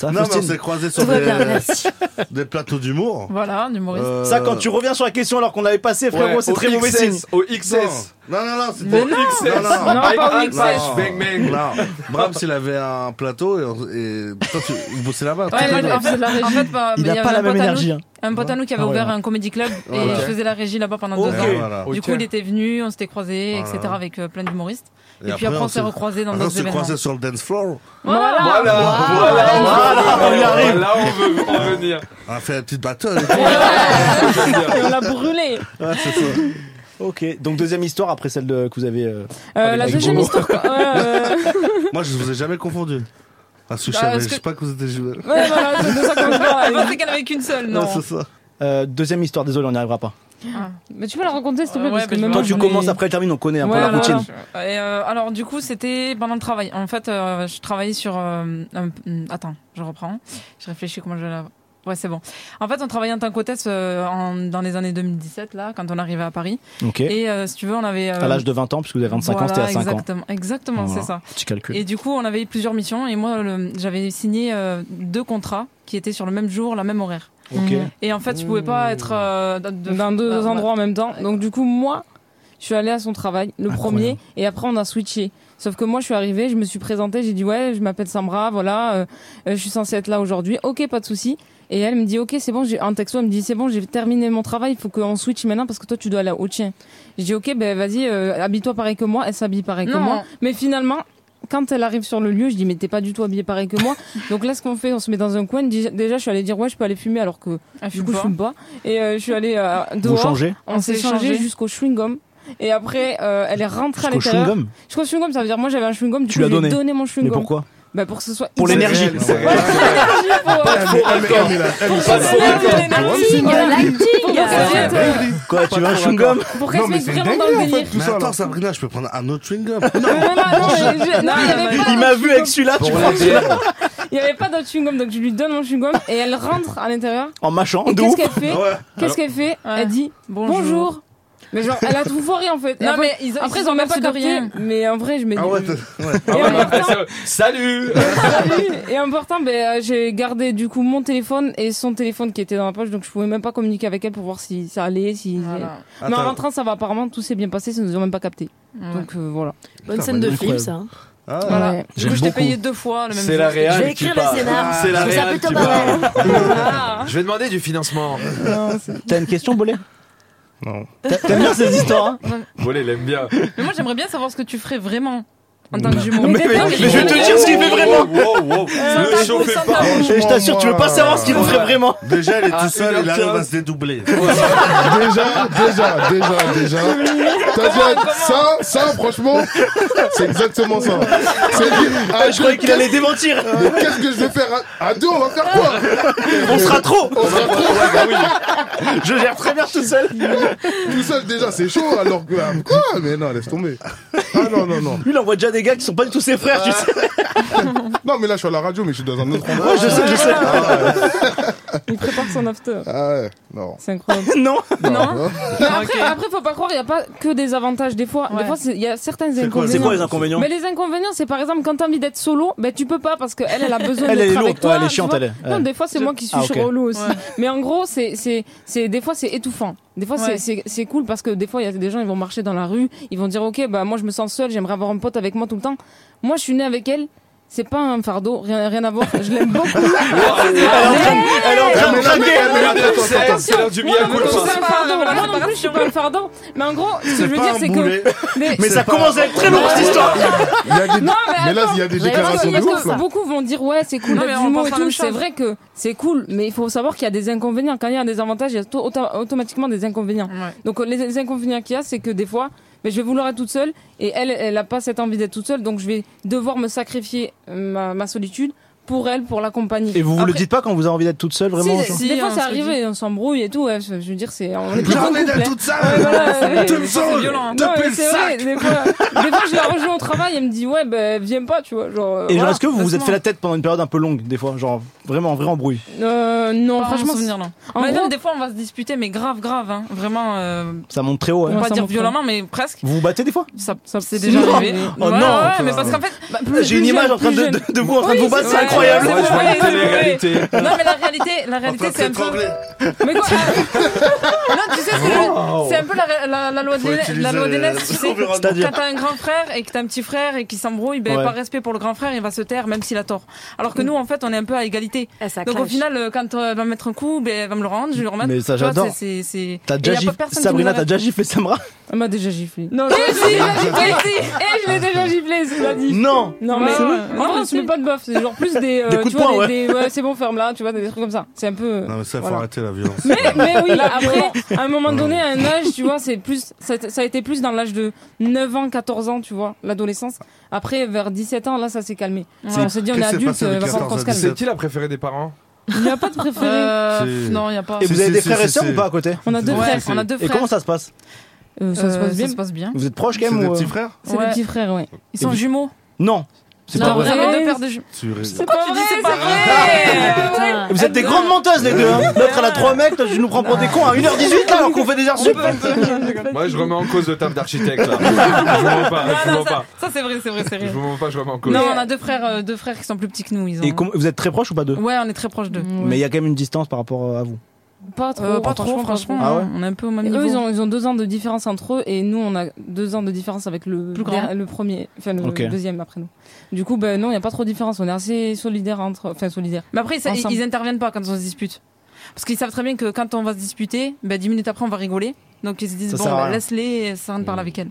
non, mais on Faustine. s'est croisés sur Tout va des, bien, merci. des plateaux d'humour. Voilà, un humoriste. Euh, Ça, quand tu reviens sur la question alors qu'on avait passé, frérot, Ouais, c'est au très mauvais XS, signe. Au XS. Non, non, non, c'était Mais non. Non, non, Non, pas au Non, XS, bang, bang. non. Brahms, il avait un plateau et, on- et toi, tu il bossait là-bas. Ouais, Tout en est fait, en fait, la régie. En fait, bah, Il il y a avait pas un la même pote à énergie, nous- hein. Un pote à nous qui avait Ah ouais. ouvert un comédie club et Voilà. je faisais la régie là-bas pendant Ok. deux ans. Voilà. Du Ok. coup, il était venu, on s'était croisés, Voilà. etc. avec euh, plein d'humoristes. Et, puis après, on s'est recroisés dans après, d'autres On événements. s'est croisés sur le dance floor. Voilà. voilà, voilà, on y arrive. Là, on veut en venir. On a fait la petite battle. Et on l'a brûlé. Ah, Ok, donc deuxième histoire après celle de- que vous avez. euh, Euh, avec la deuxième Jimo. histoire. euh, Moi, je vous ai jamais confondu. Parce que je Bah, savais, parce je que- sais pas que vous étiez jumelles. Ouais, voilà, c'est de ça qu'on se parle. Elle pensait qu'elle avait qu'une seule, non. Euh, deuxième histoire, désolé, on n'y arrivera pas. Mais tu peux la raconter, s'il te plaît, Euh, Ouais, parce que mais je même Toi, moi, tu j'en ai- commences après elle termine, on connaît un peu Ouais, la voilà. routine. Et, euh, alors du coup c'était pendant le travail. En fait euh, je travaillais sur... euh, un- hum, attends, je reprends. Je réfléchis comment je la... Ouais c'est bon. En fait on travaillait en tant qu'hôtesse euh, en- dans les années 2017 là, quand on arrivait à Paris. Ok. Et euh, si tu veux on avait... euh, À l'âge de 20 ans, puisque vous avez 25 ans, c'était voilà, à 5 ans. exactement, Exactement, Voilà, c'est ça. Petit calcul. Et du coup, on avait eu plusieurs missions et moi, le- j'avais signé euh, deux contrats qui étaient sur le même jour, la même horaire. Ok. Et en fait, je pouvais pas être euh, dans deux bah, endroits en même temps. Donc du coup, moi, je suis allée à son travail, le premier, et après on a switché. Sauf que moi, je suis arrivée, je me suis présentée, j'ai dit ouais, je m'appelle Samra, voilà, euh, euh, je suis censée être là aujourd'hui. Ok, pas de souci. Et elle me dit ok, c'est bon, j'ai un texto, elle me dit c'est bon, j'ai terminé mon travail, il faut qu'on switch maintenant parce que toi, tu dois aller au tien. J'ai dit ok, ben vas-y, euh, habille-toi pareil que moi, elle s'habille pareil que Non. moi. Mais finalement. Quand elle arrive sur le lieu, je dis mais t'es pas du tout habillée pareil que moi. Donc là, ce qu'on fait, on se met dans un coin. Déjà, déjà, je suis allée dire ouais, je peux aller fumer alors que du Ah, fume coup je pas. Ah, fume pas. Et euh, je suis allée euh, Vous dehors. changez On s'est changé jusqu'au chewing gum. Et après, euh, elle est rentrée à Jusqu'au l'intérieur. chewing-gum Jusqu'au chewing gum, ça veut dire moi j'avais un chewing gum. Du Tu coup, l'as je lui ai donné. donné mon chewing gum. Mais pourquoi bah pour que ce soit Pour hyper- l'énergie. Ouais, euh, L'acting, l'acting. Quoi, tu veux un chewing-gum Pour qu'elle se mette vraiment dans le délire. Mais attends, Sabrina, je peux prendre un autre chewing-gum Il m'a vu avec celui-là, tu prends celui-là Il n'y avait pas d'autre chewing gum, donc je lui donne mon chewing gum et elle rentre à l'intérieur. En mâchant, Et de qu'est-ce ouf qu'elle Ah fait Qu'est-ce qu'elle fait Elle dit bonjour. Mais genre, elle a tout foiré en fait. Et Non, après- mais ils- ils après, se ils ont même pas remercient de capté. rien. Mais en vrai, je me dis. Ah ouais, bah, c'est- Salut Salut. Et en partant, ben, euh, j'ai gardé du coup mon téléphone et son téléphone qui était dans la poche, donc je pouvais même pas communiquer avec elle pour voir si ça allait. Si... Mais en Attends. rentrant, ça va apparemment, tout s'est bien passé, ça nous a même pas capté. Donc euh, voilà. Bonne Putain, scène bah, de incroyable. film, hein. Ah, Voilà. ouais. Du coup, J'aime je t'ai beaucoup. payé deux fois le même C'est la jour. réal qui parle. C'est la réal qui parle. Je vais demander du financement. T'as une question, Bolé Non. T'a- T'aimes bien ces histoires hein Bolé, il aime bien. Mais moi, j'aimerais bien savoir ce que tu ferais vraiment en tant que jumeau. Euh, Mais- mais- mais je vais te dire ce qu'il fait Euh, vraiment. Ne chauffez pas. Et je t'assure, tu veux pas savoir ce qu'il vous ferait vraiment Déjà, il Ah, est Ah, tout seul, il arrive à se dédoubler. Déjà, déjà, déjà, déjà. T'as dit, ça, ça, franchement, c'est exactement ça. C'est dit, Ah, je croyais qu'il allait démentir. Mais Qu'est-ce que je vais faire à, à deux On va faire quoi On sera trop bah On sera trop Je gère très bien tout seul. Tout seul, déjà, c'est chaud, alors que. ah, Quoi Mais non, laisse tomber. Ah non, non, non. Lui, il envoie déjà des des gars qui sont pas du tout ses frères, tu sais. Non, mais là, je suis à la radio, mais je suis dans un autre endroit. Ouais, je sais, je sais. Il prépare son after. Ah ouais, non. C'est incroyable. non. Non. Mais après, après, faut pas croire, il n'y a pas que des avantages. Des fois, des fois, c'est- il y a certains C'est quoi- inconvénients. c'est quoi les inconvénients Mais les inconvénients, c'est par exemple quand t'as envie d'être solo, ben tu peux pas parce que elle, elle a besoin Elle, elle d'être est avec lourde. toi. Ouais, elle est tu chiante, vois. elle est. Non, Ouais. des fois, c'est moi qui suis Ah, ok. relou aussi. Mais en gros, c'est, c'est, c'est, des fois, c'est étouffant. Des fois, c'est- Ouais. c'est, c'est cool parce que des fois, il y a des gens, ils vont marcher dans la rue, ils vont dire, ok, bah moi, je me sens seul, j'aimerais avoir un pote avec moi tout le temps. Moi, je suis née avec elle. C'est pas un fardeau, rien, rien à voir. Je l'aime beaucoup. Elle est en train de Mais non, mais- craquer. mais non, mais attends, C'est- attends, c'est l'heure du moi, mea non plus, culpa. je suis pas un fardeau. Voilà, Moi non plus, je suis pas un fardeau. Mais en gros, ce que je veux pas dire, un c'est boulet. que. Mais ça commence à être très lourd cette histoire. Il y a des- Non, mais, mais là, attends, il y a des parce que- déclarations de parce que ouf, là. Beaucoup vont dire, ouais, c'est cool, Non, d'être mais on jumeau pense et la même tout. C'est chose. vrai que c'est cool, mais il faut savoir qu'il y a des inconvénients. Quand il y a des avantages, il y a auto- auto- automatiquement des inconvénients. Donc, les, les inconvénients qu'il y a, c'est que des fois, mais je vais vouloir être toute seule et elle, elle n'a pas cette envie d'être toute seule, donc je vais devoir me sacrifier euh, ma, ma solitude pour elle, pour l'accompagner. Et vous vous le dites pas quand vous avez envie d'être toute seule, vraiment Si, genre des fois, on c'est se arrivé, on s'embrouille et tout. ouais, je je veux dire, c'est. on est J'ai pas en envie d'être couple, hein. toute seule. Ouais, voilà, c'est- Tu me c'est saoules. violent. hein. Te Non, mais pue le c'est vrai, sac. Des fois, des fois, je la rejoins au travail, elle me dit ouais, ben viens pas, tu vois. Genre, euh, Et genre, voilà, est-ce que vous vous êtes laisse-moi. fait la tête pendant une période un peu longue, des fois Genre, vraiment, un vrai embrouille. Euh, non, Pas en franchement. souvenir, c'est- non. En Mais gros- même des fois, on va se disputer, mais grave, grave, hein. Vraiment, euh, Ça monte très haut, on ouais. va pas dire violemment, mais presque. Vous vous battez des fois Ça, c'est déjà Non. arrivé. Oh Ouais, non, ouais, enfin, mais parce qu'en fait, bah, plus- J'ai plus une image jeune, en train plus de, jeune. de- de vous en train de Oui, vous battre, c'est vrai, incroyable. c'est vrai, c'est vrai. Non, mais la réalité, la réalité, train de c'est un peu. s'étrangler. Mais quoi ah, Non, tu sais, ce que je veux- Wow. c'est un peu la, ré- la, la loi Faut de l'aîné- utiliser la loi des tu sais. l'environnement. Quand C'est-à-dire t'as un grand frère et que t'as un petit frère et qu'il s'embrouille, ben, Ouais. par respect pour le grand frère, il va se taire, même s'il a tort. Alors que nous, en fait, on est un peu à égalité. Donc au clash. final, euh, quand euh, elle va me mettre un coup, ben, elle va me le rendre, je vais le remettre. Mais ça, Tu vois, j'adore. c'est- c'est- c'est- T'as Et déjà y a pas gif- personne qui Ah, Sabrina, nous t'as déjà giflé Samra Elle m'a déjà giflé. Non, j'ai Eh, si, j'ai giflé ici. Et je l'ai déjà giflé, c'est la dit. Non Non, Mais mais c'est vrai non, mais tu mets pas de bof, c'est genre plus des. euh, Des coups tu de vois, poing, ouais. des- des- ouais, c'est bon, ferme là, tu vois, des trucs comme ça. C'est un peu. euh, Ah Non, mais ça, faut voilà. arrêter la violence. Mais, mais oui, après, à un moment donné, à un âge, tu vois, c'est plus, ça, a- ça a été plus dans l'âge de 9 ans, 14 ans, tu vois, l'adolescence. Après, vers 17 ans, là, ça s'est calmé. C'est- On s'est dit, on est adulte, euh, va falloir qu'on se calme. C'est qui la préférée des parents Il n'y a pas de préféré. Euh, C'est- non, il y a pas. Et Si, vous avez si, des si, frères et si, sœurs si. ou pas à côté On a deux Ouais, frères, si. on a deux Et frères. comment ça se passe Euh, ça se passe bien. Ça se passe bien. Vous êtes proches quand même ou, euh, C'est des Ouais. petits frères, ouais. Ils sont Et vous- jumeaux. Non, c'est Non, pas vous vrai. avez deux paires de jumeaux. C'est pas vrai, c'est pas vrai. Et Vous êtes des grandes menteuses les deux. hein. L'autre elle a 3 mecs, toi, tu nous prends pour des cons à 1h18 là alors qu'on fait des heures sup. Moi, je remets en cause le taf d'architecte là. Je vous mens pas, je vous mens pas. Ça, c'est vrai, c'est vrai, c'est Je vrai. vous mens pas, je remets en cause. Non, on a deux frères, euh, deux frères qui sont plus petits que nous. Ils ont... hein. Et com- vous êtes très proches ou pas deux Ouais, on est très proches d'eux. Mais il y a quand même une distance par rapport euh, à vous. Pas trop, Euh, pas trop, franchement, Ah ouais on est un peu au même Et niveau. Eux, ils ont, ils ont deux ans de différence entre eux et nous, on a deux ans de différence avec le, Plus grand. der- le premier, enfin le Ok. deuxième après nous. Du coup, ben non, il n'y a pas trop de différence. On est assez solidaires entre, enfin solidaires. Mais après, ils, Ensemble. ils interviennent pas quand on se dispute. Parce qu'ils savent très bien que quand on va se disputer, bah, ben, 10 minutes après, on va rigoler. Donc ils se disent, Ça bon, sert à bah, rien. laisse-les, ça ne parle avec elle.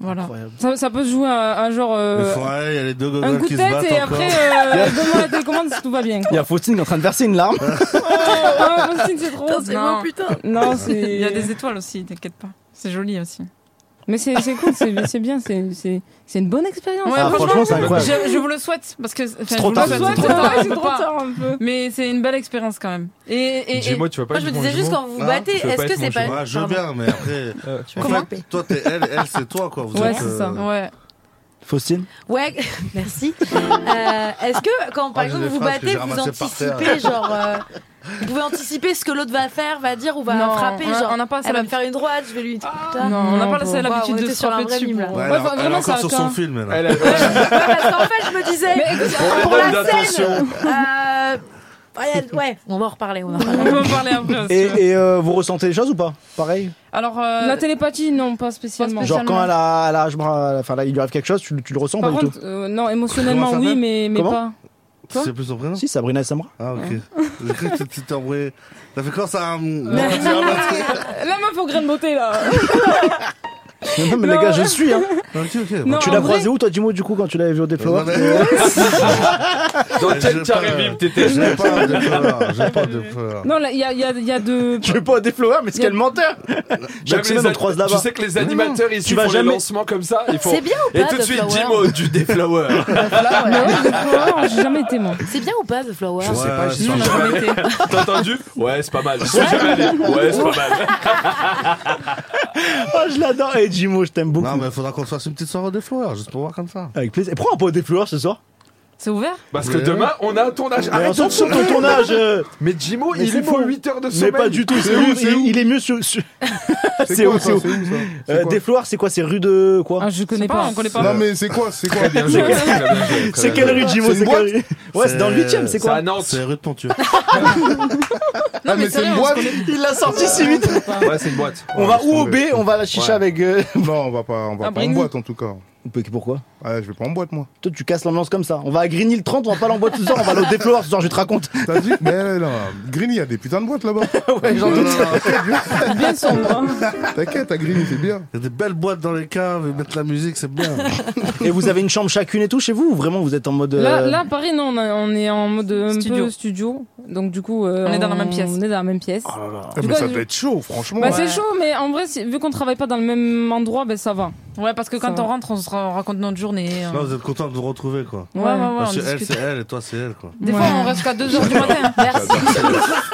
Voilà. Ça, ça peut se jouer à, à genre euh, Il faut- ouais, il y a les deux un gogoles coup qui de se tête battent et encore. après euh, donne-moi la télécommande si tout va bien. Il y a Faustine qui est en train de verser une larme. Ah, Faustine, c'est trop. Putain, c'est moi, Non. putain. Non, c'est. Il y a des étoiles aussi, t'inquiète pas. C'est joli aussi. Mais c'est c'est cool, c'est c'est bien, c'est c'est c'est une bonne Ah, expérience. Ah, Ouais, franchement, Je, je vous le souhaite parce que enfin, trop je tard. vous le C'est souhaite, trop tard, on c'est peut trop pas. tard, un peu. Mais c'est une belle expérience quand même. Et, et, et- Dis-moi, tu vas pas Moi, je me disais juste quand Ah, vous vous battez, est-ce que c'est pas. Ouais, je Ah, veux Pardon. Euh, bien, mais après. Comment en fait, toi, t'es elle, elle, c'est toi, quoi. Vous Ouais, êtes, c'est euh, ça. Ouais. Faustine Ouais, merci. Euh, Est-ce que quand Ah, par j'ai exemple des vous vous phrases que battez, j'ai vous ramassées par anticipez terre. genre. euh, vous pouvez anticiper ce que l'autre va faire, va dire ou va Non, frapper. on a- genre, on n'a pas ça elle va me l'habitude. faire une droite, je vais lui. Putain. Non, on n'a pas Waouh, la- l'habitude on de était se sur un frapper vrai dessus mime, là. pour- Ouais, Ouais, elle, est enfin, elle est vraiment, encore ça sur va son quand- film, hein. elle. Elle, elle- Parce qu'en fait, je me disais, Mais écoute, On pour redonne la scène, d'attention. euh, ouais, ouais, on va en reparler. On va en reparler. On peut en parler après. Et, et, euh, vous ressentez les choses ou pas Pareil Alors, la télépathie, non, pas spécialement. Genre quand elle a, elle a- je me- enfin, là, il lui arrive quelque chose, tu, le- tu le ressens ou Par pas contre, du tout euh, non, émotionnellement, oui, mais, mais Comment pas. Tu sais plus son prénom Si, Sabrina et Samra. Ah, ok. J'ai cru que tu t'es embrouillé. T'as fait quand ça hum, La tu vois, bah, meuf au grain de beauté, là. Ah. Non, mais les Non. gars, je suis. Hein. Ok, ok. Non, tu en l'as vrai- croisé où, toi, dis-moi, du coup, quand tu l'avais vu au déploiement Dans quel carré vip t'étais J'ai pas de fleurs, j'ai pas de fleurs. Non, là, il y a, il y, a, il y a de. Je vais pas des flowers, mais c'est quel menteur Chaque J'aime semaine, les on croise an- là-bas. Tu sais que les animateurs Tu ici vas font les jamais- lancements comme ça. ils font- C'est bien ou Et pas, tout de The suite, Flower Jimo, du Deflower. Ah, Non, j'ai jamais été, moi. C'est bien ou pas The Flower Je sais pas, j'y suis Non, jamais non, allé. T'as entendu Ouais, c'est pas mal. J'y suis jamais allé. Ouais, c'est pas mal. Oh, je l'adore. Et Jimo, je t'aime beaucoup. Non, mais il faudra qu'on se fasse une petite soirée des fleurs, juste pour voir comme ça. Avec plaisir. Et pourquoi on peut des fleurs ce soir C'est ouvert Parce que demain, on a un tournage. Mais Arrête, on s'en on fout de ton se- tournage, euh. Mais Jimo, Mais il c'est est pour faux. 8 heures de Mais sommeil. pas du tout, c'est où, il, il est mieux sur. sur- C'est C'est quoi, où, ça c'est où C'est où, ça C'est Euh, quoi Des fleurs, c'est quoi C'est rue de quoi Ah, je connais pas, on connaît pas. Non, mais c'est quoi C'est quoi Très bien joué, très bien joué, très bien C'est quelle joué. rue, Jimo, C'est une c'est quelle boîte rue Ouais, c'est dans le huitième, c'est quoi C'est à Nantes. C'est rue de Pontieu. Ah, mais c'est une boîte Il l'a sorti si vite. Ouais, c'est une boîte. On va où au B On va à la chicha Ouais. avec. euh, Non, on va pas, on va pas Ah, en bring-nous. boîte en tout cas. Pourquoi Ouais, je vais pas en boîte moi. Toi, tu casses l'ambiance comme ça. On va à Green Hill 30, on va pas l'emboîter ce soir, on va le déplorer ce soir, je te raconte. T'as dit Mais non, Green, il y a des putains de boîtes là-bas. ouais, j'en doute. hein. bien sombre. hein. T'inquiète, à Green, c'est bien. Il y a des belles boîtes dans les caves, ils mettent la musique, c'est bien. Et vous avez une chambre chacune et tout chez vous ou vraiment vous êtes en mode. euh, Là, là, Paris, non, on, a- on est en mode euh, un Studio. peu studio. Donc, du coup, euh, On est dans la même pièce. On est dans la même pièce. Oh Ah, Eh, Du mais coup, ça je- doit être chaud, franchement. Bah, c'est chaud, mais en vrai, c'est- vu qu'on travaille pas dans le même endroit, ben ça va. Ouais, parce que quand on rentre, on, se ra- on raconte notre journée. euh. Là, vous êtes content de vous retrouver, quoi. Ouais, ouais, ouais, on Parce que elle, discute. c'est elle et toi, c'est elle, quoi. Des fois, on reste jusqu'à 2h du matin. Merci.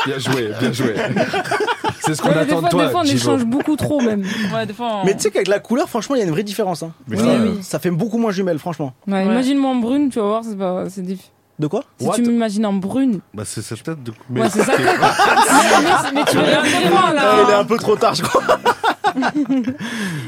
Bien joué, bien joué. C'est ce qu'on Ouais, mais des, attend fois, de toi. des fois, on Jimo. échange beaucoup trop, même. Ouais, des fois, on- Mais tu sais qu'avec la couleur, franchement, il y a une vraie différence. hein. Mais Oui, ça, oui. Ça fait beaucoup moins jumelle, franchement. Ouais, Imagine-moi en brune, tu vas voir, c'est pas... c'est diff- De quoi Si tu m'imagines en brune. Bah, c'est cette tête de. Ouais, c'est ça. Ah, mais, mais tu regardes pour moi, là. Ah, Il est un peu trop tard, je crois. Non,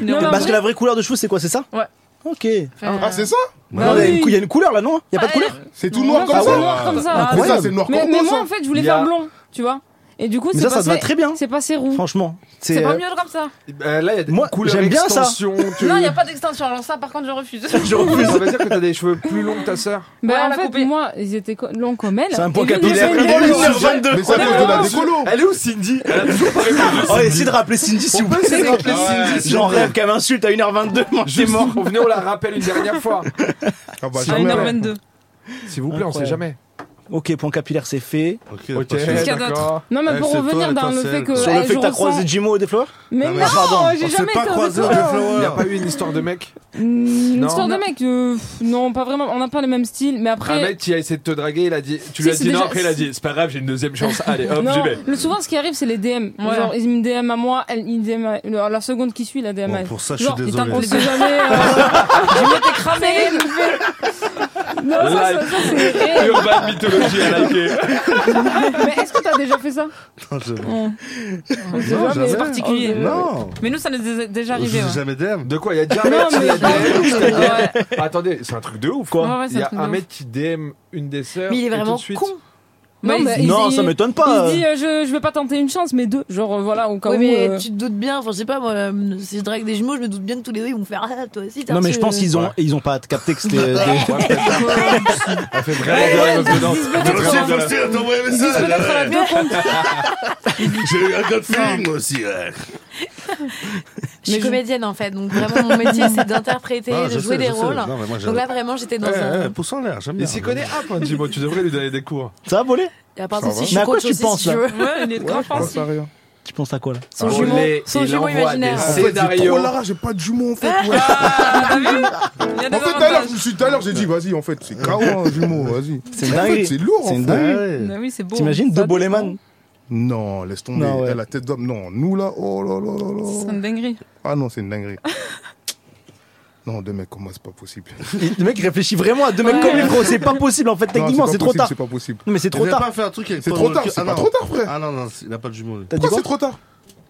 mais en Parce que vrai- la vraie couleur de cheveux, c'est quoi C'est ça Ouais. Ok. Ah, c'est ça Non, mais il y a une cou- il y a une couleur là, non Il y a pas de couleur Ah, C'est tout noir bah comme Non, c'est ça Ah, noir comme ça. Mais ça, c'est noir hein. mais, comme mais ça. moi, en fait, je voulais Il y a- faire blond, tu vois. Et du coup, Mais c'est ça, ça te passé. va très bien. C'est passé roux. Franchement, C'est pas mieux comme ça. Euh, Là, il y a des Moi, couleurs j'aime bien ça. extensions, tu- Non, il n'y a pas d'extension. Alors, ça, par contre, je refuse. Je refuse. Ça veut dire que t'as des cheveux plus longs que ta sœur. Bah, en fait, moi, ils étaient co- longs comme elle. C'est un point Et lui, il capillaire. était Vraiment, long. une heure 22. Mais ça, On est c'est de la vraiment décolo. Elle est où Cindy Elle a toujours pas répondu. Oh, essayez de rappeler Cindy, s'il vous plaît. essayer de Ah rappeler Cindy, J'en s'il vous plaît. rêve qu'elle m'insulte à 1h22, moi, je suis mort. On venait, on la rappelle une dernière fois. Ah, bah, À jamais, alors. 1h22. S'il vous plaît, on sait jamais. Ok, point capillaire, c'est fait. Ok, Qu'est-ce qu'il y a d'accord. Non, mais Elle, pour c'est revenir toi, dans elle, le toi, fait c'est que. elle. Sur le eh, fait je que t'as ressens- croisé Jimo au Défleur Mais mais non, pardon, on j'ai s'est jamais pas été au croisés au défilé. Deflower. Il n'y a pas eu une histoire de mec Mmh, Une Non. histoire de mec, euh, pff, non, pas vraiment. On n'a pas le même style, mais Un après. mec qui a essayé de te draguer, il a dit, Si, tu lui as c'est dit non, déjà- après il a dit, c'est pas grave, j'ai une deuxième chance, allez hop, non, j'y vais. le souvent ce qui arrive c'est les DM. Ouais. Genre ils me DM à moi, elle il DM à- le- la seconde qui suit la DM. à Bon, elle. pour ça, je suis Genre, désolé. on sait jamais. euh, Je m'étais cramé. Non, ça, ça, ça, c'est- Urban mythologie à liker. Mais est-ce que t'as déjà fait ça Non, je- On sait Non, jamais, jamais. c'est particulier. Non Mais nous, ça nous est déjà Je arrivé. hein. suis ouais. jamais DM. De quoi Il y a déjà un Non, mec qui mais- a DM, qui t'a Ouais. dit- Attendez, c'est un truc de ouf Ouais, quoi. ouais, c'est Il y un a truc de un ouf. mec qui DM une des sœurs. Mais il est et tout de vraiment suite- con. Non, Mais mais il- il Non, dit- ça m'étonne Il pas. se dit euh, je, je vais pas tenter une chance, mais deux. Genre euh, voilà, au cas Oui, où. mais euh, tu te doutes bien, enfin, je sais pas, moi, euh, si je drague des jumeaux, je me doute bien que tous les deux ils vont me faire Ah, toi aussi, t'as Non, mais je reçu, pense euh, qu'ils ont, ils ont pas capté que c'était. des- Elle fait vraiment bien les meufs dedans. J'ai posté, elle t'a envoyé un message. J'ai eu un code feeling moi aussi. ouais. Je suis comédienne en fait, donc vraiment mon métier c'est d'interpréter, Ah, de je jouer sais, des je sais. rôles. Non, mais moi, j'ai- donc là vraiment j'étais dans Eh, un. eh, Pousse en l'air, j'aime bien. Il s'y connaît un point, Jimo, tu devrais lui donner des cours. Ça va voler À part si je suis Mais à quoi coach tu aussi, penses, si tu là veux. Ouais, il est grave pensif. Tu penses à quoi là Ah, Son Olé, jumeau, son il jumeau envoie imaginaire. des En fait, j'ai Scénario. trop Lara, j'ai pas de jumeaux en fait. ouais. Ah, t'as vu Il y a des En fait, tout à l'heure, avantages. je me suis- tout à l'heure, j'ai dit, vas-y, en fait, c'est KO, un jumeau, vas-y. C'est une En fait, dinguerie. C'est lourd, C'est en une fait. dinguerie. Bah oui, c'est beau. T'imagines Ça deux Boleman Non, laisse tomber. Non, ouais. Elle a tête d'homme. Non, nous là, oh là là là là. C'est une dinguerie. Ah non, c'est une dinguerie. non, deux mecs comme moi, c'est pas possible. Le mec il réfléchit vraiment à deux mecs Ouais. comme lui, gros. C'est pas possible en fait, Non, techniquement, pas c'est trop possible, tard. C'est pas possible. Non, Mais c'est trop Il a tard. pas fait un truc avec C'est Paul trop tard, Walker. c'est Ah, pas non. trop tard, frère. Ah non, non, il a pas de jumeaux. lui. T'as dit Pourquoi quoi c'est trop tard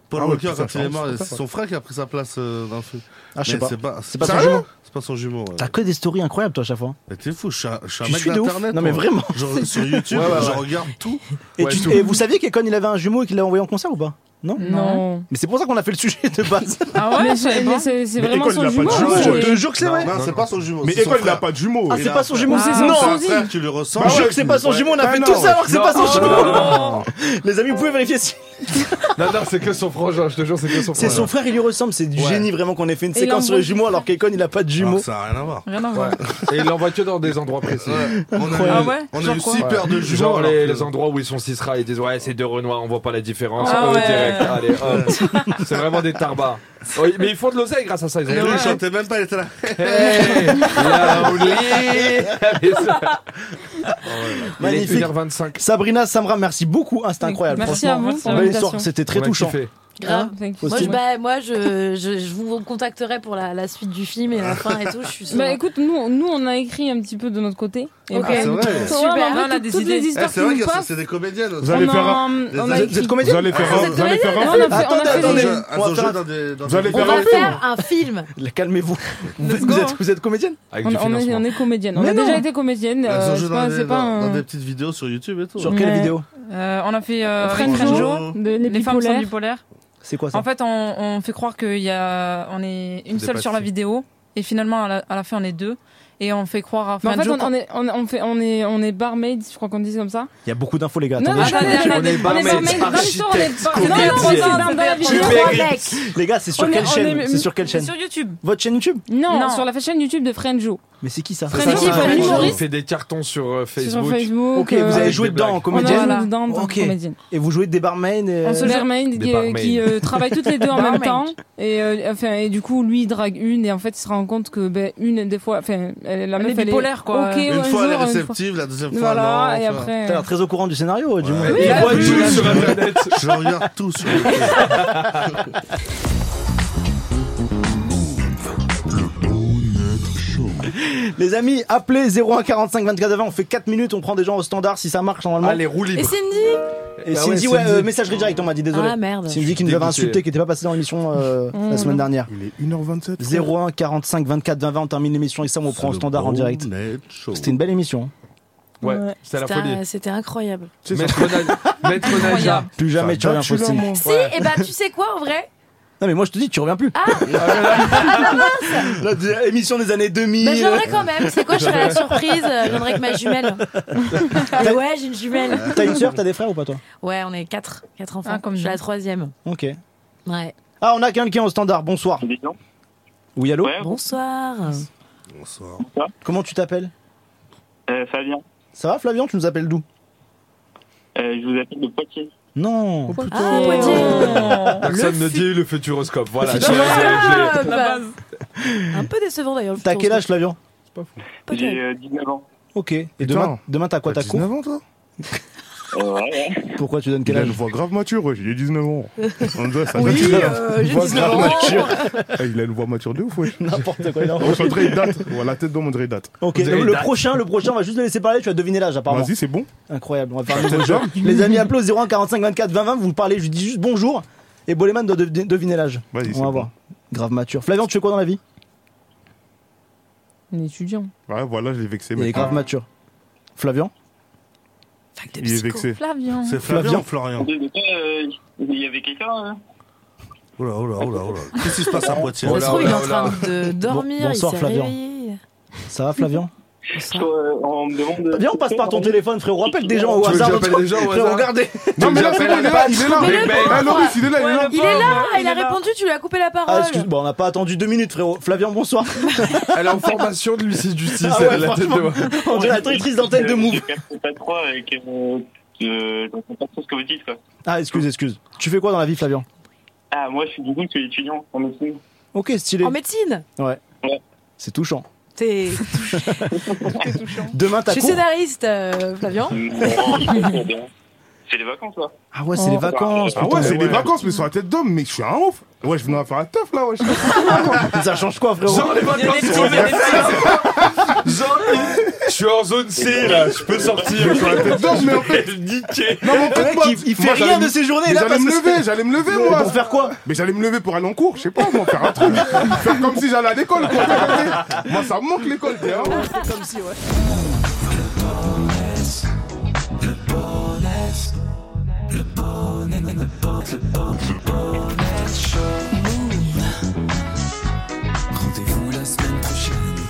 Paul Ah ouais, Walker, putain, quand il est mort, c'est pas c'est son frère qui a pris sa place euh, dans le feu. Ah, je sais Mais pas. C'est pas, C'est pas son Sérieux jumeau. C'est pas son jumeau. ouais. T'as que des stories incroyables toi à chaque fois. Mais t'es fou, je suis un, je suis un Je mec suis de ouf. d'internet. Non, mais moi. vraiment. Je- sur YouTube, Ouais, ouais, je ouais. regarde tout. Et, Ouais, tu- tout. et vous saviez qu'Econ il avait un jumeau et qu'il l'a envoyé en concert ou pas Non Non. Mais c'est pour ça qu'on a fait le sujet de base. Ah ouais, Mais je savais c'est- pas. mais c'est c'est Mais vraiment École, il son a pas de jumeau. jumeau. Je c'est- te jure que c'est vrai. Non, c'est pas son jumeau. Mais c'est son école, il a frère. pas de jumeaux. Ah, c'est pas son jumeau. Ah, c'est son Non, C'est un sosie. frère qui lui ressemble. je jure que c'est pas son jumeau, on a fait tout savoir que c'est pas son jumeau. Les amis, vous pouvez vérifier si. Non, non, c'est que son frangin, je te jure, c'est que son C'est frangin. son frère, il lui ressemble. C'est du Ouais. génie vraiment qu'on ait fait une Et séquence sur les l'embrouille. jumeaux alors qu'Econ il a pas de Alors jumeaux. que Ça a rien à voir. Rien à voir. Et il l'envoie que dans des endroits précis. On a Ah eu- ouais on a Genre eu quoi six paires de jumeaux. Genre alors les, que- les endroits où ils sont cisra, ils disent ouais c'est deux renoirs, on voit pas la différence. Ah Oh, ouais. direct, allez hop. c'est vraiment des tarbards. Oh, mais ils font de l'oseille grâce à ça. Ils ont Et lui, Ouais. il chantait même pas, il était là. Hey, lonely. Magnifique. 1h25. Sabrina, Samra, merci beaucoup. Ah, hein, C'était incroyable. Merci franchement. à vous pour Belle l'invitation. histoire, C'était très On a touchant. kiffé. Grave. Hein Thank you. moi, je, bah, moi je, je, je vous contacterai pour la, la suite du film et la fin et tout. Je suis sûre. Bah écoute, nous, nous on a écrit un petit peu de notre côté. Et Ok. puis, Ah, c'est vrai. tout- Super. ouais, mais en fait, On a toutes- des toutes idées. les histoires Eh, c'est qui vrai nous que passent- c'est des comédiennes. Vous allez On faire un- en- on a Vous êtes comédien Vous allez faire un- vous allez faire un film. film. Attendez, Attendez, attendez. attendez. On va Attends, faire dans un- des- dans Vous allez des- faire On un va film. faire un film. Calmez-vous. Vous êtes- go, vous hein. êtes- vous êtes comédienne on, on est, on est comédienne. On Mais a non. Bah, déjà été comédienne. Elles ont euh, joué c'est dans pas, des- c'est pas dans- un- dans des petites vidéos sur YouTube et tout. Sur quelle Ouais. vidéo Euh, on a fait euh, French French Joe, Joe, de- les les femmes sont bipolaires. bipolaires. C'est quoi ça En fait, on, on fait croire qu'il y a, on est une Des seule sur la pastilles. vidéo, et finalement à la, à la fin on est deux, et on fait croire à Mais en French fait, Joe on, on est, on, on fait, on est, on est barmaid, je crois qu'on dit comme ça. Il y a beaucoup d'infos, les gars. Non, Attendez, attendez, je- attendez, on est barmaid, architecte, Super comédienne. Super geek. Les gars, c'est sur On est- quelle on chaîne est- C'est sur quelle c'est chaîne sur YouTube. Votre chaîne YouTube Non, Non. sur la chaîne YouTube de French Joe. Mais c'est qui ça French French Joe, Joe, French Joe. Il humoriste. fait des cartons sur euh, Facebook. Sur Facebook. Ok, euh, vous avez joué dedans en comédienne On a joué dedans en tant que Ok. comédienne. Et vous jouez des barmaids euh, On se barmaid qui, euh, qui euh, travaille toutes les deux en même temps et euh, enfin et du coup lui il drague une et en fait il se rend compte que ben une des fois enfin elle- la Elle meuf est elle bipolaire, quoi. Ah, ok, Une un fois, elle est jour, une réceptive, la deuxième fois, voilà non, et enfin. après T'as l'air très au courant du scénario, du moins. Ouais. Il a vu sur Internet. Je regarde tout sur Les amis, appelez 01 45 24 20, on fait 4 minutes, on prend des gens au standard si ça marche normalement. Allez, roue libre. Et Et Bah Ah Cindy, ouais, ouais, Cindy. euh, messagerie directe, on m'a dit, désolé. Ah, merde. Je Cindy suis qui nous avait dégoûté. insulté, qui n'était pas passé dans l'émission euh, Mmh, la semaine non. dernière. Il est 1h27. 01 45 24 20, on termine l'émission et ça, on prend au le standard en Bone direct. C'était une belle émission. Ouais, c'était la C'était folie. un- C'était incroyable. Maître Na- Maître Naja. Plus jamais tu reviens, Faustine. Si, et bah tu sais quoi en vrai Non, mais moi je te dis, tu reviens plus. Ah, Ah bah mince La di- émission des années 2000. Bah j'aimerais quand même, c'est quoi je ferais la surprise, euh, j'aimerais que ma jumelle. Et ouais, j'ai une jumelle. T'as une sœur, t'as des frères ou pas toi Ouais, on est quatre, quatre Ah, enfants, je suis la troisième. Ok. Ouais. Ah, on a quelqu'un au standard, bonsoir. Oui, allô Bonsoir. Bonsoir. Comment tu t'appelles Euh, Fabien, Ça va Flavien, tu nous appelles d'où euh, je vous appelle de Poitiers. Non. Ah, Oh. euh, Personne ne dit le futuroscope. Voilà. futuroscope. je- je- je- bah, un peu décevant d'ailleurs. T'as quel âge Flavien J'ai euh, 19 ans. Ok. Et Putain. demain, demain t'as quoi T'as T'as 19 ans toi Euh, Ouais. Pourquoi tu donnes Il quel a une âge voix grave mature, ouais, j'ai 19 ans. On dirait, ça Oui, date, il a euh, une j'ai voix 19 grave ans. mature. Eh, Il a une voix mature de ouf, ouais. N'importe quoi, il a- On dirait une date. Ouais, La tête d'homme, on dirait une date. Ok, le, le prochain, le prochain, on va juste le laisser parler, tu vas deviner l'âge apparemment. Vas-y, c'est bon. Incroyable, Bah, on va faire un Captain nouveau jeu. Jack. Les amis, applaudissez 01 45 24 20 20, vous me parlez, je lui dis juste bonjour et Boleman doit dev- deviner l'âge. On va c'est voir. Grave mature. Flavien, tu fais quoi dans la vie un étudiant Ouais, voilà, je l'ai vexé. Il est grave mature. Flavien Il est vexé. Flavien. C'est Flavien ou Attendez, Florian mais, euh, Il y avait quelqu'un hein Oh là, oh là, oh là, oh là. Qu'est-ce qui se passe à Poitiers Ça se trouve, il est en train de dormir, il bonsoir, s'est Flavien. réveillé. Ça va Flavien Parce que, euh, On me demande. Flavien, on passe par ton téléphone, frérot. Appelle des gens au Tu veux que hasard. j'appelle notre- des gens au Frérot, hasard regardez. Non, mais là, Tu c'est veux bon, il est là, il j'appelle est là. Mais Patrick ben, Ah, Loris, il est là, il est là. Il est là, il a répondu, tu lui as coupé la Ah, parole. excuse, bon, on n'a pas attendu deux minutes, frérot. Flavien, bonsoir. Elle est en formation de Lucie Justice, Ah ouais, elle, la tête de franchement. On dirait la directrice d'antenne de Move. Je capte pas trop avec. euh, euh, Je comprends pas trop ce que vous dites, quoi. Ah, excuse, excuse. Tu fais quoi dans la vie, Flavien Ah, moi, je suis du coup, je suis étudiant en médecine. Ok, stylé. En médecine Ouais. Ouais. C'est touchant. T'es Demain, Je t'as suis cours scénariste, euh, hein. Flavien. Mm. C'est les vacances, là. Ah ouais, c'est les vacances. Ah putain. ouais, c'est les vacances, mais sur la tête d'homme, mais je suis un ouf. Ouais, je venais faire un teuf là, ouais. Ça change quoi, frérot Genre les vacances, Il y a des petits, on il y a des est- Genre, je suis en zone C là, je peux sortir. Sur la tête d'homme, mais en fait. Niqué. Non, mais en fait, moi, moi, j'allais me- mais J'allais me lever, lever, j'allais me lever, moi. Pour faire quoi Mais j'allais me lever pour aller en cours, je sais pas, moi, faire un truc. faire comme si j'allais à l'école, quoi. t'as capté Moi, ça me manque l'école, t'es un ouf. Ah, hein. Comme si, ouais. Rendez-vous la semaine prochaine.